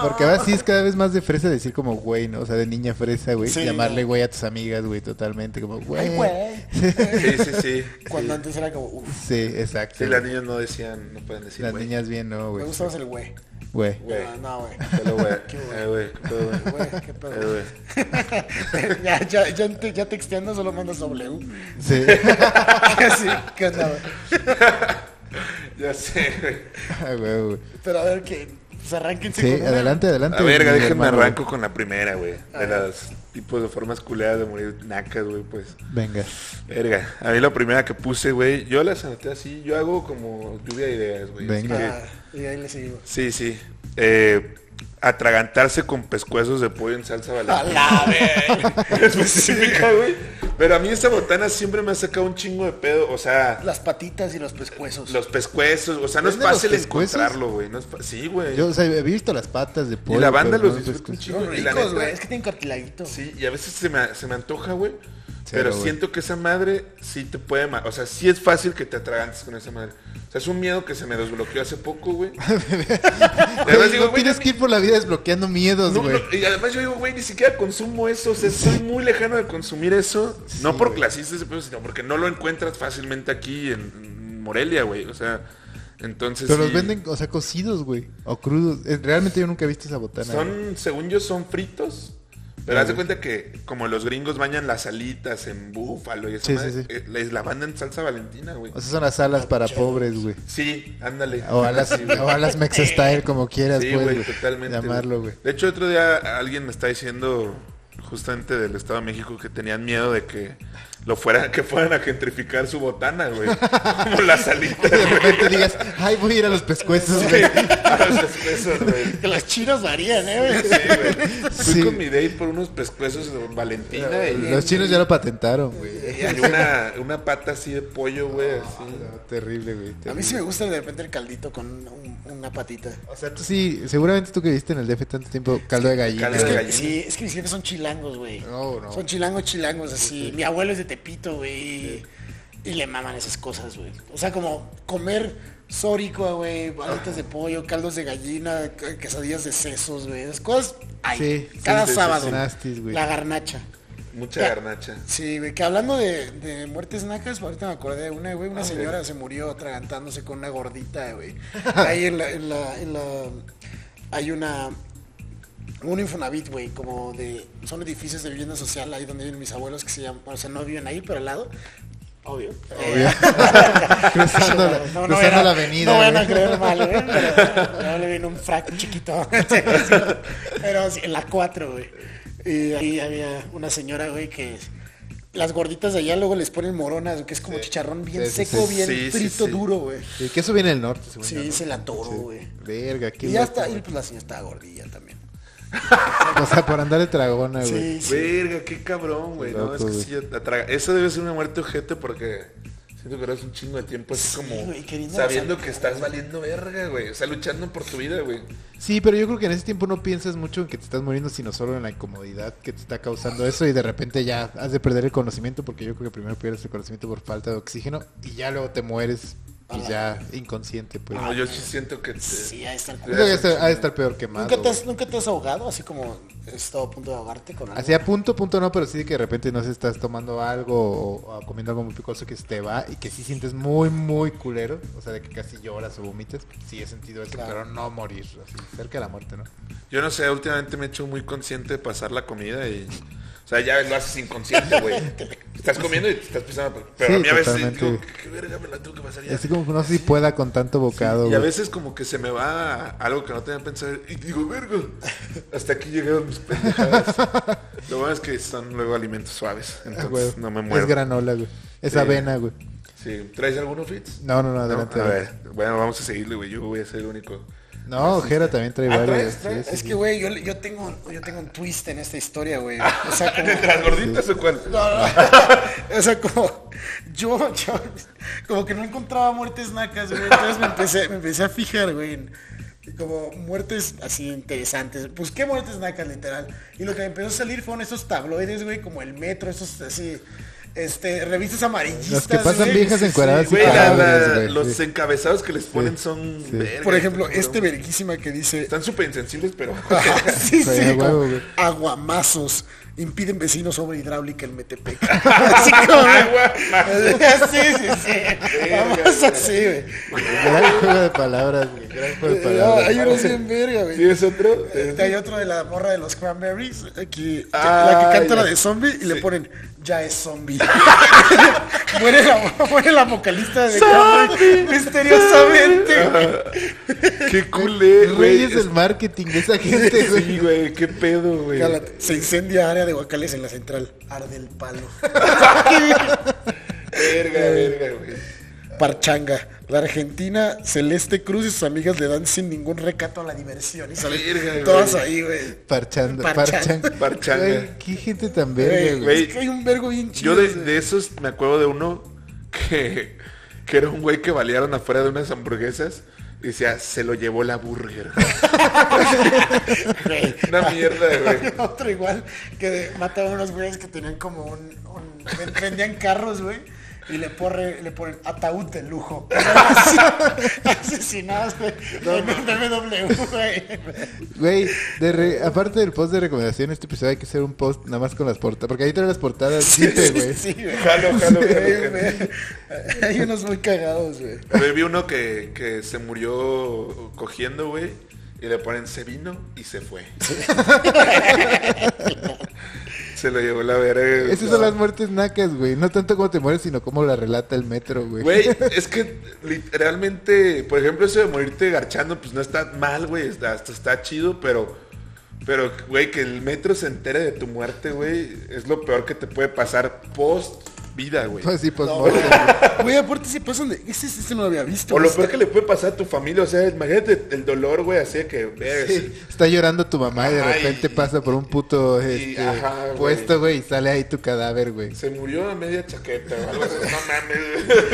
Porque ahora sí es cada vez más de fresa decir como güey, ¿no? O sea, de niña fresa, güey.
Sí,
Llamarle
no.
güey a tus amigas, güey, totalmente. Como
Ay,
güey.
güey.
Sí, sí, sí.
Cuando antes era como, uff,
Sí, exacto.
Sí, las niñas no decían, no pueden decir,
Las
güey.
niñas bien, ¿no,
me
güey?
gusta más el güey.
Güey.
Güey.
No, no, güey.
Pero, güey,
Qué
eh, güey, qué pedo, güey.
Güey, qué
Eh,
pedo.
güey.
ya, ya, ya, te- ya texteando solo mandas W.
Sí.
Así, ¿qué onda, güey?
Ya sé, güey.
Ah, güey, güey.
Pero a ver, que se arranquense
Sí,
con una.
adelante, adelante.
A verga,
mi
déjenme
hermano.
arranco con la primera, güey. De las tipos de formas culeadas de morir nacas, güey, pues.
Venga.
Verga, a mí la primera que puse, güey, yo las anoté así, yo hago como lluvia de ideas, güey. así
Venga.
que-
Ah, y ahí le seguimos.
Sí, sí. Eh, atragantarse con pescuezos de pollo en salsa
A
valentina.
la verga.
Específica, güey. Pero a mí esta botana siempre me ha sacado un chingo de pedo, o sea,
Las patitas y los pescuezos.
los pescuezos, o sea, no es
¿Venden los
fácil
pescuezos?
encontrarlo, güey. No es fa- sí, güey.
Yo, o sea, he visto las patas de pollo.
la banda
pero
los
no,
disfruta
pues,
un
escucha.
Son
Y la
ricos,
neta-
güey. Es que tienen cartilaguito.
Sí, y a veces se me, se me antoja, güey.
Cero,
Pero
güey.
siento que esa madre sí te puede... ma- O sea, sí es fácil que te atragantes con esa madre. O sea, es un miedo que se me desbloqueó hace poco, güey. Y
Güey,
además digo,
no
güey,
tienes
ya
que ir por la vida desbloqueando miedos,
No,
güey.
no, y además yo digo, güey, ni siquiera consumo eso. O sea, estoy muy lejano de consumir eso. no por clasista, ese pedo, sino porque no lo encuentras fácilmente aquí en, en Morelia, güey. O sea, entonces.
Pero los
sí.
venden, o sea, cocidos, güey. O crudos. Eh, Realmente yo nunca he visto esa botana. güey.
Son, según yo, son fritos. Pero haz de cuenta que como los gringos bañan las alitas en búfalo y eso,
Sí, sí, sí.
les la mandan en salsa valentina, güey.
O sea, son las alas para pobres, güey.
Sí, ándale.
O alas,
Sí, güey.
o alas mex style, como quieras,
Sí,
pues,
güey,
güey.
totalmente.
Llamarlo, güey.
De hecho, otro día alguien me está diciendo, justamente del Estado de México, que tenían miedo de que lo fueran, que fueran a gentrificar su botana, güey. Como las alitas,
De repente digas, ay, voy a ir a los pescuezos,
güey.
güey.
A los pescuezos, güey.
Que las chinas varían, ¿eh?
Sí, güey. Fui
Sí.
con mi date por unos pescuezos de Valentina y,
Los chinos ya lo patentaron, güey.
y hay una, una pata así de pollo, güey. así.
No, terrible, güey.
A mí
terrible.
sí me gusta de repente el caldito con un- una patita.
O sea, tú sí, seguramente tú que viste en el DF tanto tiempo, caldo de gallina.
caldo
Es
de
güey.
que,
gallina.
sí, es que mis jefes son chilangos, güey.
No, no.
Son chilangos, chilangos, así. Mi abuelo es de Tepito, güey. Y le maman esas cosas, güey. O sea, como comer sórico, güey, balitas de pollo, caldos de gallina, ca- quesadillas de sesos, güey. Esas cosas, ay,
Sí,
cada
sí, sí,
sábado.
sí. Nasties, güey.
la garnacha.
Mucha garnacha.
Sí, güey, que hablando de, de muertes nacas, pues, ahorita me acordé de una, güey, una señora se murió atragantándose con una gordita, güey. Ahí en la, en la, en la, hay una, un Infonavit, güey, como de, son edificios de vivienda social ahí donde viven mis abuelos que se llaman, o sea, no viven ahí, pero al lado, obvio. Eh,
Cruzando la,
no, no
cruzando
era-
la avenida.
No van a
güey.
creer mal, güey, pero no le viene un frac chiquito. pero sí, en la 4, güey. Y ahí había una señora, güey, que las gorditas de allá luego les ponen moronas, que es como chicharrón bien
Sí, sí,
seco,
sí.
bien
Sí, sí,
frito,
sí.
duro, güey.
Sí, que eso viene del norte, según
Sí,
yo, ¿no?
se la toro, güey.
Verga, qué
Y ya
loco,
está, y
güey.
pues la señora estaba gordilla también.
O sea, por andar de tragona, Ah, güey.
Sí, sí.
Verga, qué cabrón, güey. No,
Loco,
es que
güey.
sí, atraga- Eso debe ser una muerte ojete porque siento que eres un chingo de tiempo así como
güey, queriendo
sabiendo
avanzar.
que estás valiendo verga, güey. O sea, luchando por tu vida, güey.
Sí, pero yo creo que en ese tiempo no piensas mucho en que te estás muriendo, sino solo en la incomodidad que te está causando eso y de repente ya has de perder el conocimiento, porque yo creo que primero pierdes el conocimiento por falta de oxígeno y ya luego te mueres, pues ya inconsciente, pues.
No, yo sí siento que te-
Sí, ahí está el
Yo creo que
culo.
ha de estar- ha de estar peor quemado.
¿Nunca te,
güey.
has, ¿Nunca te has ahogado? Así como he estado a punto de ahogarte con algo.
Así a punto, punto no, pero sí de que de repente no sé, estás tomando algo o, o comiendo algo muy picoso que se te va y que sí sientes muy, muy culero. O sea, de que casi lloras o vomitas. Sí he sentido eso,
Claro.
pero no morir, así, cerca de la muerte, ¿no?
Yo no sé, últimamente me he hecho muy consciente de pasar la comida y. O sea, ya lo haces inconsciente, güey. Estás comiendo y te estás pisando. Pero a
Sí,
mí a veces
totalmente.
digo, ¿qué, qué verga me la tengo que pasar ya?
Así como que no sé si pueda con tanto bocado.
Y a
güey.
veces como que se me va algo que no tenía pensado y digo, verga, hasta aquí llegaron mis pendejadas. Lo bueno es que son luego alimentos suaves,
Ah,
entonces
güey.
no me
Es
muero.
granola, güey. Es
Sí.
avena, güey.
Sí. ¿Traes alguno, Fitz?
No, no, no,
No,
adelante.
A
adelante.
ver, bueno, vamos a seguirle, güey. Yo voy a ser el único
No, Ojera también trae
Ah,
varios.
traes, traes.
sí, sí,
es
sí.
que, güey, yo, yo, tengo, yo tengo un twist en esta historia, güey. O sea, como...
¿De las gorditas o cuál?
No, no. o sea, como yo, yo, como que no encontraba muertes nacas, güey. Entonces me empecé, me empecé a fijar, güey, en como muertes así interesantes. Busqué muertes nacas, literal. Y lo que me empezó a salir fueron esos tabloides, güey, como el metro, esos así, este, revistas amarillistas.
Las que pasan
güey.
viejas encueradas y
Güey, la- la-
cadáveres, güey,
los
sí.
encabezados que les ponen son...
sí.
verga,
Por ejemplo,
cabrón.
este verguísima que dice...
Están súper insensibles, pero...
Ah, Sí,
Sí,
sí,
a huevo,
como,
güey.
aguamazos impiden vecinos sobre hidráulica en Metepec. Así como, Sí, sí, sí. Vamos así, güey.
Gran juego de palabras, güey. Gran juego de
Ah,
palabras.
hay unos bien verga, güey.
¿Tienes otro?
Este, Hay otro de la morra de los cranberries, aquí,
Ah,
la que canta
ya.
la de zombie y le
Sí.
ponen, ya es zombie. muere, la, muere la vocalista de Cranberries, misteriosamente.
¡Qué culé, güey!
Reyes del marketing, esa gente, güey.
Sí, güey, qué pedo, güey.
Cálate. Se incendia área de guacales en la central. Arde el palo.
Verga,
Eh.
verga, güey.
Parchanga. La Argentina, Celeste Cruz y sus amigas le dan sin ningún recato a la diversión. Y salen
Verga, güey.
todas ahí, güey.
Parchando,
Parchan-
parchando.
Parchanga.
qué gente tan
Güey,
verga, güey.
güey.
es que hay un vergo bien
Yo
chido.
de,
güey.
de esos me acuerdo de uno que, que era un güey que balearon afuera de unas hamburguesas y decía, se lo llevó la burger. Una mierda, güey.
Otro igual que de- mataron a unos güeyes que tenían como un, un- ven- vendían carros, güey. Y le porre, le ponen ataúd de lujo. Asesinados, güey. en un BMW, güey.
Güey, de re- aparte del post de recomendación, este episodio hay que hacer un post nada más con las portadas. Porque ahí trae las portadas, sí, güey.
sí, güey.
Jalo, jalo,
Güey,
jalo, jalo.
güey. Hay unos muy cagados, güey.
Güey, vi uno que, que se murió cogiendo, güey. Y le ponen, se vino y se fue. se lo llevó la verga.
Esas son las muertes nacas, güey. No tanto como te mueres, sino como la relata el metro, güey.
Güey, es que literalmente, por ejemplo, eso de morirte garchando, pues no está mal, güey. está- Hasta está chido, pero, pero, güey, que el metro se entere de tu muerte, güey, es lo peor que te puede pasar post vida, güey.
Pues sí, post
No,
muerte.
Güey, aparte se pasan de. Ese, ese no lo había visto. Este,
O lo
güey.
peor que le puede pasar a tu familia, o sea, imagínate el dolor, güey, así de que, verga, sí.
Está llorando tu mamá y de
Ajá,
repente
y-
pasa por un puto este,
ajá, güey.
puesto, güey, y sale ahí tu cadáver, güey.
se murió a media chaqueta, o algo así, no mames,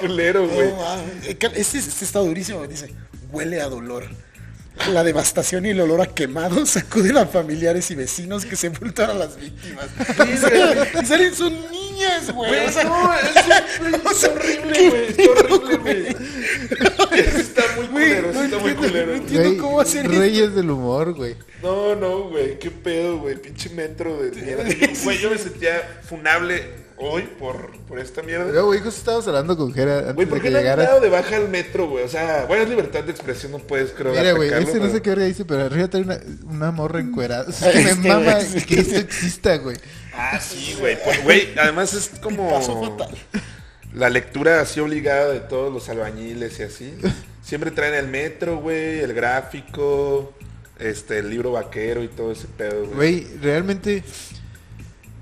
culero, güey.
No, mames. este, este está durísimo, güey. dice, huele a dolor. La devastación y el olor a quemado sacuden a familiares y vecinos que sepultaron a las víctimas. Y salen- y salen son niñas, güey. O sea,
no, es,
o sea,
horrible,
qué
güey, es
pedo,
horrible, güey. Eso Está muy
Güey,
culero, eso
no
está muy
entiendo,
culero.
no entiendo
Güey,
cómo hacer esto.
Reyes del humor, güey.
No, no, güey, qué pedo, güey, pinche metro de mierda. Güey, yo me sentía funable hoy por, por esta mierda.
Pero, güey, justo estábamos hablando con Jera antes
Güey, ¿por
de que
qué no han
llegaras.
dado de baja el metro, güey? O sea, bueno, es libertad de expresión, no puedes, creo,
Mira, güey,
atacarlo,
ese no
pero-
sé qué verga dice, pero arriba trae una, una morra encuerada. O sea, me
Es que,
mama
güey, sí.
que esto exista, güey.
Ah, sí, güey. pues, Güey, además es
Paso
como...
fatal.
La lectura así obligada de todos los albañiles y así. Siempre traen el metro, güey, el gráfico, este, el libro vaquero y todo ese pedo, güey.
Güey, realmente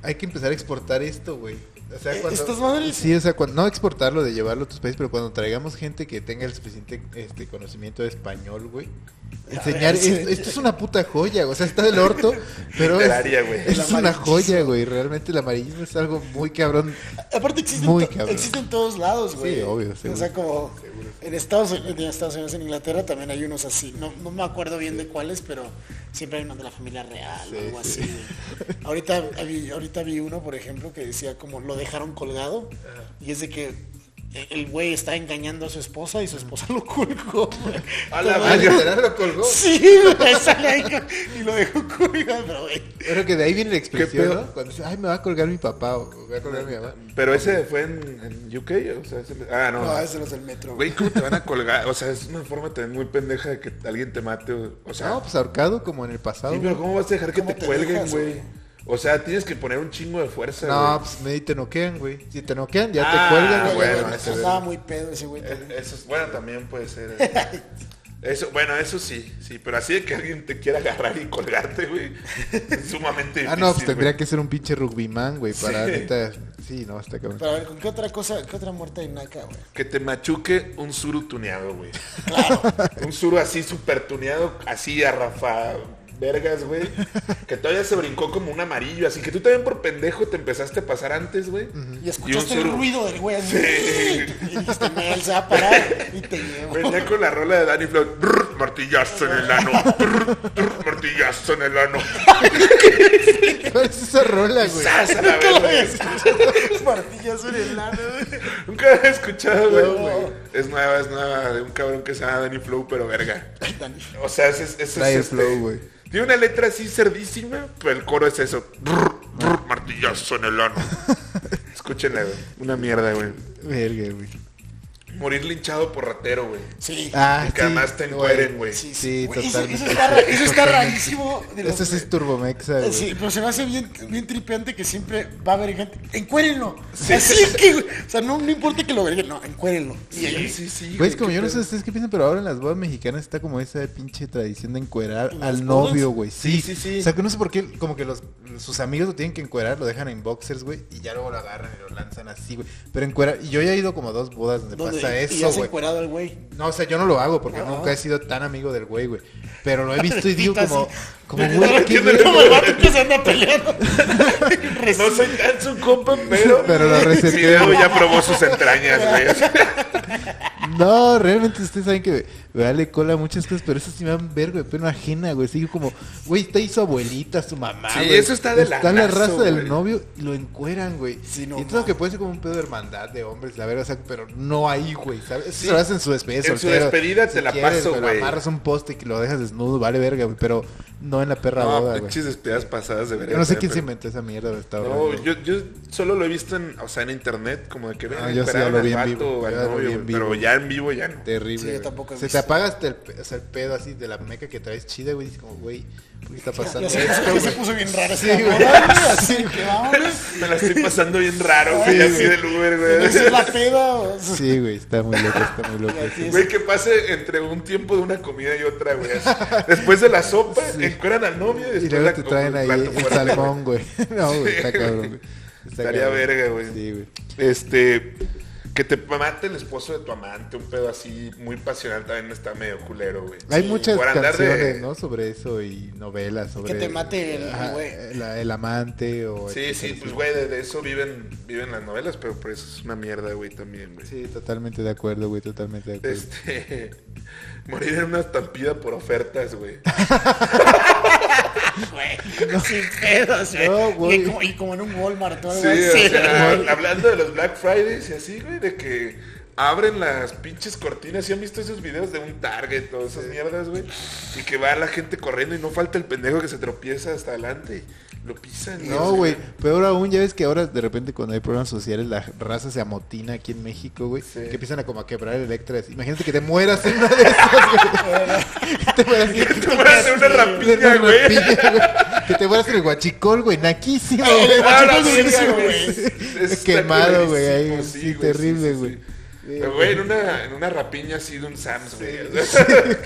hay que empezar a exportar esto, güey. O sea,
Eh,
cuando...
estas madres.
Sí, o sea, cuando, no exportarlo de llevarlo a tus países, pero cuando traigamos gente que tenga el suficiente este, conocimiento de español, güey. Enseñar,
sí.
esto, esto es una puta joya, güey, o sea, está del orto, pero es,
Literaria, güey.
es
El
una
amarillismo.
joya, güey. Realmente el amarillismo es algo muy cabrón.
Aparte existen,
Muy
to-
cabrón.
existen todos lados, güey.
Sí, obvio, seguro.
O sea, como en Estados, Unidos, en Estados Unidos, en Inglaterra también hay unos así. No, no me acuerdo bien de cuáles, pero siempre hay uno de la familia real o algo así. güey. Ahorita, vi, ahorita vi uno, por ejemplo, que decía como lo dejaron colgado. Y es de que el güey está engañando a su esposa y su esposa lo colgó, güey.
A la
Ah,
verga.
literal lo colgó.
Sí, güey, sale ahí con- y lo dejó colgado, güey.
Pero que de ahí viene la expresión,
pedo?
¿no? Cuando dice, ay, me va a colgar mi papá o me va a colgar mi mamá.
Pero ese fue en, en UK, o sea, ese- ah, no.
No, ese no es el metro, güey.
Güey, ¿cómo te van a colgar? O sea, es una forma también muy pendeja de que alguien te mate. O, o sea,
No, pues ahorcado como en el pasado.
sí,
güey.
pero ¿cómo vas a dejar que
¿Cómo
te,
te
cuelguen,
dejas,
güey? O sea, tienes que poner un chingo de fuerza,
No,
güey.
pues me te noquean, güey. Si te noquean, ya
Ah,
te cuelgan, güey.
bueno,
Güey,
ese-
Andaba muy pedo ese güey también.
Eh, Eso es, bueno, también puede ser. eh. Eso, bueno, eso sí, sí, pero así de que alguien te quiera agarrar y colgarte, güey, es sumamente difícil.
Ah, no, pues tendría
güey.
que ser un pinche rugbyman, güey, para
Sí.
neta. Sí, no, está cabrón.
Pero a ver, ¿con qué otra cosa, qué otra muerte hay naca, güey?
Que te machuque un suru tuneado, güey. un suru así super tuneado, así a Rafa Vergas, güey. Que todavía se brincó como un amarillo. Así que tú también por pendejo te empezaste a pasar antes, güey.
Y escuchaste
Y un
el
suru-
ruido del güey así.
Sí.
Y dijiste, Mel, se va a parar. Y te llevo.
Venía con la rola de Danny Floyd. Brr, martillazo en el ano. Brr, brr, martillazo en el ano.
¿Cuál es esa rola, güey?
¡Sas a la
Nunca lo
verga!
había escuchado. Martillazo en el ano, güey.
Nunca la he escuchado, güey.
güey.
Es nueva, es nueva de un cabrón que se llama Danny Flow, pero verga.
Dani.
O sea, ese es, ese es
Dire
este-
Flow, güey.
Tiene una letra así cerdísima, pero el coro es eso. Brr, brr, martillazo en el ano. Escúchenla, güey. Una mierda, güey.
Verga, güey.
Morir linchado por ratero, güey.
Sí.
Ah,
Y que además te encueren, güey.
Sí,
Sí,
Güey, eso-
totalmente.
Eso, está, ra- eso está rarísimo. de los-
Eso sí es Turbomexa, güey.
Sí, pero se me hace bien, bien tripeante que siempre va a haber gente. Encuérenlo. Así es que, güey, o sea, no, no importa que lo verguen, no, encuérenlo. Y ahí-
sí, sí.
Güey, es como
qué
yo no sé
pedo.
ustedes qué piensan, pero ahora en las bodas mexicanas está como esa pinche tradición de encuerar
¿En las
al novio,
bodas?
güey. Sí, sí, sí. O sea, que no sé por qué, como que los, sus amigos lo tienen que encuerar, lo dejan en boxers, güey, y ya luego lo agarran y lo lanzan así, güey. Pero encuerar, y yo ya he ido como a dos bodas donde,
donde-
pasa
Y ya
eso,
se
güey.
encuerado el güey.
No, o sea, yo no lo hago porque
Ajá.
nunca he sido tan amigo del güey, güey. Pero lo he visto y digo
Está
como,
así.
como, güey, qué
entiendo el
verga,
Como el vato que se anda peleando.
No soy tan su compa, pero.
Pero lo resentí.
Mi dedo ya probó sus entrañas, güey. O sea,
No, realmente ustedes saben que me vale cola muchas cosas, pero esas sí me dan vergo de pena ajena, güey. Sigo como, güey, está ahí su abuelita, su mamá.
Sí,
güey.
eso está de
Está la
lanazo,
raza
güey.
del novio y lo encueran, güey.
Sí, no
y entonces que
mames.
puede ser como un pedo de hermandad de hombres, la verdad, o sea, pero no ahí, güey, ¿sabes? Eso lo hacen en su despedida,
En su
soltero,
despedida te la paso,
pero
güey.
amarras un poste y lo dejas desnudo, vale verga, güey, pero no en la perra boda,
No,
güey.
pinches despedidas pasadas de verga.
Yo no sé
güey,
quién se
pero-
inventó esa mierda, güey, está
No,
horrible.
yo, yo solo lo he visto en, o sea, en internet, como de que
No,
ven,
Ah, yo sí
esperaron
lo vi
al
en vivo,
vato, al
yo lo
novio,
vi en
güey, pero
vivo.
ya en vivo ya no.
Terrible.
Sí, yo
güey.
tampoco he
Se
visto.
te apaga hasta el, pe- o sea, el pedo así de la meca que traes chida, güey. Dices como, güey, ¿por qué está pasando
Ya se,
esto,
puso- ya se
güey?
puso bien raro
Sí,
esta
güey.
boda, güey, así
Sí.
que "Ah, vámonos.
Me la estoy pasando bien raro,
Ay,
güey, así
güey.
del Uber,
Debe ser
güey.
la peda. o-
Sí, güey, está muy loco, está muy loco.
Y así es.
Güey, que pase entre un tiempo de una comida y otra, güey. así. Después de la sopa, encueran al novio y
Y
después
luego
la-
te traen
un
ahí
plato
el
fuerte,
salmón, güey. No, güey, está
Sí,
cabrón,
güey.
güey. Está
Estaría
cabrón.
verga, güey.
Sí, güey.
Este, que te mate el esposo de tu amante, un pedo así muy pasional también está medio culero, güey.
Hay muchas
Por andar de-
canciones, ¿no? Sobre eso y novelas sobre...
te mate el-
Ajá,
güey.
la- el amante o...
Sí, sí, pues güey, de, de eso viven, viven las novelas, pero por eso es una mierda, güey, también, güey.
Sí, totalmente de acuerdo, güey, totalmente de acuerdo.
Este, morir en una estampida por ofertas, güey.
güey. Sin pedos, güey.
No, güey.
Y como, y como en un Walmart o algo
Sí,
así.
o sea, hablando de los Black Fridays y así, güey, de que abren las pinches cortinas. ¿Sí han visto esos videos de un Target, todas esas mierdas, güey? Y que va la gente corriendo y no falta el pendejo que se tropieza hasta adelante. Lo pisan. y
No,
así.
güey, peor aún, ya ves que ahora de repente cuando hay problemas sociales la raza se amotina aquí en México, güey,
Sí.
que empiezan a como a quebrar electras. Imagínate que te mueras en una de esas, güey. que te mueras en
Te van a hacer una
una
rapiña, güey.
rapiña, güey. Que te mueras en el guachicol, güey, naquísimo, güey.
Ah, la
Guachicol
verga,
durísimo,
güey.
güey.
Es- está
Quemado, güey, ahí,
culerísimo,
sí,
güey,
terrible,
sí, sí,
güey.
sí. Pero, Güey, en una, en una rapiña así de un Sam's, güey.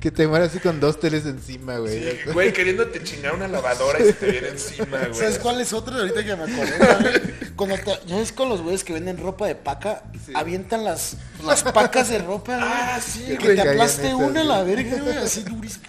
Que te mueras así con dos teles encima, güey.
Güey, queriéndote chingar una lavadora y se te viene encima, güey.
¿Sabes cuál es otra ahorita que me acordé? güey? Cuando te- ya ves con los güeyes que venden ropa de paca, avientan las, las pacas de ropa, güey.
Ah, sí,
Y que
güey.
te aplaste
Cañonetas,
una a la
güey.
verga, güey, así durísimo.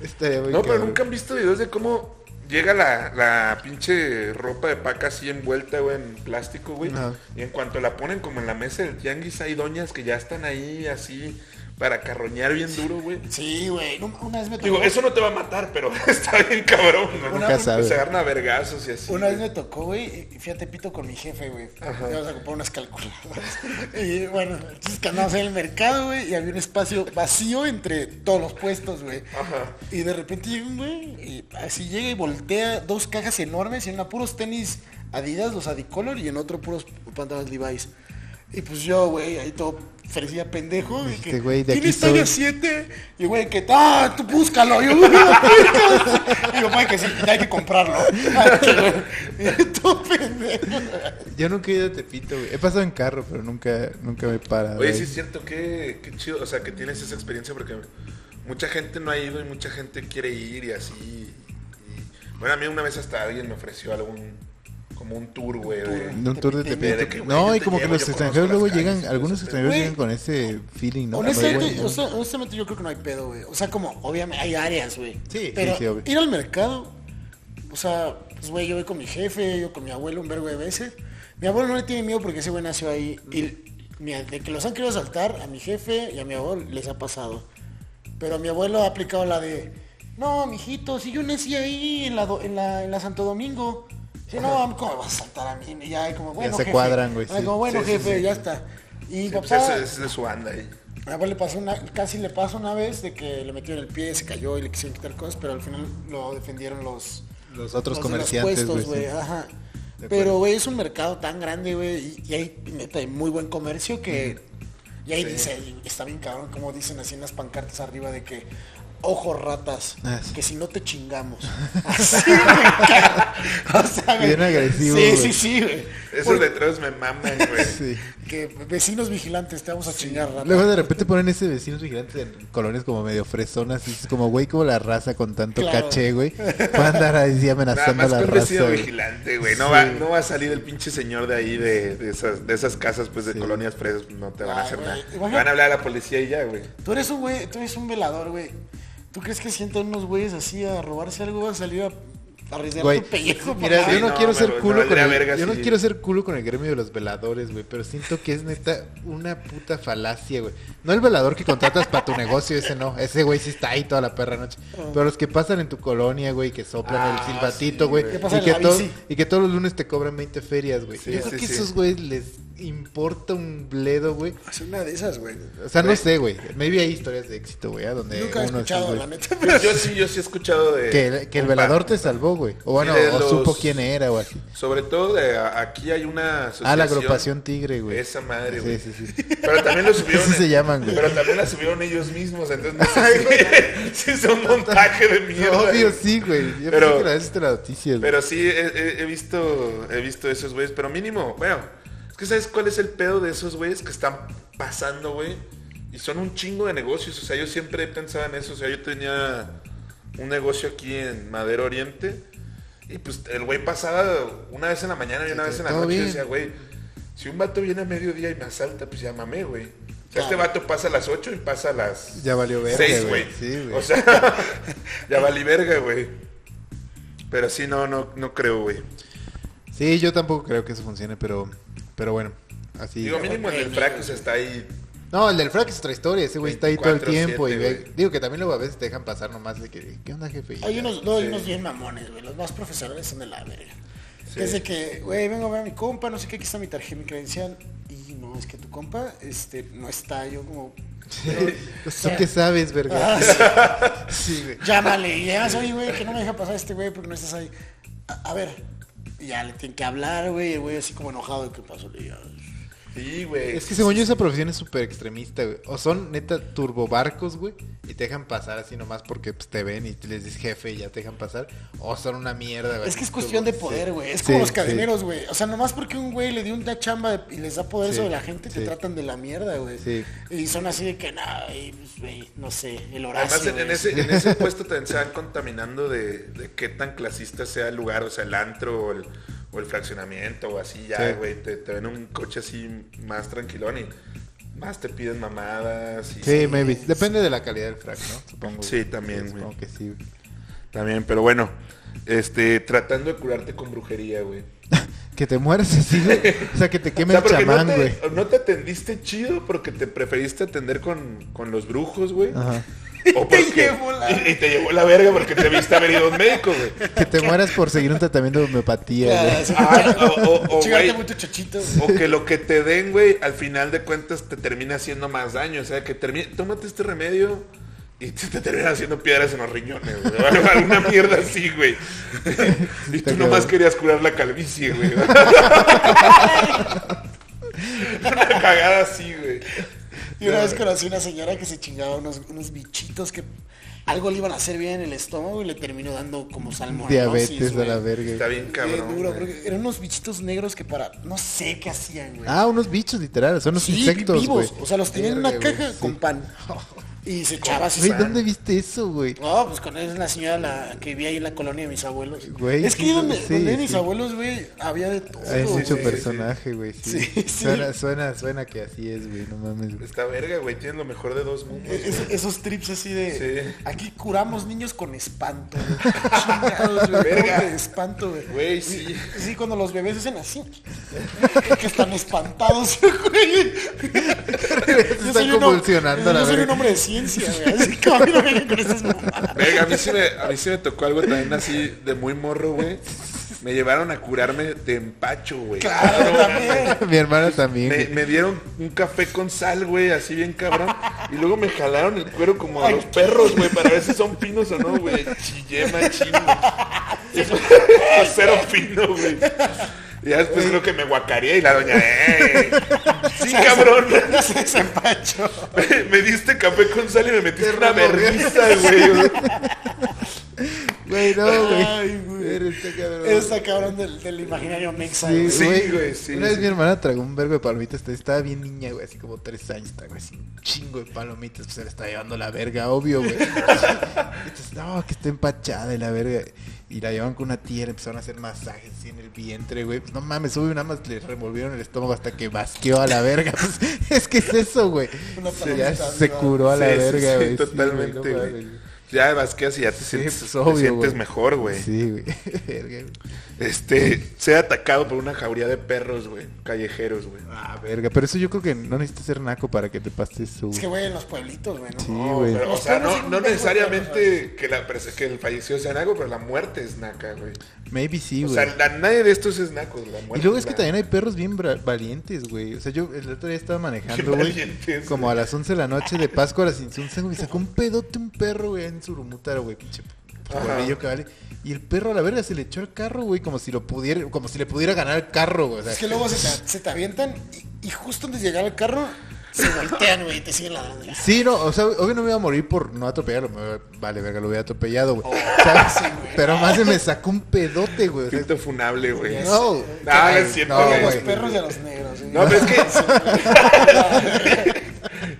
Estaría muy
No, pero
cabrón.
nunca han visto videos de cómo llega la, la pinche ropa de paca así envuelta, güey, en plástico, güey.
Ajá.
Y en cuanto la ponen como en la mesa del tianguis, hay doñas que ya están ahí así para carroñar bien duro, güey.
Sí, güey. no- una vez me tocó.
Digo, eso no te va a matar, pero está bien cabrón, ¿no?
Nunca
Una-
Que se
sabes.
agarran a vergazos y así.
Una vez
güey.
me tocó, güey, y fui a Tepito con mi jefe, güey. Íbamos a comprar unas calculadoras. Y bueno, el chiste es que andábamos en el mercado, güey, y había un espacio vacío entre todos los puestos, güey.
Ajá.
Y de repente llega un güey, y así llega y voltea dos cajas enormes, y en una puros tenis Adidas, los Adicolor, y en otro puros pantalones Levi's. Y pues yo, güey, ahí todo felicidad pendejo. y
Dijiste,
que,
güey, de
¿Quién
aquí
está en el
soy".
7? Y güey, que, ah, tú búscalo. Yo, güey, "Putas". Digo, "Madre, que sí, ya hay que comprarlo. Ay, qué güey. Y todo pendejo.
Yo nunca he ido a Tepito, güey. He pasado en carro, pero nunca, nunca me he parado.
Oye,
ahí.
sí es cierto, qué, qué chido, o sea, que tienes esa experiencia porque mucha gente no ha ido y mucha gente quiere ir y así. y- bueno, a mí una vez hasta alguien me ofreció algún, como un tour, güey. de-
De un tour de
Tepito.
Tepito.
Que, güey, yo
no, y
te
como
llevo,
que los
yo
extranjeros
conozco
luego
las
llegan,
calles,
algunos
ese
extranjeros
pedo.
llegan con ese feeling, ¿no? Güey,
Honestamente,
güey,
o sea, honestamente yo creo que no hay pedo, güey. O sea, como, obviamente, hay áreas, güey.
Sí,
pero
sí, sí, obvio.
ir al mercado, o sea, pues, güey, yo voy con mi jefe, yo con mi abuelo un vergo de veces. Mi abuelo no le tiene miedo porque ese güey nació ahí. Y mira, de que los han querido saltar a mi jefe y a mi abuelo les ha pasado. Pero mi abuelo ha aplicado la de, no, mijito, si yo nací ahí en la, do- en la, en la Santo Domingo, si no, ¿cómo me vas a saltar a mí? Y ya, y como, bueno,
se
jefe.
cuadran, güey,
Ay,
sí.
como, bueno,
Sí, sí,
jefe,
sí.
ya está.
Sí,
Y papá,
pues, ese es de su banda ahí.
a mi abuelo le pasó una, casi le pasó una vez de que le metieron el pie, se cayó y le quisieron quitar cosas, pero al final lo defendieron los,
Los otros
los de los
comerciantes,
puestos,
güey, sí.
ajá.
De
Pero,
acuerdo.
güey, es un mercado tan grande, güey, y, y hay, neta, hay muy buen comercio que... Y ahí dice, y está bien cabrón, como dicen así en las pancartas arriba de que, ojo ratas,
Ah, sí.
que si no te chingamos. Así, güey, cara. O sea, güey.
Bien agresivo,
Sí,
güey.
sí, sí, güey.
Esos
Porque-
letreros me maman, güey.
Sí.
Que vecinos vigilantes, te vamos a chingar, ratas.
Luego de repente ponen ese vecinos vigilantes en colonias como medio fresonas. Y es como, güey, como la raza con tanto
Claro.
caché, güey. Va a andar así
Nada
amenazando
más
a la
con
raza.
vestido
güey.
vigilante, güey. No,
Sí.
va, no va a salir el pinche señor de ahí, de, de esas, de esas casas, pues, de
Sí.
colonias fresas. No te van a
Ay,
hacer
Ah, güey.
nada.
Imagínate-
Te Van a hablar a la policía y ya, güey.
Tú eres un güey, tú eres un velador, güey. ¿Tú crees que sientan unos güeyes así a robarse algo? Vas a salir a, a arriesgar
Güey,
tu pellejo
mira,
para-
yo no,
Sí, no,
quiero
me-
ser
me
culo con
valdría
el,
verga
yo no
si-
quiero ser culo con el gremio de los veladores, güey, pero siento que es neta una puta falacia, güey. No el velador que contratas para tu negocio, ese no, ese güey sí está ahí toda la perra noche.
Oh.
Pero los que pasan en tu colonia, güey, que soplan
Ah,
el silbatito,
sí,
güey,
güey.
Que pasan
y que
en la
todo-
bici.
y que todos los lunes te cobran 20 ferias, güey.
Sí,
yo creo
sí,
que
sí.
esos güeyes les importa un bledo, güey.
Es una de esas, güey.
O sea, no
Güey.
sé, güey. Maybe hay historias de éxito, güey, a donde
Nunca he
uno de esos
escuchado,
güey-
la neta.
Yo, yo sí, yo sí he escuchado de...
que, que el
un
velador
par.
te salvó, güey. O bueno,
de
o
los-
supo quién era o así.
Sobre todo, de, a- aquí hay una asociación.
Ah, la agrupación Tigre, güey.
Esa madre, güey.
Sí, sí, sí.
Pero también lo subieron.
Así se llaman, güey.
Pero también la subieron ellos mismos, entonces no sé si, si es un montaje de mierda.
Obvio, sí, güey. Yo
Pero-
pensé que la viste la noticia, güey.
Pero sí, he, he- he visto he visto esos güeyes, pero mínimo, bueno, es que ¿sabes cuál es el pedo de esos güeyes que están pasando, güey? Y son un chingo de negocios, o sea, yo siempre he pensado en eso, o sea, yo tenía un negocio aquí en Madero Oriente y pues el güey pasaba una vez en la mañana y una vez en la
todo
noche y
bien.
decía, güey, si un vato viene a mediodía y me asalta, pues ya mamé, güey. O sea,
Claro.
este vato pasa a las 8 y pasa a las
Ya valió verga,
Seis,
güey.
güey.
Sí, güey.
O sea, ya valí verga, güey. Pero sí, no, no, no creo, güey.
Sí, yo tampoco creo que eso funcione, pero, pero bueno. Así.
Digo, mínimo en el frac, o sea, está ahí.
No, el del frac es otra historia. Ese güey está ahí todo el
24/7,
tiempo. y ve-
güey.
Digo que también luego a veces te dejan pasar nomás de que, ¿qué onda, jefe? Y
Hay
ya.
unos, no, hay
Sí.
unos bien mamones, güey. Los más profesionales son de la verga.
Sí.
Que Es de que, güey, vengo a ver a mi compa, no sé qué, aquí está mi tarjeta, mi credencial. Y no, es que tu compa, este, no está. Yo como... pero-
¿Tú qué sabes, verga?
Ah, sí.
Sí, güey.
Llámale y llegas, oye, güey, que no me deja pasar este güey porque no estás ahí. A, a ver, y ya le tienen que hablar, güey, el güey así como enojado de qué pasó. Le digo,
Sí, güey.
Es que según yo esa profesión es súper extremista, güey. O son neta turbobarcos, güey, y te dejan pasar así nomás porque pues, te ven y te les dices jefe y ya te dejan pasar. O son una mierda, güey.
Es que es cuestión de poder, güey. Es
Sí,
como los
sí.
cadeneros, güey. O sea, nomás porque un güey le dio una chamba de- y les da poder
Sí,
sobre la gente, te
sí.
tratan de la mierda, güey.
Sí.
Y son así de que, nada, güey, no sé, el Horacio.
Además, en, en
güey.
ese, en ese puesto también se van contaminando de, de qué tan clasista sea el lugar, o sea, el antro o el, o el fraccionamiento o así, ya,
Sí.
güey. Te, te ven un coche así más tranquilón y más te piden mamadas. Y
Sí, maybe. Depende de la calidad del frac, ¿no? Supongo.
Sí, también, güey.
Supongo que sí, güey.
También, pero bueno, este, tratando de curarte con brujería, güey.
Que te mueras así, güey. O sea, que te
O
queme
sea,
el
porque
chamán,
no,
güey.
te, no te atendiste chido porque te preferiste atender con, con los brujos, güey.
Ajá.
O porque-
llevó la-
y, y te llevó la verga porque te viste haber ido a un médico, güey.
Que te mueras por seguir un tratamiento de homeopatía,
Ya,
güey.
así,
Ah, o- o- o,
chingarte
güey.
mucho chochito.
O que lo que te den, güey, al final de cuentas te termina haciendo más daño. O sea, que termina, tómate este remedio y te, te termina haciendo piedras en los riñones, güey. O Alguna mierda así, güey. Y
Está
tú nomás
cabrón.
querías curar la calvicie, güey. Una cagada así, güey.
Y una vez conocí una señora que se chingaba unos, unos bichitos que algo le iban a hacer bien en el estómago y le terminó dando como salmonelosis.
Diabetes a
güey.
la
Está
verga.
bien
Qué
cabrón.
duro,
güey.
porque eran unos bichitos negros que para... No sé qué hacían, güey.
Ah, unos bichos, literal. Son unos
Sí,
insectos, güey.
vivos. O sea, los tenían en una
Verga, güey,
caja
sí.
con pan. Y se echaba así.
Güey,
sal.
¿dónde viste eso, güey?
No, pues con es la señora la que vivía ahí en la colonia de mis abuelos.
Güey,
es que
sí,
ahí donde,
sí,
donde mis
sí.
abuelos, güey, había de todo.
Hay Ah, mucho
güey.
personaje, güey. Sí.
Sí, sí.
Suena, suena, suena que así es, güey. No mames. güey.
Está verga, güey. Tienes lo mejor de dos mundos.
Es- esos trips así de
Sí.
aquí curamos niños con espanto, güey. Chingados, güey,
Verga.
¿cómo de espanto, güey.
Güey, sí.
Sí, cuando los bebés hacen así. que están espantados, güey. Yo
están
soy un hom-
convulsionando, la
Yo soy un
verga.
hombre de ciencia, güey. Así que a mí no me vengan con esas mamadas.
Verga, a mí, sí me, a mí sí me tocó algo también así de muy morro, güey. Me llevaron a curarme de empacho, güey.
Claro, también.
Mi hermana también,
Me,
güey.
me dieron un café con sal, güey, así bien cabrón. Y luego me jalaron el cuero como a los perros, güey, para ver si son pinos o no, güey. Chillé machín, güey. Cero pino, güey. Y ya después creo que me guacaría y la doña, ¡eh! ¡Sí, cabrón!
Se desempacho.
Me, me diste café con sal y me metiste una
removió.
vergüenza, güey.
Güey, no, güey.
Ay, güey.
Eres este cabrón.
Está cabrón del, del imaginario mexa. güey.
Sí, güey, sí,
Una vez
sí.
mi hermana tragó un vergo de palomitas. Estaba bien niña, güey, así como tres años. Estaba, güey, así un chingo de palomitas. Pues se la está llevando la verga, obvio, güey. Entonces, no, que está empachada y la verga. Y la llevan con una tía, le empezaron a hacer masajes así en el vientre, güey. Pues no mames, obvio, nada más le revolvieron el estómago hasta que basqueó a la verga. Pues, es que es eso, güey.
Una
Sí, ya
palomita,
se
¿no?
curó a la
Sí, sí,
verga,
sí,
güey. Sí,
totalmente,
güey, no
güey.
mames, güey.
Ya vasqueas y ya te sientes,
pues,
te
obvio,
sientes
güey.
mejor, güey.
Sí, güey. Verga, güey.
Este, ser atacado por una jauría de perros, güey. Callejeros, güey.
Ah, verga, pero eso yo creo que no necesitas ser naco para que te pases su...
Es que, güey, en los pueblitos, güey. ¿no?
Sí,
No,
güey.
pero, o
Los
sea,
perros
no,
son
no
un
necesariamente que, la, pres- que el fallecido sea naco, pero la muerte es naca, güey.
Maybe sí,
O
güey.
sea, la- nadie de estos es naco, la muerte.
Y luego es que
la-
también hay perros bien bra- valientes, güey. O sea, yo el otro día estaba manejando,
Qué
güey.
valientes,
Como a las 11 de la noche de Pascua a las Insunza, güey. Sacó un pedote un perro, güey, en Surumutaro, güey. Pinche
Ajá.
cuervillo que vale. Y el perro a la verga se le echó el carro, güey. Como si lo pudiera, como si le pudiera ganar el carro, güey. O sea,
Es que luego se te, se te avientan y, y justo antes de llegar al carro se voltean, güey, y te siguen ladrando.
Sí, no, o sea, obvio no me iba a morir por no atropellarlo. me- Vale, verga, lo hubiera atropellado,
Oh.
güey. ¿Sabes? Pero más se me sacó un pedote, güey. o sea,
Pinto funable, güey.
no.
Ah, es cierto,
No,
A
güey.
los
güey.
perros y a los negros. güey.
No, pero es que...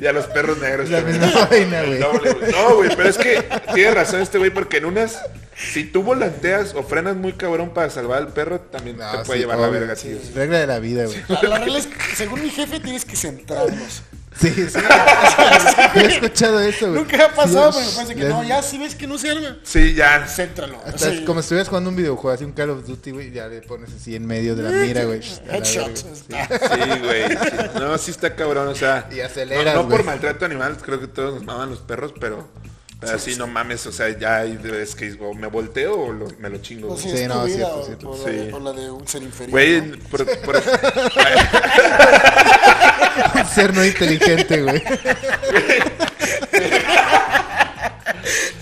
y a los perros negros.
La
también.
misma vaina, güey.
Doble, güey. No, güey, pero es que tiene razón este güey, porque en unas... Si tú volanteas o frenas muy cabrón para salvar al perro, también
No,
te
sí,
puede llevar la
obvio,
verga,
sí,
tío.
es Regla de la vida, güey.
La, la regla es que, según mi jefe, tienes que centrarnos.
Sí, sí. Yo he escuchado eso, güey.
Nunca me ha pasado,
Sí,
pero me parece que
le-
no, ya si ves que no se arma,
Sí, ya.
céntralo.
hasta es
Sí.
como si estuvieras jugando un videojuego, así un Call of Duty, güey, ya le pones así en medio de la
Eh,
mira, güey. a la
Headshot.
verga.
Sí, güey. sí. No, sí está cabrón, o sea.
Y aceleras,
No, no por
güey.
maltrato animal, creo que todos nos maman los perros, pero. Pero sí, no mames, o sea, ya hay es que o me volteo o lo- me lo chingo.
Pues
güey.
sí,
Sí,
es
no,
tu vida
cierto,
o-
cierto.
o la de-
Sí.
o la de un ser inferior.
Güey,
¿no?
por, por-
Ser no inteligente, güey.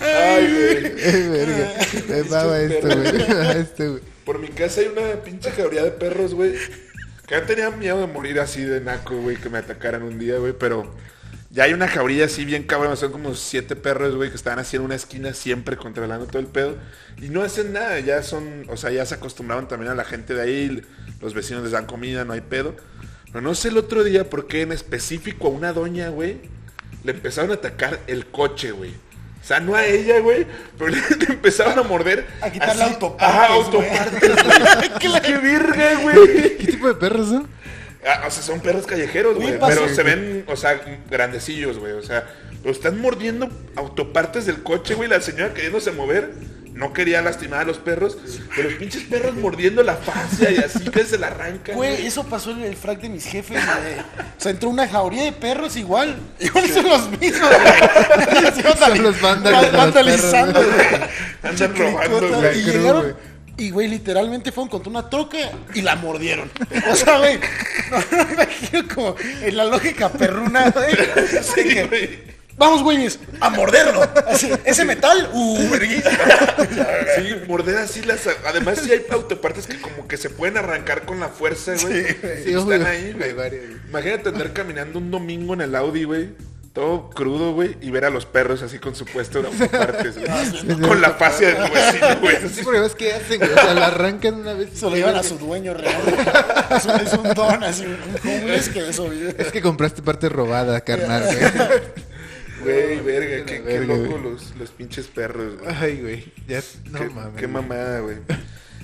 ay, güey.
Eh, Verga. Me mama esto, güey. Me mama esto, güey.
Por mi casa hay una pinche jauría de perros, güey. Que yo tenía miedo de morir así de naco, güey, que me atacaran un día, güey, pero ya hay una jauría así bien cabrón, son como siete perros, güey, que están así en una esquina siempre controlando todo el pedo y no hacen nada, ya son, o sea, ya se acostumbraron también a la gente de ahí, los vecinos les dan comida, no hay pedo. Pero no sé el otro día por qué en específico a una doña, güey, le empezaron a atacar el coche, güey. O sea, no a ella, güey, pero le empezaron a morder.
A quitarle
así-
autopartes,
Ajá,
güey.
autopartes, güey. ¡Qué virga, güey!
¿Qué tipo de perros son?
Ah, o sea, son perros callejeros, güey.
pasa-
Pero se ven, o sea, grandecillos, güey. O sea, lo están mordiendo autopartes del coche, güey. La señora queriéndose mover. No quería lastimar a los perros. Pero los pinches perros mordiendo la fascia y así que se la arrancan.
Güey, eso pasó en el frac de mis jefes, güey. O sea, entró una jauría de perros igual. Igual son los mismos, güey. Se iban
Son los vándalos de los
vandalizando,
perros,
güey.
Andan robando,
Cricota,
güey.
Y
creo,
llegaron.
güey.
Y, güey, literalmente fueron contra una troca y la mordieron. O sea, güey, ¿eh? no, no me imagino como en la lógica perruna, güey. de
Sí,
que,
güey.
Vamos, güeyes, a morderlo. Así, ese metal, uh,
Sí, morder así las. Además, sí hay autopartes que como que se pueden arrancar con la fuerza, güey.
sí,
Están
obvio.
ahí, güey.
Hay varios.
Imagínate andar caminando un domingo en el Audi, güey. Todo crudo, güey, y ver a los perros así con su puesto de autopartes, güey. con la fascia del vecino, güey.
Ah, Sí, porque ves qué hacen, güey. O sea, la arrancan una vez. y
se lo
te
llevan a
ves
su dueño real. Es un, es un don, así, un homeless que de eso vive.
que- Es que compraste parte robada, carnal, güey.
Güey, verga, qué, qué
Verga,
loco
güey.
los, los pinches perros, güey.
Ay, güey. Ya, no
qué,
mames.
qué mamada, güey.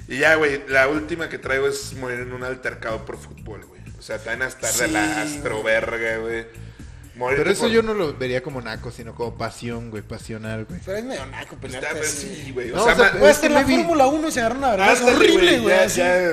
Y ya, güey, la última que traigo es morir en un altercado por fútbol, güey. O sea, también hasta de la
Sí.
astroverga, güey. Morirte
Pero eso
por-
yo no lo vería como naco, sino como pasión, güey. Pasional, güey.
Pero es medio naco pelearte
Está, pues,
así.
sí, güey. O
No,
sea,
o sea, pues,
ma-
Güey,
Es
hasta
que
en la
maybe-
Fórmula 1 se agarraron a verdad. Es
ándale,
horrible, güey.
Ya,
así.
ya,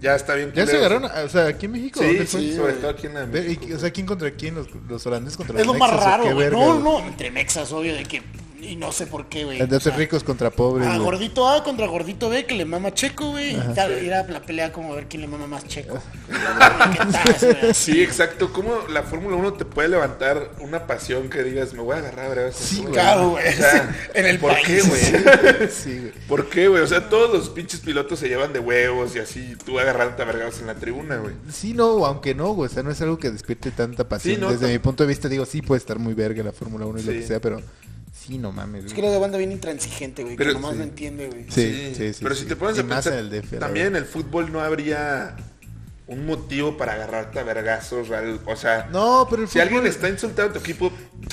ya está bien.
Ya se
culero.
agarraron, a- o sea, aquí en México.
Sí,
¿dónde
sí,
fue?
sobre todo aquí en la
Ve- y-
México.
o sea, ¿quién contra quién? ¿Los, los holandeses contra los
Es lo más
mexas o qué
raro, güey.
verga,
No,
güey?
no, entre mexas, obvio, de que. Y no Ah, sé por qué, güey.
Las De
O sea,
hacer ricos contra pobres,
A
güey.
gordito A contra gordito B que le mama Checo, güey. Y tal, ir a la pelea como a ver quién le mama más Checo. ¿Qué tal, güey?
Sí, exacto. ¿Cómo la Fórmula 1 te puede levantar una pasión que digas, me voy a agarrar a ver
Sí,
Claro, güey.
O sea,
en el
¿Por
país.
qué, güey?
Sí, güey.
¿Por qué, güey? O sea, todos los pinches pilotos se llevan de huevos y así, tú agarrándote a vergados en la tribuna, güey.
Sí, no, aunque no, güey. O sea, no es algo que despierte tanta pasión.
Sí, no,
Desde
tam-
mi punto de vista, digo, sí puede estar muy verga la Fórmula 1 y lo
Sí.
que sea, pero sí, no mames,
Es
güey.
que era de banda bien intransigente, güey. Que
Pero-
nomás
sí.
no entiende, güey.
Sí, sí, sí.
Pero
sí.
si te pones
Y
a
más en
pensar,
el DF, la
también en
verdad.
el fútbol no habría un motivo para agarrarte a vergazos, real. o sea,
No, pero el
si alguien
fútbol-
está insultando a tu equipo,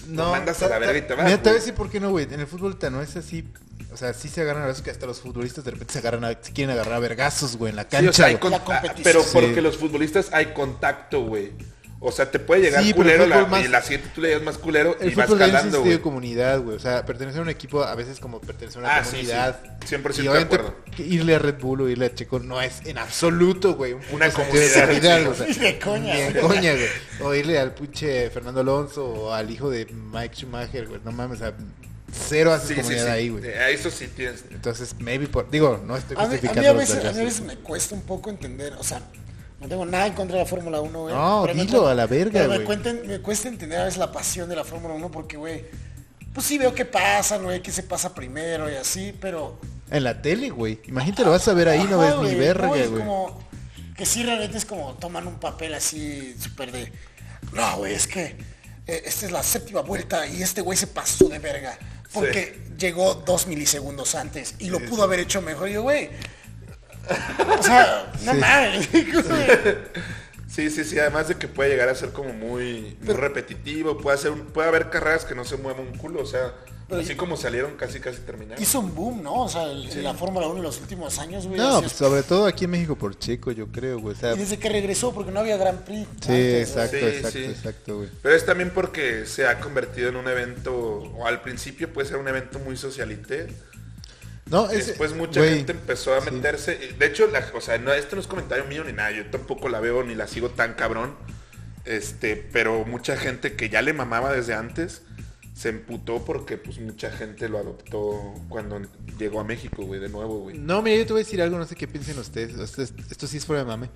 no, mandas a
ta-
la verga y
ta-
te vas.
Mira, te voy a
güey.
decir por qué no, güey. En el fútbol ta, no es así. O sea, sí se agarran a veces que hasta los futbolistas de repente se agarran a, se quieren agarrar a vergazos, güey, en la
Sí, o sea,
cancha.
hay
güey.
con-
La competición.
Pero porque
Sí.
los futbolistas hay contacto, güey. O sea, te puede llegar
Sí, pero el
culero la-
fútbol más-
y la siguiente tú le das más culero
el
y vas
fútbol también es un
calando,
sentido
güey.
de comunidad, güey. O sea, pertenecer a un equipo a veces como pertenecer a una
Ah, sí,
comunidad.
sí. 100%
Y
de
obviamente,
acuerdo.
que Irle a Red Bull o irle a Checo no es en absoluto, güey. un puto
Una
sentido de
comunidad,
solidaridad,
sí.
güey, o sea,
Ni de coña,
Ni de
güey.
coña, güey. O irle al pinche Fernando Alonso o al hijo de Mike Schumacher, güey. No mames, o sea, cero haces
Sí, sí,
comunidad
sí.
ahí, güey.
Eh, Eso sí tienes.
Entonces, maybe por... Digo, no estoy
A mí, a
justificando
mí a
los
veces, a mí a
vergazos.
veces me cuesta un poco entender, o sea, no tengo nada en contra de la Fórmula 1, güey.
No,
pero me
dilo,
cu-
a la verga,
pero me,
güey.
cuenten- me cuesta entender a veces la pasión de la Fórmula 1 porque, güey, pues sí veo qué pasa, güey, qué se pasa primero y así, pero...
En la tele, güey. Imagínate, lo vas a ver ahí, no
Ajá,
ves
güey,
ni verga,
no, es
güey.
como que sí realmente es como toman un papel así súper de... No, güey, es que eh, esta es la séptima vuelta y este güey se pasó de verga porque llegó dos milisegundos antes y lo pudo haber hecho mejor. Y yo, güey... O sea, no mames.
Sí, sí, sí. Además de que puede llegar a ser como muy, muy repetitivo. Puede, hacer, un- puede haber carreras que no se muevan un culo. O sea,
Pero
así
yo-
como salieron, casi, casi terminaron.
Hizo un boom, ¿no? O sea, el- la Fórmula 1 en los últimos años, güey.
No,
así
pues,
es-
sobre todo aquí en México por Checo, yo creo, güey. O sea,
Y
sí,
desde que regresó, porque no había Grand Prix. antes, güey.
exacto,
Sí,
exacto,
sí.
exacto, güey.
Pero es también porque se ha convertido en un evento, o al principio puede ser un evento muy socialite.
No, es,
Después mucha
güey,
gente empezó a
sí.
meterse. y De hecho, la- o sea, no, esto no es comentario mío ni nada. Yo tampoco la veo ni la sigo tan cabrón. Este, pero mucha gente que ya le mamaba desde antes se emputó porque pues mucha gente lo adoptó cuando llegó a México, güey, de nuevo, güey.
No, mira, yo te voy a decir algo, no sé qué piensen ustedes. Ustedes- Esto sí es fuera de mame.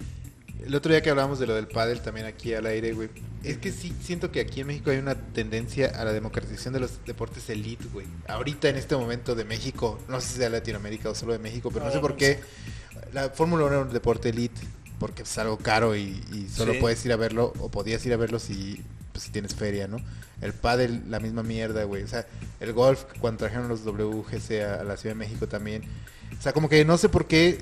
El otro día que hablábamos de lo del pádel también aquí al aire, güey. Es que sí siento que aquí en México hay una tendencia a la democratización de los deportes elite, güey. Ahorita en este momento de México, no sé si sea Latinoamérica o solo de México, pero no sé por qué. La Fórmula 1 era un deporte elite porque es algo caro y, y solo
Sí.
puedes ir a verlo o podías ir a verlo si, pues, si tienes feria, ¿no? El pádel, la misma mierda, güey. O sea, el golf, cuando trajeron los WGC a, a la Ciudad de México también. O sea, como que no sé por qué,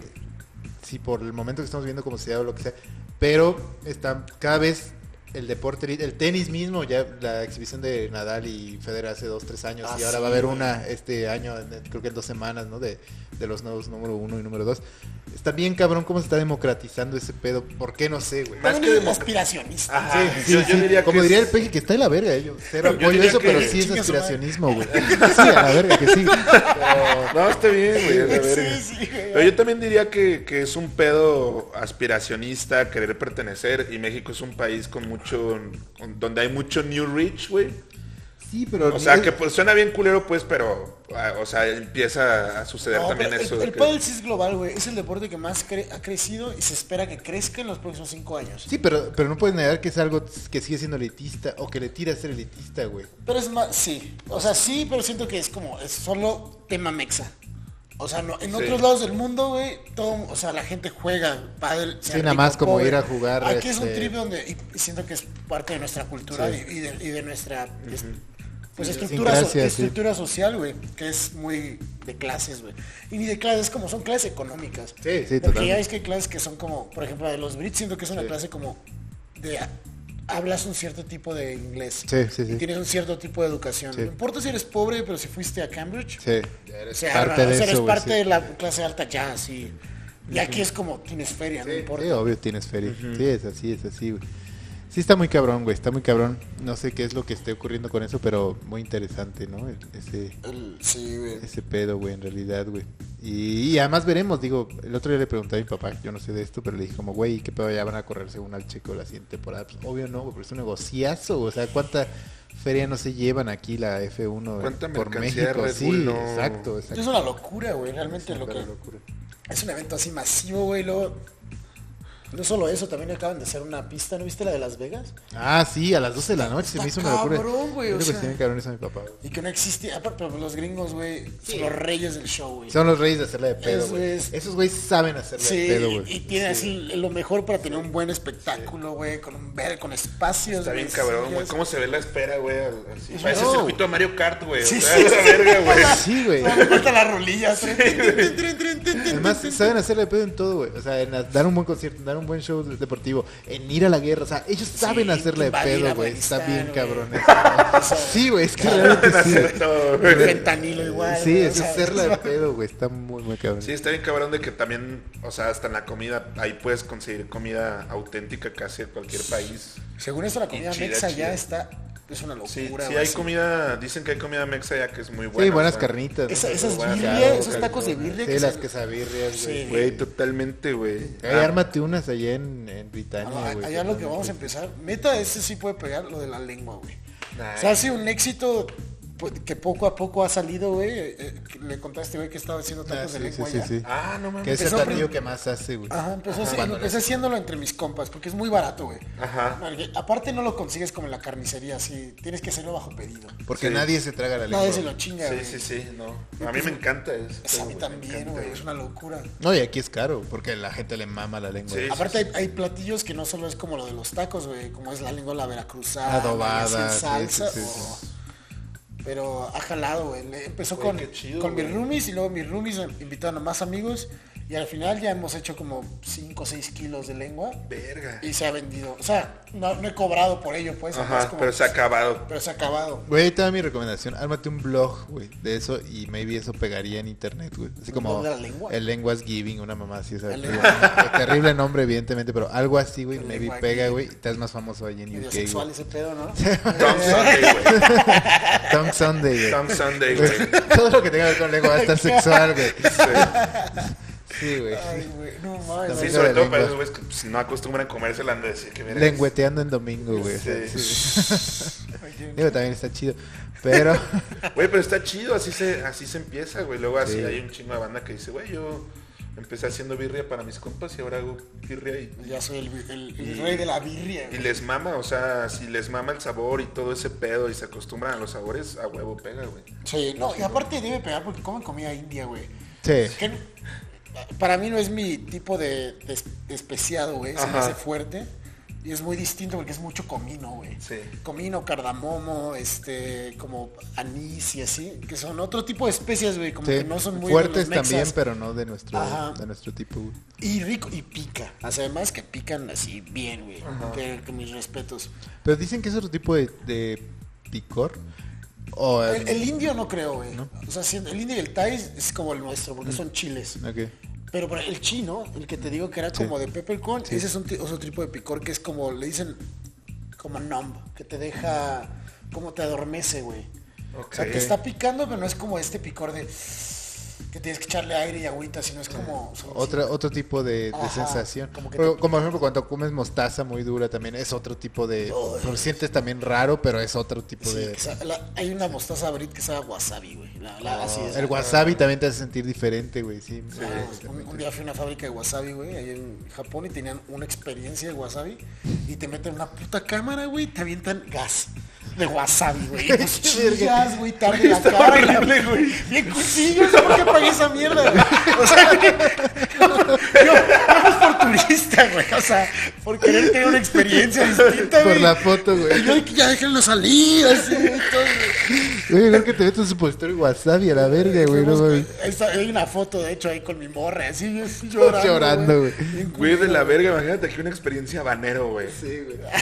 si por el momento que estamos viendo como sea o lo que sea, pero está cada vez el deporte, elite- el tenis mismo, ya la exhibición de Nadal y Federer hace dos, tres años,
Ah,
y ahora
sí,
va a haber
güey.
una este año, en- creo que en dos semanas, ¿no? De, de los nuevos número uno y número dos. Está bien cabrón cómo se está democratizando ese pedo. ¿Por qué no sé, güey?
Más
También
que
es
democ-
aspiracionista.
Ajá,
Sí,
yo,
sí,
yo
sí.
diría
Como
que
diría
es-
el peje que está de la verga, eh, yo cero
Yo
apoyo a
diría
eso,
que-
pero sí es
Chinga su madre.
aspiracionismo, güey. Sí, a la verga que sí. Pero-
No, está bien, güey. a la verga.
Sí, sí, güey.
Pero yo también diría que, que es un pedo aspiracionista, querer pertenecer, y México es un país con mucho, con- donde hay mucho New Rich, güey.
Sí, pero.
O sea,
es-
que pues, suena bien culero, pues, pero, ah, o sea, empieza a suceder
No,
este, también
pero el-
eso.
El,
de que-
pádel sí es global, güey. Es el deporte que más cre- ha crecido y se espera que crezca en los próximos cinco años.
Sí, pero, pero no puedes negar que es algo que sigue siendo elitista o que le tira a ser elitista, güey.
Pero es más, sí. O sea, sí, pero siento que es como, es solo tema mexa. O sea, no- en
Sí.
otros lados del mundo, güey, todo, o sea, la gente juega pádel. se
Sí, nada más
rico,
como
pobre.
ir a jugar,
Aquí es un
este,
trip donde, y siento que es parte de nuestra cultura
Sí.
y, y de, y de nuestra, es- pues, estructura, so-
Idiosincrasia, sí.
estructura social, güey, que es muy de clases, güey. Y ni de clases, como son clases económicas.
Sí, sí,
Porque
totalmente.
ya ves que hay clases que son como, por ejemplo, la de los Brits, siento que es una
Sí.
clase como de a- hablas un cierto tipo de inglés.
Sí, sí, sí.
Y tienes un cierto tipo de educación.
Sí.
No importa si eres pobre, pero si fuiste a Cambridge,
Sí.
o
Eres
sea,
parte
o
de
sea,
eso,
eres
güey.
parte
sí.
de la clase alta ya, sí. Y aquí es como tienes feria, no importa.
Sí, obvio, tienes feria. Sí, es así, es así, güey. Sí, está muy cabrón, güey. Está muy cabrón. No sé qué es lo que esté ocurriendo con eso, pero muy interesante, ¿no? El- Ese,
El- sí, güey.
ese pedo, güey, en realidad, güey. Y, y además veremos, digo, el otro día le pregunté a mi papá, yo no sé de esto, pero le dije como, güey, ¿qué pedo ya van a correr según al checo la siguiente temporada? Pues obvio no, güey, pero es un negociazo, o sea, ¿cuánta feria no se llevan aquí la F1
¿Cuánta
por
mercancía
México?
Red
sí,
Bull no-
exacto, exacto.
Es una locura, güey, realmente lo que...
Pero locura.
Es un evento así masivo, güey, luego... No solo eso, también acaban de hacer una pista, ¿no viste la de Las Vegas?
Ah, sí, a las 12 de la noche se me hizo
Está
una locura.
cabrón, güey,
Es lo
o
que
sea.
se me cabrón es a mi papá. güey.
Y que no existe, ah, pero los gringos, güey, son los reyes del show, güey.
Son los reyes de hacerla de pedo,
Eso
güey.
es.
Esos güeyes saben hacerla
Sí,
de pedo, güey.
y tiene así lo mejor para tener un buen espectáculo, güey, con un ver, con espacios.
Está bien
güey,
cabrón, güey.
sillas.
¿Cómo se ve la espera, güey? al- así?
No.
Parece circuito de Mario Kart, güey.
Sí,
o sea,
sí,
esa verga, güey.
Sí, güey.
No, me faltan las rolillas. ¿eh?
Además, saben hacerle de pedo en todo, güey. O sea, en dar un buen concierto, en dar un buen show de- deportivo, en ir a la guerra. O sea, ellos saben hacerle de
invadir
pedo, güey. Está
Afganistán,
bien
güey.
cabrón eso, ¿no? Sí, güey, es que realmente sí.
Hacer todo, güey.
Ventanilo igual.
Sí,
güey, o
es
sea,
hacerla de pedo, güey. Está muy, muy cabrón.
Sí, está bien cabrón de que también, o sea, hasta en la comida, ahí puedes conseguir comida auténtica casi de cualquier país.
Según eso, la comida
Chida,
mexa ya
chida.
está. Es una locura.
Sí, sí
güey,
hay comida, dicen que hay comida mexa ya que es muy buena.
Sí, buenas
o sea.
carnitas. ¿no?
Esa- esas
Guacamole,
birria, esos
guacamole.
tacos de birria.
Sí, las
se-
quesabirrias, güey.
Sí.
Güey, totalmente, güey.
Ay,
Ah,
ármate unas allá en, en
Ah,
Britania,
no,
güey.
allá lo que vamos a empezar, neta, ese sí puede pegar lo de la lengua, güey. O sea, ha sido un éxito pues, que poco a poco ha salido, güey. Eh, eh, que Le contaste, güey que estaba haciendo
Ah,
tacos
sí,
de
sí,
lengua
sí,
allá.
sí.
Ah, no mames.
Que es el
Empezó
platillo
prim-
que más hace, güey.
Ajá, empezó así,
Cuando
empecé haciéndolo entre mis compas, porque es muy barato, güey.
Ajá.
Porque aparte no lo consigues como en la carnicería, así, tienes que hacerlo bajo pedido.
Porque
Sí.
nadie se traga la lengua.
Nadie se lo
güey.
chinga,
Sí,
güey.
sí, sí, no. A mí me encanta eso.
Es Pues a mí
güey, me
también,
encanta,
güey, es una locura.
No, y aquí es caro, porque la gente le mama la lengua. Ah,
Sí.
güey.
Aparte hay, hay platillos que no solo es como lo de los tacos, güey, como es la lengua de la veracruzana,
Adobada,
así en
sí, sí,
salsa.
sí, sí.
o- Pero ha jalado, güey. Le- Empezó
Güey,
con,
qué chido,
con mis
güey.
roomies y luego mis roomies invitaron a más amigos y al final ya hemos hecho como 5 o 6 kilos de lengua
Verga.
y se ha vendido. O sea, no, no he cobrado por ello, pues. además
Ajá,
como-
pero se ha acabado.
pero se ha acabado.
Güey, te da mi recomendación. Ármate un blog, güey, de eso y maybe eso pegaría en internet, güey. Así
¿Un
como
blog de la lengua?
el Lenguas Giving, una mamá así, o sea,
El
digo,
lengua-
terrible nombre, evidentemente, pero algo así, güey,
El
maybe
lengua
pega,
giving.
güey, y te es más famoso ahí en
Medio
UK,
sexual
güey.
ese pedo, ¿no?
Tom Sunday,
Tongue Sunday, güey.
güey. Tom Sunday, güey.
Todo lo que tenga que ver con lengua va a estar sexual, güey. Sí, güey.
Ay, güey, no mames.
Sí,
También
sobre
la
todo para
lengua.
esos güeyes que pues, no acostumbran comérsela, han de decir que verga.
Lengüeteando en domingo, güey. o sea,
Sí.
sí. Digo, también está chido, pero...
Güey, pero está chido, así se, así se empieza, güey. Luego así
Sí.
hay un chingo de banda que dice, güey, yo empecé haciendo birria para mis compas y ahora hago birria y,
Ya soy el, el- el rey de la birria,
y
güey.
les mama, o sea, si les mama el sabor y todo ese pedo y se acostumbran a los sabores, a huevo pega, güey.
Sí, no, y aparte debe pegar porque comen comida india, güey.
Sí.
Que no- para mí no es mi tipo de, de, es- de especiado, güey. Se me
Ajá.
hace fuerte. Y es muy distinto porque es mucho comino, güey.
Sí.
Comino, cardamomo, este, como anís y así, que son otro tipo de especies, güey, como
Sí,
que no son muy de
fuertes
los mexas.
también, pero no de nuestro,
Ajá.
de nuestro tipo. güey.
Y rico, y pica. O sea, además que pican así bien, güey. Que, que mis respetos.
Pero dicen que es otro tipo de, de picor. O,
El, el indio no creo, güey. O sea, si- el indio y el thai es- es como el nuestro,
Mm.
porque son chiles.
ok.
Pero por- el chino, el que te digo que era como de peppercorn, ese es un ti- otro tipo de picor que es como, le dicen, como numb, que te deja, como te adormece, güey. O sea,
Ok.
te está picando, pero no es como este picor de... que tienes que echarle aire y agüita, sino es como... son-
Otra, otro tipo de, de
Ajá,
sensación.
como
Pero, Como,
que te-
por ejemplo, cuando comes mostaza muy dura también es otro tipo de... Lo sientes también raro, pero es otro tipo
sí,
de...
que sabe- la- hay una mostaza Brit que sabe a wasabi, güey. La, la- así es.
El wasabi también te hace sentir diferente, güey. Sí,
Ah, un, un día fui a una fábrica de wasabi, güey, ahí en Japón y tenían una experiencia de wasabi y te meten una puta cámara, güey, y te avientan gas de wasabi, güey. Gas, güey, tarde la
Está
cara. y la-
horrible, güey.
Bien cuchillo, no sé por qué pagué esa mierda, güey. O sea, yo, yo vamos por turista, güey. O sea, por querer tener una experiencia distinta,
Por
güey.
la foto, güey.
Y yo de que ya déjenlo salir, así, güey, todo, güey.
Güey, creo que te metes un supositorio de wasabi a la verga, güey. No,
Fuimos-
mames.
ahí está- hay una foto, de hecho, ahí con mi morra, así yo estoy llorando.
Llorando, güey.
Bien
Güey, de la verga, imagínate aquí una experiencia habanero, güey.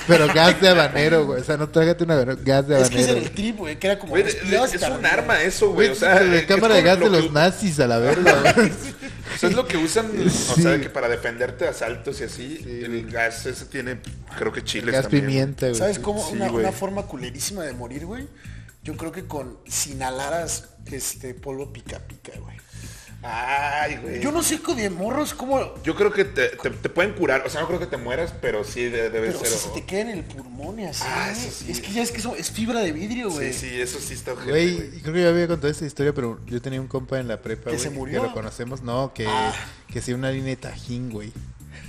Pero gas de habanero, güey. O sea, no trágate un habanero, gas de
Es que ese
habanero.
era el trip, güey, que era como...
Güey, de- de-
respirabas y
es
te
un
arrancabas.
arma eso, güey.
Güey,
O sea,
la
es
cámara de
como
gas de
lo que
los nazis a la verga, güey.
O sea, es lo que usan, o
Sí.
sea, que para defenderte de asaltos y así, el gas ese tiene, creo que chiles
Gas
también.
pimienta, güey.
¿Sabes cómo?
Sí,
una,
güey.
una forma culerísima de morir, güey. Yo creo que con si inhalaras este polvo pica pica, güey.
Ay, güey.
Yo no sé co- de morros cómo...
Yo creo que te, te- te pueden curar, o sea, no creo que te mueras, pero sí de- debe
Pero
ser.
si se
o-
te queda en el pulmón y así.
Ah,
güey.
eso sí.
Es que ya es que eso es fibra de vidrio, güey.
Sí, sí, eso sí está ojete, güey.
Güey, creo que yo había contado esta historia, pero yo tenía un compa en la prepa,
¿Que
güey,
se murió?
lo conocemos, no, que,
Ah.
que hacía una línea de tajín, güey.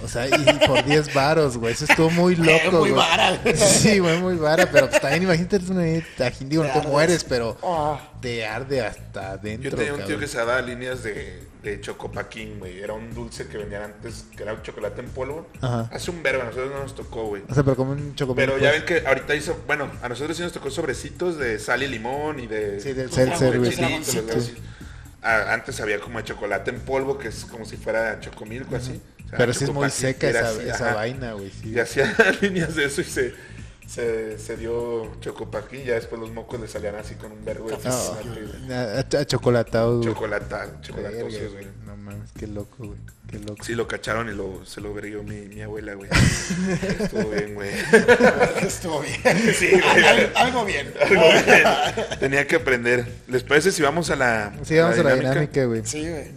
O sea, y por 10 varos, güey. Eso estuvo muy loco,
muy
güey.
vara, güey.
Sí, güey, muy vara. Pero pues, también imagínate hacer una línea de tajín. Digo,
Te
no te
ardes.
mueres, pero
Ah.
te arde hasta adentro,
Oh. Yo tenía un tío
cabrón.
que se daba líneas de, de chocopaquín, güey. Era un dulce que vendían antes, que era un chocolate en polvo.
Ajá.
Hace un verbo, a nosotros no nos tocó, güey.
O sea, pero como un chocomil.
Pero ya ven que ahorita hizo, bueno, a nosotros sí nos tocó sobrecitos de sal y limón y de...
Sí, del
de
seltzer,
de
güey.
chilitos,
Sí.
los- Ah, Antes había como de chocolate en polvo, que es como si fuera chocomilco, así. O sea,
Pero sí es muy
chocopaquín,
seca
era
esa,
así,
esa
ajá.
vaina, güey. sí.
Y hacía líneas de eso y se, se, se dio chocopaquín. Ya después los mocos le salían así con un verbo de
No.
No,
chocolate, güey.
a- a- chocolatado, güey.
Chocolata,
Verga,
chocolatosos,
güey.
güey.
No mames, qué loco, güey. Qué loco.
Sí, lo cacharon y lo, se lo verguió mi, mi abuela, güey. Estuvo bien, güey.
Estuvo bien.
Sí, güey.
Al- algo bien.
Tenía que aprender. ¿Les parece si vamos a la,
Sí, vamos a la dinámica, güey.
Sí, güey.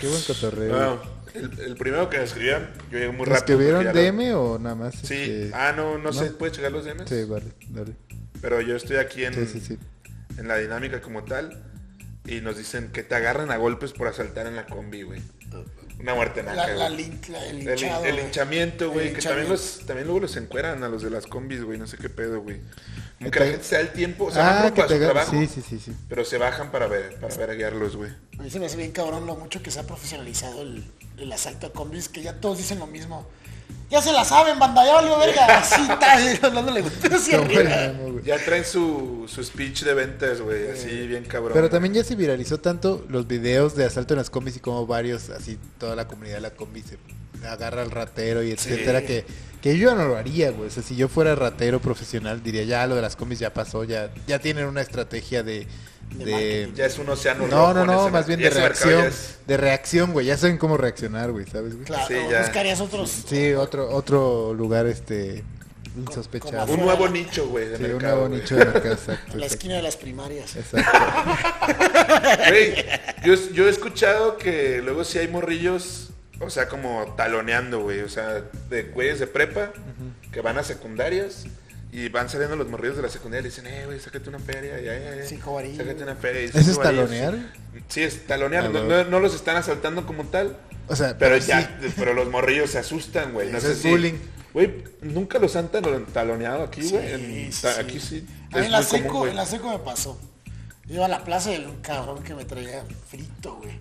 Qué buen cotorreo. güey.
Bueno, el, el primero que me escribieron, yo llegué Ah, muy
¿Los que
rápido. porque
vieron
ya lo-
DM o nada más?
Sí.
este,
Ah, no, no, sé, ¿puedes checar los DMs?
Sí, vale, dale.
Pero yo estoy aquí en,
Sí, sí, sí.
en la dinámica como tal y nos dicen que te agarran a golpes por asaltar en la combi, güey. Una muerte
La,
naca,
la
güey.
lin- la- el
El, hin-
hinchado.
el
güey.
hinchamiento, güey,
El
que también
hinchamiento.
los también luego los encueran a los de las combis, güey, no sé qué pedo, güey.
Que
Como que la
te-
gente se da el tiempo, o sea, van
Ah,
rumbo
que
a su
te agarran.
trabajo,
Sí, sí, sí, sí.
pero se bajan para ver para ver güey.
A mí se me hace bien cabrón lo mucho que se ha profesionalizado el, el asalto a combis, que ya todos dicen lo mismo. Ya se la saben, banda, ya valió verga. Así está, dándole golpes hacia
Como el
arriba.
memo, güey.
Ya traen su, su speech de ventas, güey, así bien cabrón.
Pero también ya se viralizó tanto los videos de asalto en las combis y como varios, así toda la comunidad de la combi se agarra al ratero y etcétera, que, que yo no lo haría, güey. O sea, si yo fuera ratero profesional, diría ya lo de las combis ya pasó, ya, ya tienen una estrategia de...
De
de-
ya es un océano
no,
rojo
no,
en
no,
ese
más
merc-
bien
y
de
ese mercado ya
reacción.
es-
De reacción, güey. Ya saben cómo reaccionar, güey, ¿sabes? Güey?
Claro,
Sí, ya.
buscarías otros.
Sí, otro, otro lugar este
como
insospechado.
un nuevo nicho, güey, de
Sí, un
mercado.
nuevo
güey.
nicho de mercado, exacto. exacto,
La esquina de las primarias.
exacto.
Güey, yo, yo he escuchado que luego sí hay morrillos, o sea, como taloneando, güey. O sea, de güeyes de prepa que van a secundarias y van saliendo los morrillos de la secundaria y le dicen, eh, güey, sácate una feria. Ya, ya, ya,
Cinco varillas.
Sácate una feria. y
¿Eso es
cinco varillas".
talonear?
Sí, es talonear.
Ah,
No,
no.
no- no los están asaltando como tal,
O sea, pues
pero
sí,
ya, pero los morrillos se asustan, güey. No
Eso
sé
es
si-
bullying.
Güey, nunca los han talo- taloneado aquí, güey. En-
Sí,
ta-
sí.
Aquí sí.
A mí
es
en la,
muy común,
seco,
güey.
en la seco me pasó. Iba a la plaza de un cabrón que me traía frito, güey.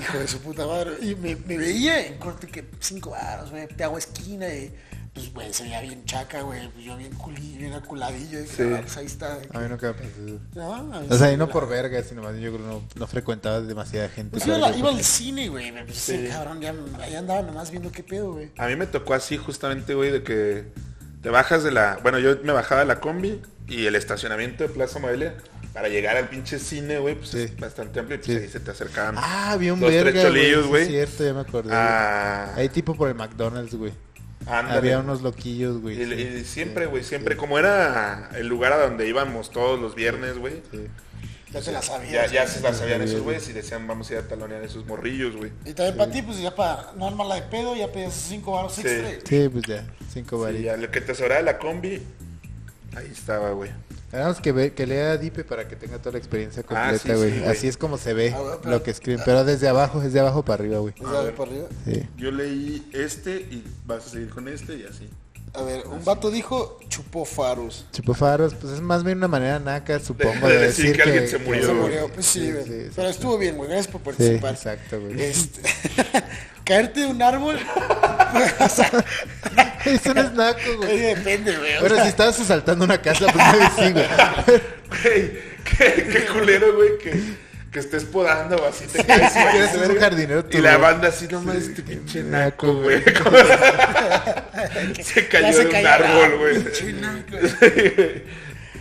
Hijo de su puta madre. Y me, me veía en corte que cinco varos, güey. Te hago esquina y pues, güey, se veía bien chaca, güey. Pues yo bien culi, bien aculadillo. Y dije,
Sí.
"Ah, pues ahí está.
A mí nunca me pasó eso.
No, a mí
O sea,
sí
y no
me
por verga, sino más bien yo creo no, no frecuentaba demasiada gente.
Pues iba,
¿sabes?
a la-
Yo
iba
creo
al cine, güey. Me puse, cabrón, ya, ahí andaba nomás viendo qué pedo, güey.
A mí me tocó así justamente, güey, de que te bajas de la... Bueno, yo me bajaba de la combi y el estacionamiento de Plaza Morelia para llegar al pinche cine, güey, pues
Sí.
es bastante amplio y pues
Sí.
ahí se te acercaban.
Ah, vi un
dos, tres
verga, güey.
cholillos,
sí
güey.
es cierto, ya me acordé.
Ah,
Hay tipo por el McDonald's, güey.
ándale.
Había unos loquillos,
Y,
güey. sí.
y siempre, güey, siempre. Como era el lugar a donde íbamos todos los viernes, güey.
Sí.
Ya se la
Ya,
sabía.
ya se la sabían esos güeyes y decían, vamos a ir a talonear esos morrillos, güey.
Y también para ti, pues ya para no armarla de pedo, ya pedías cinco baros
Sí.
extra.
Sí, pues ya, cinco
Y
varitas.
a lo que te sobraba de la combi, ahí estaba, güey.
Tenemos que, ver, que lea a Dipe para que tenga toda la experiencia
Ah, sí,
completa,
sí,
güey.
güey.
Así es como se ve
Ah, güey, pero-
lo que escriben. Pero desde abajo, desde abajo para arriba, güey.
Y ya de para arriba.
Sí.
Yo leí este y vas a seguir con este y así.
A ver, un vato dijo, chupó faros.
Chupafaros, pues es más bien una manera naca, supongo,
de
de,
decir
decir,
que alguien se murió,
Se
güey.
murió. Pues sí, güey.
sí,
Pero estuvo bien, güey. Gracias por
sí,
participar.
exacto, güey.
Este, caerte de un árbol. o sea,
Eso no es naco,
ahí
güey.
depende, güey. o
Bueno,
sea,
si estabas asaltando una casa, pues no sí, güey.
Güey, qué, qué culero, güey, que, que estés podando o así te caes. güey.
Quieres ser un jardinero tú,
Y la
güey.
banda así, no mames, este pinche naco, güey. se
ya
cayó
se
de un
cayó.
árbol, güey.
Pinche naco. Eso Este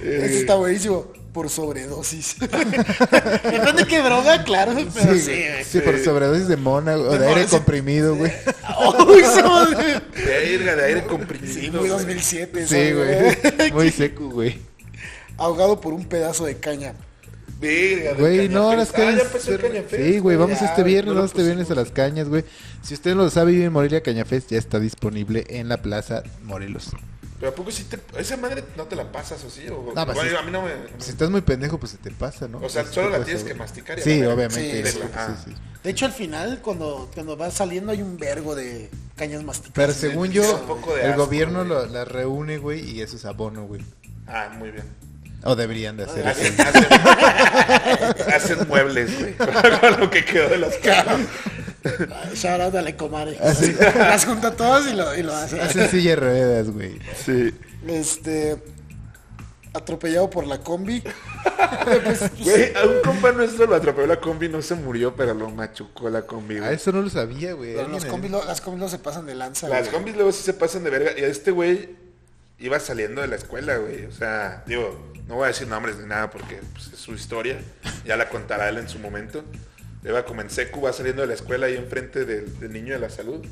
eh,
está buenísimo. Por sobredosis. Depende qué droga, claro, pero sí,
Sí, güey.
güey.
Sí, por sobredosis de mona, güey, o de aire
mona, sí.
comprimido, güey.
Uy, somos-
De aire, de aire
Sí,
comprimido.
muy
güey.
2007.
Sí,
¿sabes,
güey. Muy seco, güey.
Ahogado por un pedazo de caña.
Verga, de
Güey, no, las
Cañafest. Ah,
cañas.
ya empezó el Cañafest,
sí, güey, vamos
ya,
este viernes,
no lo
vamos este viernes a
pusimos.
las cañas, güey. Si usted no lo sabe, vive en Morelia, Cañafest ya está disponible en la Plaza Morelos.
Pero ¿a poco si te... Esa madre no te la pasas o sí?
No,
O...
pues,
Bueno,
sí.
a mí no me...
Si estás muy pendejo, pues se te pasa, ¿no?
O sea,
Pues,
solo
¿qué
la
pasa,
tienes que
güey?
masticar y a
Sí,
la verga.
obviamente.
Sí,
sí,
verla.
sí, sí.
De hecho, al final, cuando, cuando vas saliendo, hay un vergo de cañas masticadas.
Pero según yo,
Es un poco de
el
asco,
gobierno
güey.
lo- la reúne, güey, y eso es abono, güey.
Ah, muy bien.
O deberían
Ah,
de hacer eso.
Hacen, hacen- hacen muebles, güey. Con lo que quedó de las cañas.
Shout out a la Ecomare. Las junta todas y lo, y lo hace.
Hacen silla de ruedas, güey.
Sí.
Este. Atropellado por la combi.
Güey, a un compa nuestro lo atropelló la combi, no se murió, pero lo machucó la combi,
A
güey.
eso no lo sabía, güey.
Pero los
Alguien-
combis no- las combis no se pasan de lanza.
Las
güey.
combis luego sí se pasan de verga. Y este güey iba saliendo de la escuela, güey. O sea, digo, no voy a decir nombres ni nada porque pues, es su historia. Ya la contará él en su momento. Iba como en secu, va saliendo de la escuela ahí enfrente del, del niño de la salud.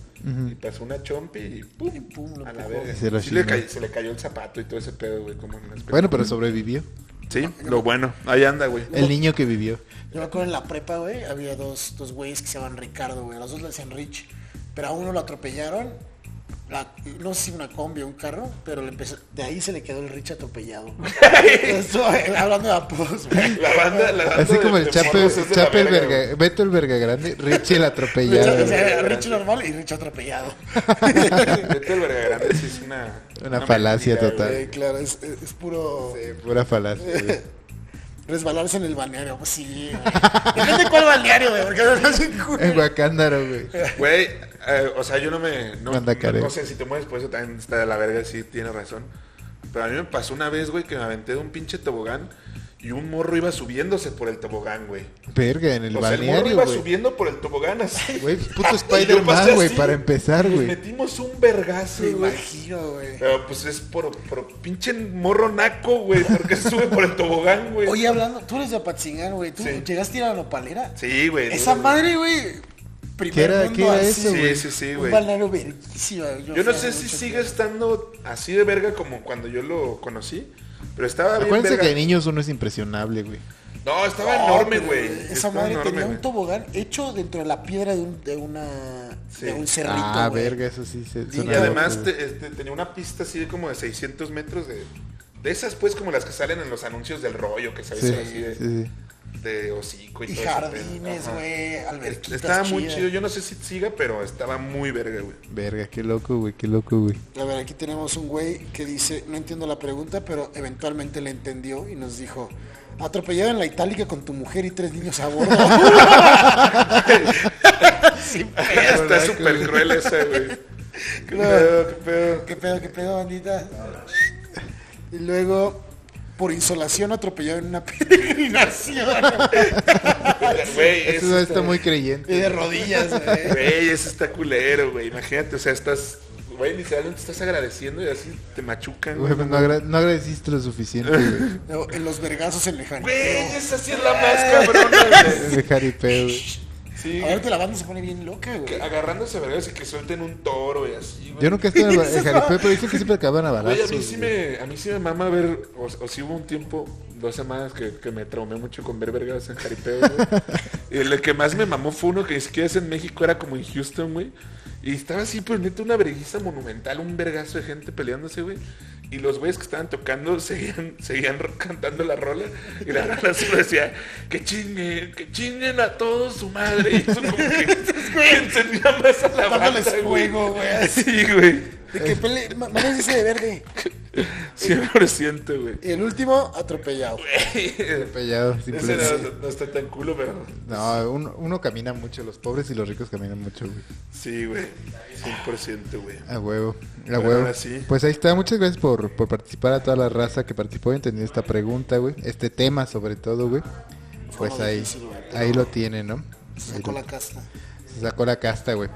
Y pasó una chompi y pum,
Y pum, lo
a la
empujó.
verga.
Se lo
Sí le
chingó.
cay- se le cayó el zapato y todo ese pedo, güey, como en una especie-
Bueno, pero sobrevivió.
Sí, lo bueno. Ahí anda, güey.
El niño que vivió.
Yo me acuerdo en la prepa, güey, había dos, dos güeyes que se llaman Ricardo, güey. A los dos le decían Rich. Pero a uno lo atropellaron. la- no sé si una combi o un carro, pero le empezó- de ahí se le quedó el Rich atropellado. güey. Esto, eh, hablando de apodos, güey.
La banda, la banda
Así
de-
como el
de
Chape,
morros es de la
Chape el
verga, güey.
Verga, Beto el Verga Grande, Richie el
O sea,
atropellado.
o
güey.
sea, Rich normal y Rich atropellado.
Vete al verga grande, sí es una...
Una falacia
mentira,
total.
güey.
Eh, claro, es, es- es puro
Pura falacia. güey.
resbalarse en el balneario. Pues sí, güey. Depende cuál balneario, güey, porque no es un culo.
En Guacándaro, güey.
Güey, eh, o sea, yo no me... No,
Manda
no-
care.
no sé, si te mueves por eso también está de la verga, sí, tiene razón. Pero a mí me pasó una vez, güey, que me aventé de un pinche tobogán y un morro iba subiéndose por el tobogán, güey.
Verga, en el
O sea, Pues el morro
balneario,
iba
güey.
subiendo por el tobogán así.
Güey, puto
Y yo pasé
Spider-Man, güey,
así,
para empezar,
Nos
güey.
metimos un vergazo,
Me
güey.
imagino, güey.
Pero pues es por, por pinche morro naco, güey, porque sube por el tobogán, güey.
Oye, hablando, tú eres de Apatzingán, güey. ¿Tú
Sí.
llegaste a ir a la nopalera?
Sí, güey.
Esa
güey.
madre, güey. Primer
¿Qué era-
mundo
qué era
así,
eso,
Sí,
güey?
sí, sí,
Un
güey.
balneario verguísima.
Yo no
fui
sé
hace
si
mucho
sigue estando así de verga como cuando yo lo conocí, pero estaba bien
Acuérdense
verga.
que de niños uno es impresionable, güey.
No, estaba
tiempo.
enorme,
No,
güey.
pero Esa
Estaba
madre
enorme,
tenía un
güey.
tobogán hecho dentro de la piedra de un, de una,
Sí.
de un cerrito,
Ah,
güey.
verga, eso sí se
Y
Y
suena
además
loco,
te- este, tenía una pista así de como de 600 metros de... De esas pues como las que salen en los anuncios del rollo, que se
güey.
avisen así
Sí,
de,
sí, sí.
de hocico y,
Y
todo ese pedo.
jardines,
Ajá.
güey, alberquitas
Estaba muy
chidas.
chido, yo no sé si siga, pero estaba muy verga, güey.
Verga, qué loco, güey, qué loco, güey.
A ver, aquí tenemos un güey que dice, no entiendo la pregunta, pero eventualmente la entendió y nos dijo, atropellado en la itálica con tu mujer y tres niños a bordo. Sin pedo.
Está súper cruel esa, güey. Qué pedo, qué pedo.
¿Qué pedo, qué pedo, bandita? Y luego, por insolación, atropellado en una peregrinación.
Güey,
Eso
es-
está muy
y
creyente.
de rodillas, güey.
Güey, eso está culero, güey. Imagínate, o sea, estás. Güey, literalmente estás agradeciendo y así te machucan.
Güey, pues no, agra- no agradeciste lo suficiente, güey.
No, En los vergazos en lejano.
Güey, esa sí es la más cabrona, güey.
De jaripeo, güey.
Sí.
Ahorita la banda se pone bien loca, güey.
Que agarrándose a vergas y que suelten un toro y así, güey.
Yo nunca estuve en el jaripeo, pero dicen que siempre acaban a
Güey, a
balazos.
mí sí
güey.
me, a mí sí me mama ver, o, o sí hubo un tiempo, dos semanas, que, que me traumé mucho con ver vergas en jaripeo, güey. Y lo que más me mamó fue uno que ni siquiera es en México, era como en Houston, güey. Y estaba así, pues neta, una verguiza monumental, un vergazo de gente peleándose, güey. Y los güeyes que estaban tocando seguían, seguían ro- cantando la rola. Y la rola solo decía, que chinguen, que chinguen a todos su madre. Y eso como que, que encendía más a la banda,
Dándoles
güey.
fuego, güey.
Sí, güey.
De que pele... ma- Mames dice de verde.
100%, güey.
Y el último, atropellado.
Atropellado,
Ese
simplemente.
no, no está tan culo, pero.
No, uno, uno camina mucho, los pobres y los ricos caminan mucho, güey.
Sí, güey. 100%, güey.
A huevo, a
Pero
huevo.
ahora sí.
Pues ahí está, muchas gracias por, por participar a toda la raza que participó en tener esta pregunta, güey. Este tema sobre todo, güey. Pues
Fue
ahí,
difícil, güey, pero
ahí lo tienen, ¿no?
Se
Ahí
sacó
lo-
la casta.
se sacó la casta, güey.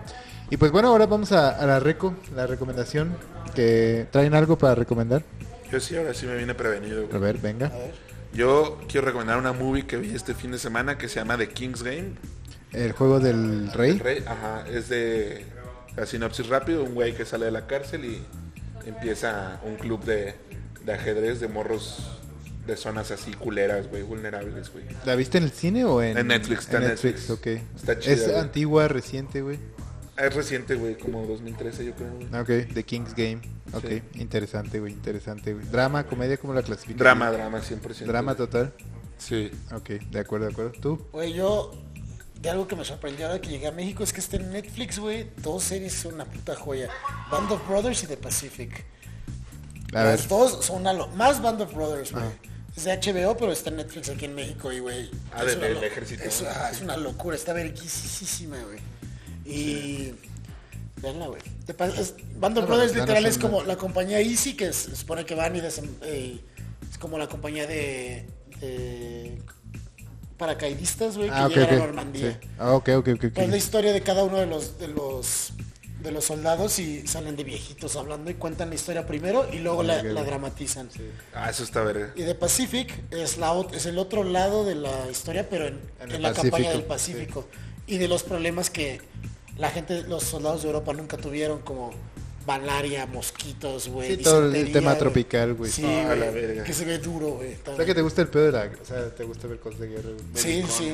Y pues bueno, ahora vamos a, a la reco, la recomendación. que ¿Traen algo para recomendar?
Yo sí, ahora sí me vine prevenido,
A
güey.
ver, venga.
A ver.
Yo quiero recomendar una movie que vi este fin de semana que se llama The King's Game.
El juego del
El
rey.
rey, ajá, es de la sinopsis rápido, un güey que sale de la cárcel y empieza un club de, de ajedrez de morros de zonas así culeras, güey, vulnerables, güey.
¿La viste en el cine o en,
En Netflix, está en
Netflix,
Netflix.
ok.
Está chida,
es
güey.
antigua, reciente, güey.
Ah, Es reciente, güey, como 2013 yo creo. güey.
Ok, The King's Game. Ok,
Sí.
interesante, güey, interesante, güey. Drama, comedia, ¿cómo la clasificas?
Drama, drama, 100%.
Drama total.
Sí.
Ok, de acuerdo, de acuerdo. ¿Tú?
Güey, yo... De algo que me sorprendió ahora que llegué a México es que está en Netflix, güey. Dos series son una puta joya. Band of Brothers y The Pacific.
A ver. Ah.
Las dos son una lo... Más Band of Brothers, güey. Es de HBO, pero está en Netflix aquí en México y, güey.
Ah,
es
del-
una
del
lo-
ejército,
Es,
¿no?
ah, es una locura, está verguisísima, güey. Y... Veanla, güey. Te pa- es- Band of
No,
Brothers
no, no,
literal
no,
es
no.
como la compañía Easy, que es- se supone que van y desem- eh, es como la compañía de... de paracaidistas, güey, que
Ah, ok,
llegan a
ok.
Normandía.
Sí. Ah, ok, ok, ok. ok.
Pues la historia de cada uno de los, de los de los soldados y salen de viejitos hablando y cuentan la historia primero y luego la,
Ok.
la dramatizan.
Ah, eso está verga.
Y de Pacific es, la, ot- es el otro lado de la historia, pero en,
En
en
el
la
Pacífico,
campaña del Pacífico. Y de los problemas que la gente, los soldados de Europa nunca tuvieron, como malaria, mosquitos, güey.
Sí, todo el
disentería,
tema
güey.
tropical, güey.
Sí,
Ah, la
güey,
verga.
Que se ve duro, güey.
O sea que te gusta el pedo de la... O sea, te gusta ver cosas de guerra. güey.
Sí, sí.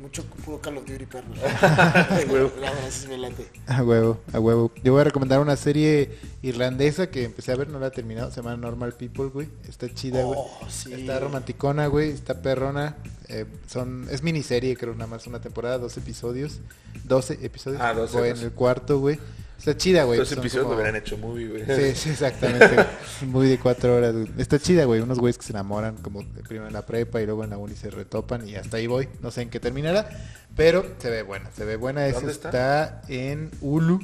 Mucho puro Call of Duty, perro.
Huevo.
La verdad sí me late.
A huevo, a huevo. Yo voy a recomendar una serie irlandesa que empecé a ver, no la he terminado. Se llama Normal People, güey. Está chida, güey.
Oh, sí.
Está romanticona, güey. Está perrona. Eh, son, es miniserie, creo, nada más una temporada, 12 episodios. 12 episodios.
Ah, 12,
Voy en
12.
el cuarto, güey. Está chida, güey.
Dos
Son
episodios
como-
lo hubieran hecho movie, güey.
Sí, sí, exactamente. güey. Muy de cuatro horas. güey. Está chida, güey. Unos güeyes que se enamoran como primero en la prepa y luego en la uni se retopan y hasta ahí voy. No sé en qué terminará, pero se ve buena. Se ve buena. Esa
¿Dónde
está?
está?
en Hulu,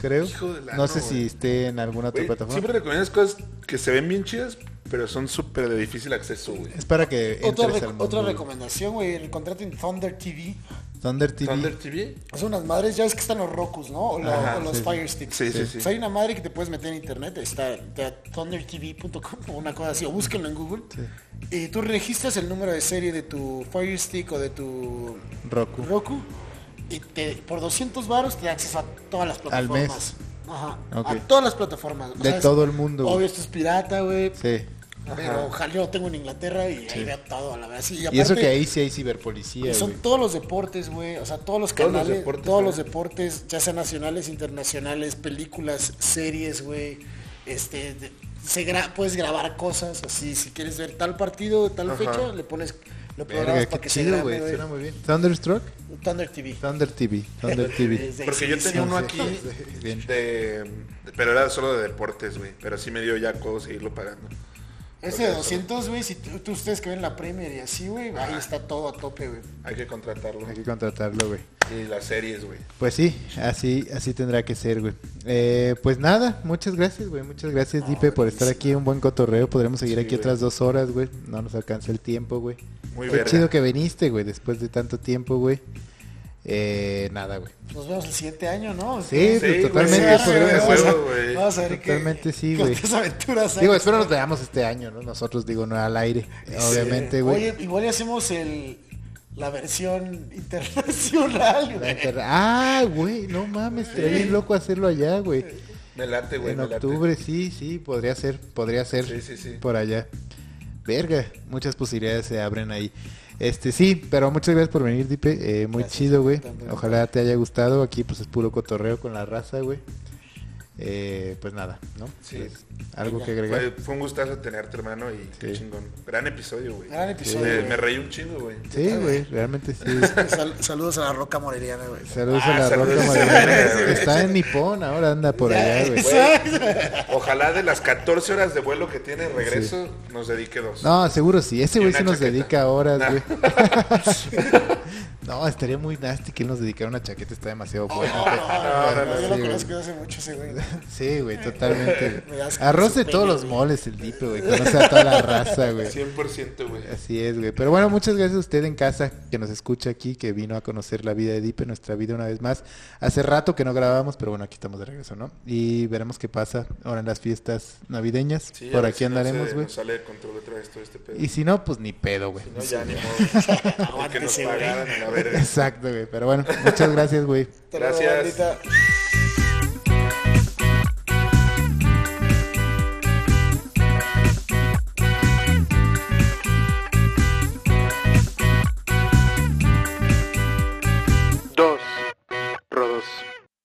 creo.
Hijo de la
no sé
no,
si
güey.
esté en alguna otra
Güey,
plataforma.
Siempre recomiendas cosas que se ven bien chidas, pero son súper de difícil acceso, güey.
Es para que entres
Otra,
al
rec-
mundo,
otra
güey.
recomendación, güey, el contrato en Thunder TV.
Thunder TV.
¿Thunder TV?
Son unas madres, ya ves que están los Rokus, ¿no? O, la-
Ajá,
o los
sí, sí.
Fire Sticks.
Sí, sí, sí.
O sea, hay una madre que te puedes meter en internet, está de thundertv.com o una cosa así, o búsquenlo en Google. Y tú registras el número de serie de tu Fire Stick o de tu
Roku.
Roku y te, por 200 varos te da acceso a todas las plataformas.
mes.
Ajá.
Ok.
A todas las plataformas.
De todo el mundo, güey.
Obvio, esto es pirata, güey.
Sí.
Pero ojalá yo lo tengo en Inglaterra y ahí veo todo, a la verdad. Sí, y,
Y eso
aparte-
que ahí sí hay ciberpolicía,
y son
güey.
todos los deportes, güey. O sea, todos los
Todos los
canales, todos los deportes,
deportes, güey.
ya sean nacionales, internacionales, películas, series, güey. Este, de- se gra- puedes grabar cosas así. Si quieres ver tal partido, tal
Ajá.
fecha, le pones, lo programas
Verga,
para
qué
que se
chido, güey.
grabe, güey.
Suena muy bien. Thunderstruck.
Thunder TV.
Thunder TV. Thunder TV.
Desde
Porque yo
exhibición.
tenía uno
sí,
aquí
sí, bien.
de... Pero era solo de deportes, güey. Pero sí me dio ya codo seguirlo pagando.
Ese de 200, güey, si tú, tú ustedes que ven la Premier y así, güey, ahí está todo a tope, güey.
Hay que contratarlo.
Hay que contratarlo, güey.
Y las series, güey.
Pues sí, así, así tendrá que ser, güey. Eh, pues nada, muchas gracias, güey. Muchas gracias, Dipe, por estar aquí. Un buen cotorreo. Podremos seguir
Sí,
aquí
güey.
otras dos horas, güey. No nos alcanza el tiempo, güey.
Muy
Qué
verga.
chido que viniste, güey, después de tanto tiempo, güey. Eh, nada, güey.
Nos vemos el siguiente año, ¿no?
Sí, pues,
güey,
totalmente
sí,
podremos
güey,
hacer-
huevo, güey.
Vamos a ver qué-
Totalmente sí,
qué
güey.
otras aventuras hay.
Digo, espero nos veamos este año, ¿no? Nosotros, digo, no al aire, obviamente, güey.
Oye, igual ya hacemos el, la versión internacional,
La
güey.
inter- Ah, güey, no mames, estaría bien loco hacerlo allá, güey.
Me late, este, güey.
en
me late.
octubre, sí, sí, podría ser, podría ser
Sí, sí, sí.
por allá. Verga, muchas posibilidades se abren ahí. Este, sí, pero muchas gracias por venir, Dipe. eh, muy
Gracias,
chido, güey.
también.
Ojalá te haya gustado. Aquí, pues, es puro cotorreo con la raza, güey. Eh, pues nada, ¿no?
Sí.
Pues, Algo que agregar.
Fue, fue un gustazo tenerte, hermano, y qué
Sí.
chingón. Gran episodio, güey.
Gran episodio,
Me,
güey.
me reí un chingo, güey.
Sí, güey, realmente sí.
Sal- saludos a la Roca Moreliana, güey.
Saludos
Ah,
a la
saludos.
roca Mariana. Está en Nippon, ahora anda por allá, güey.
Ojalá de las 14 horas de vuelo que tiene regreso, nos dedique dos.
No, seguro sí. Ese
Y
güey
una
se nos
chaqueta.
dedica horas,
Nah.
güey. no, estaría muy nasty que él nos dedicara una chaqueta. Está demasiado
No,
bueno.
no, no, no, yo lo
Sí,
conozco
güey.
desde hace mucho ese güey.
Sí, güey, totalmente.
Me das
Arroz de
su
todos
pene,
los
güey.
moles, el dipe, güey. Conoce a toda la raza, güey.
100%, güey.
Así es, güey. Pero bueno, muchas gracias a usted en casa que nos escucha aquí, que vino a conocer la vida de Dipe, nuestra vida una vez más. Hace rato que no grabamos, pero bueno, aquí estamos de regreso, ¿no? Y veremos qué pasa ahora en las fiestas navideñas.
Sí, a
Por
ver si
aquí
no se-
andaremos, güey.
nos sale de control otra vez todo este pedo.
Y si no, pues ni pedo, güey.
Si no, ya ni modo. Como que nos
Aguántese, güey.
pagaran a la verga.
Exacto, güey. Pero bueno, muchas gracias, güey.
Hasta luego,
Gracias.
bandita.